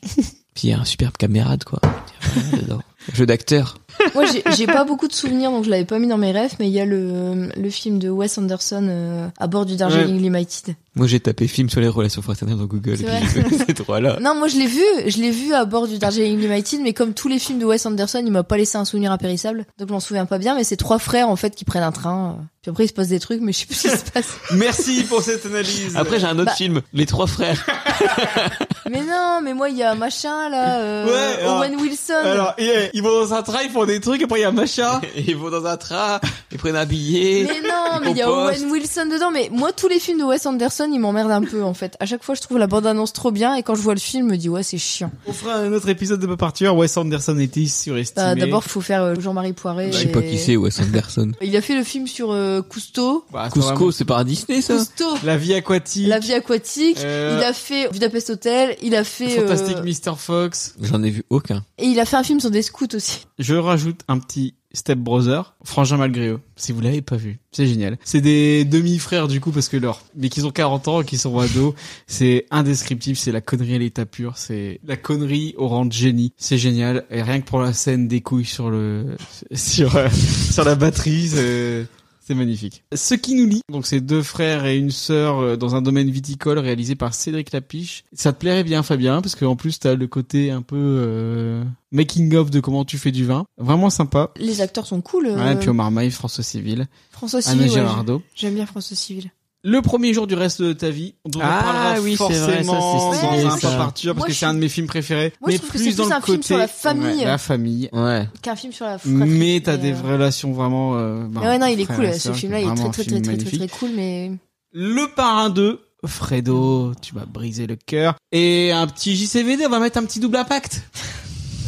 Puis il y a un superbe camarade, quoi. Il y a rien dedans. Jeu d'acteur.
Moi, j'ai- j'ai pas beaucoup de souvenirs, donc je l'avais pas mis dans mes rêves, mais il y a le, le film de Wes Anderson euh, à bord du Darjeeling Limited.
Moi, j'ai tapé film sur les relations fraternelles dans Google,
C'est
et puis j'ai trouvé ces trois-là.
Non, moi je l'ai vu, je l'ai vu à bord du Darjeeling Limited, mais comme tous les films de Wes Anderson, il m'a pas laissé un souvenir impérissable, donc je m'en souviens pas bien. Mais c'est trois frères en fait qui prennent un train, euh, puis après il se passe des trucs, mais je sais plus ce qui se passe.
Merci pour cette analyse.
Après, j'ai un autre
Bah.
film, Les Trois Frères.
Mais non, mais moi il y a machin là, euh,
Ouais, alors-
Owen Wilson.
alors eh, ils vont dans un train, ils font des trucs, après il y a machin.
Ils vont dans un train, ils prennent un billet.
Mais non, mais il y a
compost.
Owen Wilson dedans. Mais moi, tous les films de Wes Anderson, ils m'emmerdent un peu, en fait. À chaque fois, je trouve la bande-annonce trop bien, et quand je vois le film, je me dis, ouais, c'est chiant.
On fera un autre épisode de Pas Partir. Wes Anderson était surestimé.
Bah, D'abord, faut faire euh, Jean-Marie Poiré.
Je sais pas
et-
qui c'est, Wes Anderson.
Il a fait le film sur euh, Cousteau.
Bah, c'est
Cusco,
vraiment-
c'est pas un Disney, ça
Cousteau.
La vie aquatique.
La vie aquatique.
Euh,
Il a fait Budapest Hotel. Il a fait. euh,
Fantastic Mr. Fox.
J'en ai vu aucun.
Et il a fait un film sur des scouts aussi.
Je rajoute un petit Step Brother, Frangin malgré eux, si vous l'avez pas vu, c'est génial. C'est des demi-frères du coup parce que leur, mais qu'ils ont 40 ans, qu'ils sont ados, c'est indescriptible, c'est la connerie à l'état pur, c'est la connerie au rang de génie, c'est génial. Et rien que pour la scène des couilles sur le, sur euh, sur la batterie, c'est c'est magnifique. Ce qui nous lie, donc c'est deux frères et une sœur euh, dans un domaine viticole réalisé par Cédric Lapiche. Ça te plairait bien Fabien, parce qu'en plus t'as le côté un peu euh, making of de comment tu fais du vin. Vraiment sympa.
Les acteurs sont cool. euh,
Ouais, et puis Omar Maï, François Civil,
François Civil.
Anna
ouais,
Girardot.
J'aime bien François Civil.
Le premier jour du reste de ta vie, dont
Ah
on parlera
oui, c'est vrai, ça, c'est
forcément
stylé,
dans un
ça.
pas partir, parce
Moi,
que
je
c'est un de mes films préférés.
Moi, je
mais
trouve que
plus
c'est
dans
plus
le
un
côté,
film sur la famille.
Ouais, la famille.
Ouais.
Qu'un film sur la fratrie.
Mais t'as
et,
des
euh,
relations vraiment. euh, bah,
Mais Ah ouais, non, il est
frère
cool.
et
Ce
sœur,
film-là, il est
vraiment
très,
un
très,
film
très, très, très,
magnifique.
très cool, mais.
Le Parrain 2, Fredo, tu m'as brisé le cœur. Et un petit JCVD, on va mettre un petit double impact.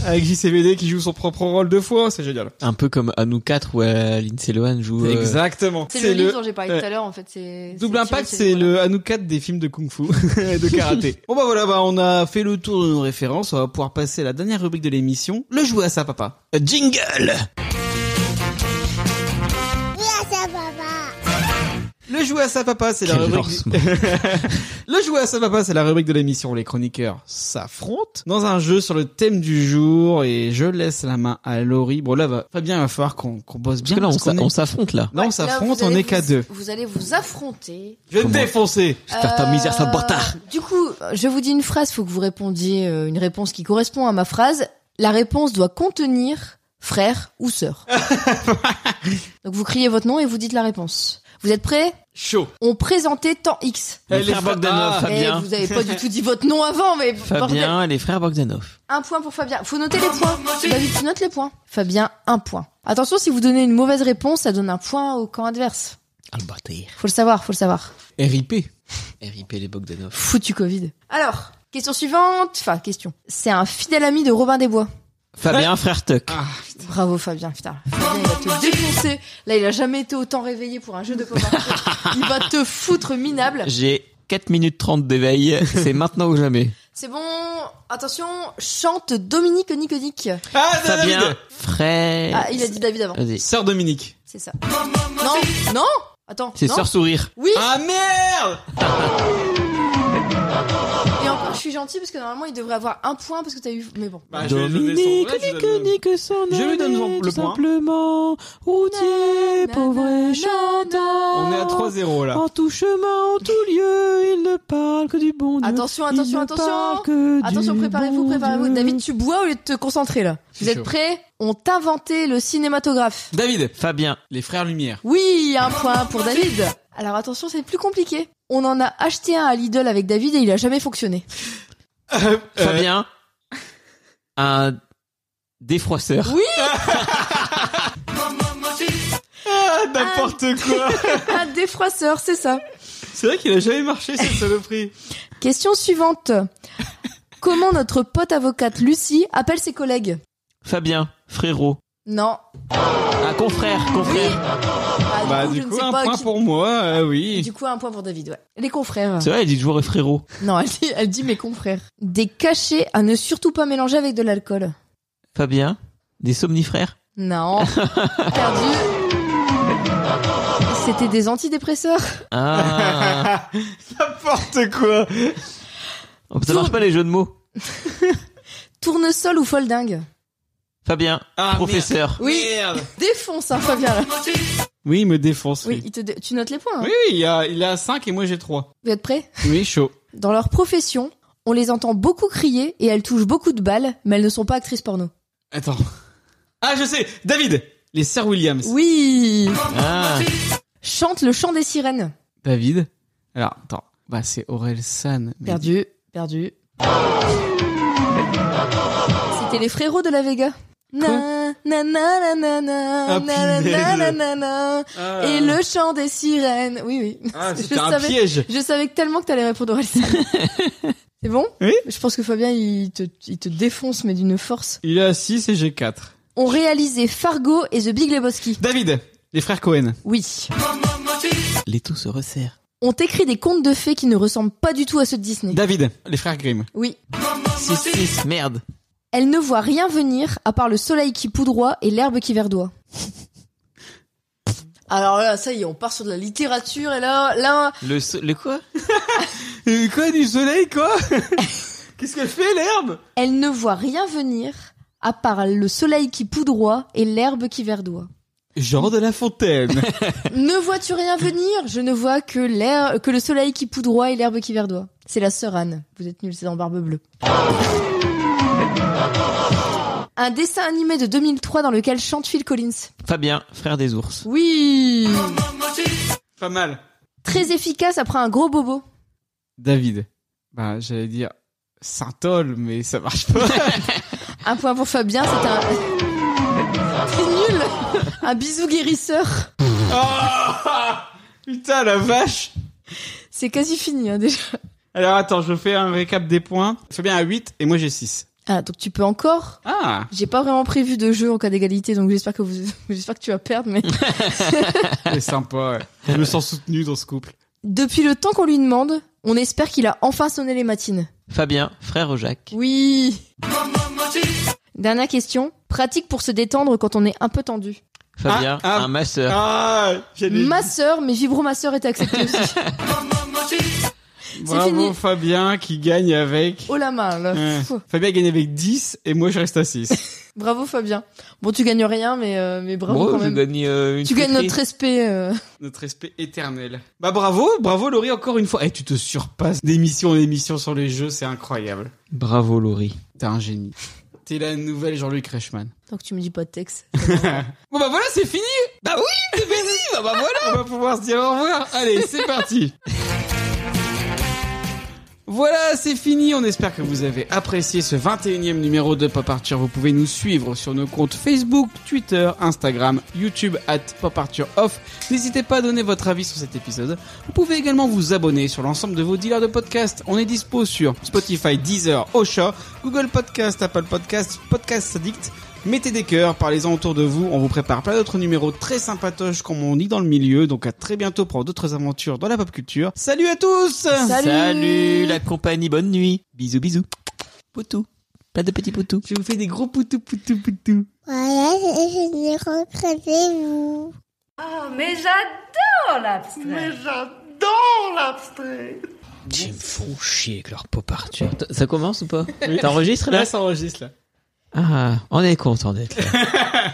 Avec JCVD qui joue son propre rôle deux fois, c'est génial.
Un peu comme à nous quatre où euh, Lindsay Lohan joue. euh,
Exactement.
C'est le, livre dont j'ai parlé tout à l'heure, en fait. c'est-
Double
c'est
Impact,
tiré de ce
c'est
livre-là.
le Hanoukat des films de Kung Fu et de karaté. bon bah voilà, bah on a fait le tour de nos références, on va pouvoir passer à la dernière rubrique de l'émission, le jouer à ça papa. Jingle
Oui, à ça, papa
Le jouet à sa papa, c'est la
Quel
rubrique.
lancement.
le jouet à sa papa, c'est la rubrique de l'émission où les chroniqueurs s'affrontent dans un jeu sur le thème du jour et je laisse la main à Laurie. Bon là, va... Fabien, il va falloir qu'on qu'on bosse
Parce
bien.
que là, on
parce qu'on
s'a-
est-
on s'affronte là.
Là, on
Là,
s'affronte,
vous
on
allez
est qu'à
vous-
deux.
Vous allez vous affronter.
Je vais te
Comment
défoncer.
Faire ta misère, sale bâtard.
Euh, Du coup, je vous dis une phrase, faut que vous répondiez euh, une réponse qui correspond à ma phrase. La réponse doit contenir frère ou sœur. Donc vous criez votre nom et vous dites la réponse. Vous êtes prêts
Chaud.
On présentait temps X.
Les
Elle est
frères Bogdanov,
fa-
Fabien.
Eh, vous avez pas du tout dit votre nom avant, mais bordel.
Fabien, les frères Bogdanov.
Un point pour Fabien. Faut noter les points. David, tu notes les points. Fabien, un point. Attention, si vous donnez une mauvaise réponse, ça donne un point au camp adverse.
Albatir.
Faut le savoir, faut le savoir.
RIP.
RIP les Bogdanov.
Foutu Covid. Alors, question suivante. Enfin, question. C'est un fidèle ami de Robin des Bois.
Fabien, frère Tuck.
Bravo Fabien, putain. Fabien, il va te défoncer. Là, il a jamais été autant réveillé pour un jeu de poker. Il va te foutre minable.
J'ai 4 minutes 30 d'éveil. C'est maintenant ou jamais.
C'est bon. Attention, chante Dominique Nicodic.
Ah, David.
Fabien, frère.
Ah, il a dit David avant.
Vas-y.
Sœur Dominique.
C'est ça. Non, non. Attends.
C'est
non.
sœur sourire.
Oui.
Ah merde
Et encore, je suis gentille parce que normalement, il devrait avoir un point parce que t'as eu. Mais bon.
Bah, je vais donner son-
Dominique,
ouais, je vais donner-
Nick, Nick, son
Je lui donne
année,
le
tout
point.
simplement. Routier,
Na,
pauvre
na,
et
na,
On
chanteur.
est à 3-0 là.
En tout chemin, en tout lieu, il ne parle que du bon Dieu.
Attention,
Il
attention,
ne
attention.
parle que du
Attention, préparez-vous,
bon
préparez-vous.
Dieu.
David, tu bois au lieu de te concentrer là.
C'est
Vous êtes
chaud.
prêts On t'inventait le cinématographe.
David.
Fabien,
Les frères Lumière.
Oui, un point pour David. Alors attention, c'est plus compliqué. On en a acheté un à Lidl avec David et il a jamais fonctionné.
Euh,
Euh.
Fabien, un défroisseur.
Oui,
Ah, n'importe quoi.
un défroisseur, c'est ça.
C'est vrai qu'il a jamais marché cette saloperie.
Question suivante. Comment notre pote avocate Lucie appelle ses collègues
Fabien, frérot.
Non.
Un confrère,
Oui.
confrère.
Ah,
Bah du
je ne
coup
sais
un
pas
point
qui-
pour moi, euh, oui.
Du coup, un point pour David, ouais. Les confrères.
C'est vrai, il dit toujours frérot.
Non, elle dit, elle dit mes confrères. Des cachets à ne surtout pas mélanger avec de l'alcool.
Fabien, des somnifrères.
Non. Perdu. C'était des antidépresseurs.
Ah.
N'importe quoi.
Oh, Ça marche pas les jeux de mots.
Tournesol ou foldingue
Fabien,
Ah,
professeur.
Oui.
Merde.
Défonce, hein, Fabien, là.
Oui, il me défonce.
Oui,
Oui.
il te dé- tu notes les points. hein.
Oui, il a il a 5 et moi j'ai 3.
Vous êtes prêts
Oui, chaud.
Dans leur profession, on les entend beaucoup crier et elles touchent beaucoup de balles, mais elles ne sont pas actrices porno.
Attends. Ah, je sais. David. Les sœurs Williams.
Oui
Ah.
Chante le chant des sirènes.
David. Alors, attends. Bah c'est Aurel San. mais-
Perdu, perdu. C'était les frérots de la Vega. Na, na, na, na, na, na,
Ah,
na, na, na,
punaise.
na, na,
Ah.
Et le chant des sirènes. Oui, oui.
Ah, c'était
Je
un
savais-
piège.
Je savais tellement que t'allais répondre à ça. C'est bon
Oui.
Je pense que Fabien, il te, il te défonce, mais d'une force.
Il a 6 et j'ai 4.
On réalisait Fargo et The Big Lebowski.
David. Les frères Cohen.
Oui.
Les tout se resserrent.
On t'écrit des contes de fées qui ne ressemblent pas du tout à ceux de Disney.
David. Les frères Grimm.
Oui.
6-6, merde.
Elle ne voit rien venir à part le soleil qui poudroie et l'herbe qui verdoie. Alors là, ça y est, on part sur de la littérature et là, là,
Le, so- le quoi
Euh, Quoi du soleil quoi Qu'est-ce qu'elle fait l'herbe
elle ne voit rien venir à part le soleil qui poudroie et l'herbe qui verdoie.
Jean de la Fontaine.
ne vois-tu rien venir Je ne vois que l'air, que le soleil qui poudroie et l'herbe qui verdoie. C'est la sœur Anne. Vous êtes nuls, c'est dans Barbe Bleue. Un dessin animé de 2003 dans lequel chante Phil Collins.
Fabien, frère des ours.
Oui.
Pas mal.
Très efficace après un gros bobo.
David. Bah, j'allais dire Saint-Ol, mais ça marche pas.
Un point pour Fabien, c'est un. C'est nul Un bisou guérisseur.
Ah Putain, la vache
C'est quasi fini hein, déjà.
Alors attends, je fais un récap des points. Fabien a 8 et moi j'ai 6.
Ah, donc tu peux encore.
Ah
J'ai pas vraiment prévu de jeu en cas d'égalité, donc j'espère que vous, j'espère que tu vas perdre. Mais
C'est sympa, ouais. Je me sens soutenu dans ce couple.
depuis le temps qu'on lui demande, on espère qu'il a enfin sonné les matines.
Fabien, frère Jacques.
Oui. Dernière question. Pratique pour se détendre quand on est un peu tendu.
Fabien,
Ah, ah.
un masseur.
Ah, j'allais-
Ma sœur, mais vibromasseur est accepté aussi.
Bravo
fini.
Fabien qui gagne avec.
Oh la main, là.
Ouais.
Pfff.
Fabien gagne avec 10 et moi je reste à 6.
Bravo Fabien. Bon, tu gagnes rien, mais, euh, mais bravo
Bon,
quand
je
même.
gagne euh, une
Tu gagnes
poterie.
notre respect. euh.
Notre respect éternel. Bah bravo, bravo Laurie encore une fois. Eh tu te surpasses d'émission en émission sur les jeux, c'est incroyable.
Bravo Laurie.
T'es un génie. T'es la nouvelle Jean-Luc Reichmann.
Tant que tu me dis pas de texte.
Bon bah voilà, c'est fini Bah oui, c'est fini Bah, bah voilà On va pouvoir se dire au revoir Allez, c'est parti Voilà, c'est fini. On espère que vous avez apprécié ce 21e numéro de Pop Arture. Vous pouvez nous suivre sur nos comptes Facebook, Twitter, Instagram, YouTube at Pop Arture Off. N'hésitez pas à donner votre avis sur cet épisode. Vous pouvez également vous abonner sur l'ensemble de vos dealers de podcasts. On est dispo sur Spotify, Deezer, Osha, Google Podcast, Apple Podcast, Podcast Addict. Mettez des cœurs, parlez-en autour de vous. On vous prépare plein d'autres numéros très sympatoches comme on dit dans le milieu. Donc à très bientôt pour d'autres aventures dans la pop culture. Salut à tous
Salut.
Salut la compagnie, bonne nuit. Bisous bisous. Poutou. Pas de petits poutous.
Je vous fais des gros poutou poutou poutou.
Voilà, je l'ai recréé, vous.
Oh, mais j'adore l'abstrait Mais j'adore l'abstrait
Ils me font chier avec leur pop Arthur. T- Ça commence ou pas T'enregistres là
Là, ça enregistre là.
Ah, on est content d'être là.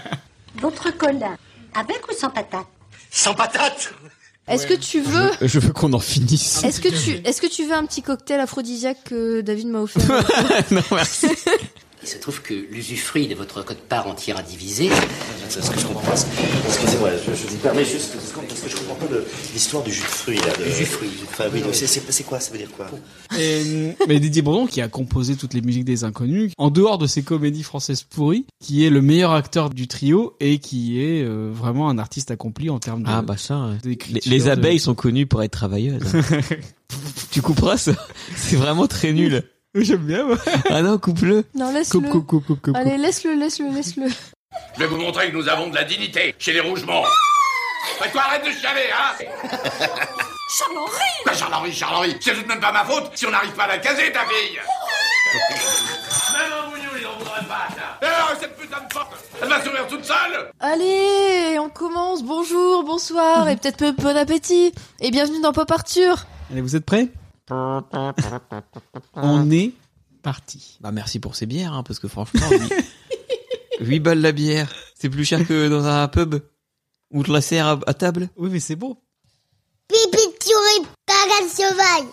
Votre cola, avec ou sans patate
Sans patate
Est-ce que tu veux,
Je veux qu'on en finisse.
est-ce que tu, est-ce que tu veux un petit cocktail aphrodisiaque que David m'a offert
non, merci.
Il se trouve que l'usufruit de votre code part entière à diviser.
C'est ce que je comprends. c'est- Excusez-moi, je, je vous permets juste deux secondes parce que je comprends pas le- l'histoire du jus de fruits. Là, de... jus de fruits. Enfin, oui, donc c'est- c'est c'est quoi Ça veut dire quoi
euh, mais Didier Bourdon qui a composé toutes les musiques des inconnus, en dehors de ses comédies françaises pourries, qui est le meilleur acteur du trio et qui est euh, vraiment un artiste accompli en termes de...
Ah bah ça. euh, Les,
d'écriture,
les
de-
abeilles sont connues pour être travailleuses. hein. tu couperas ça C'est vraiment très nul.
J'aime bien, moi.
Ah non, coupe-le.
Non, laisse-le.
Coupe, coupe, coupe, coupe, coupe.
Allez, laisse-le, laisse-le, laisse-le.
Je vais vous montrer que nous avons de la dignité chez les Rougemont. Mais toi, arrête de chialer, hein Charles-Henri Charles-Henri, Charles-Henri, c'est tout de même pas ma faute si on n'arrive pas à la caser, ta fille Même un bouillon, il en voudrait pas, ça Alors, cette putain de porte, elle va s'ouvrir toute seule
Allez, on commence. Bonjour, bonsoir et peut-être peu- bon appétit. Et bienvenue dans Pop Arthur.
Allez, vous êtes prêts On est parti.
Bah merci pour ces bières, hein, parce que franchement, 8 balles la bière, c'est plus cher que dans un pub où on te la sert à, à table.
Oui, mais c'est beau.
Pipi, tu pas la cheval.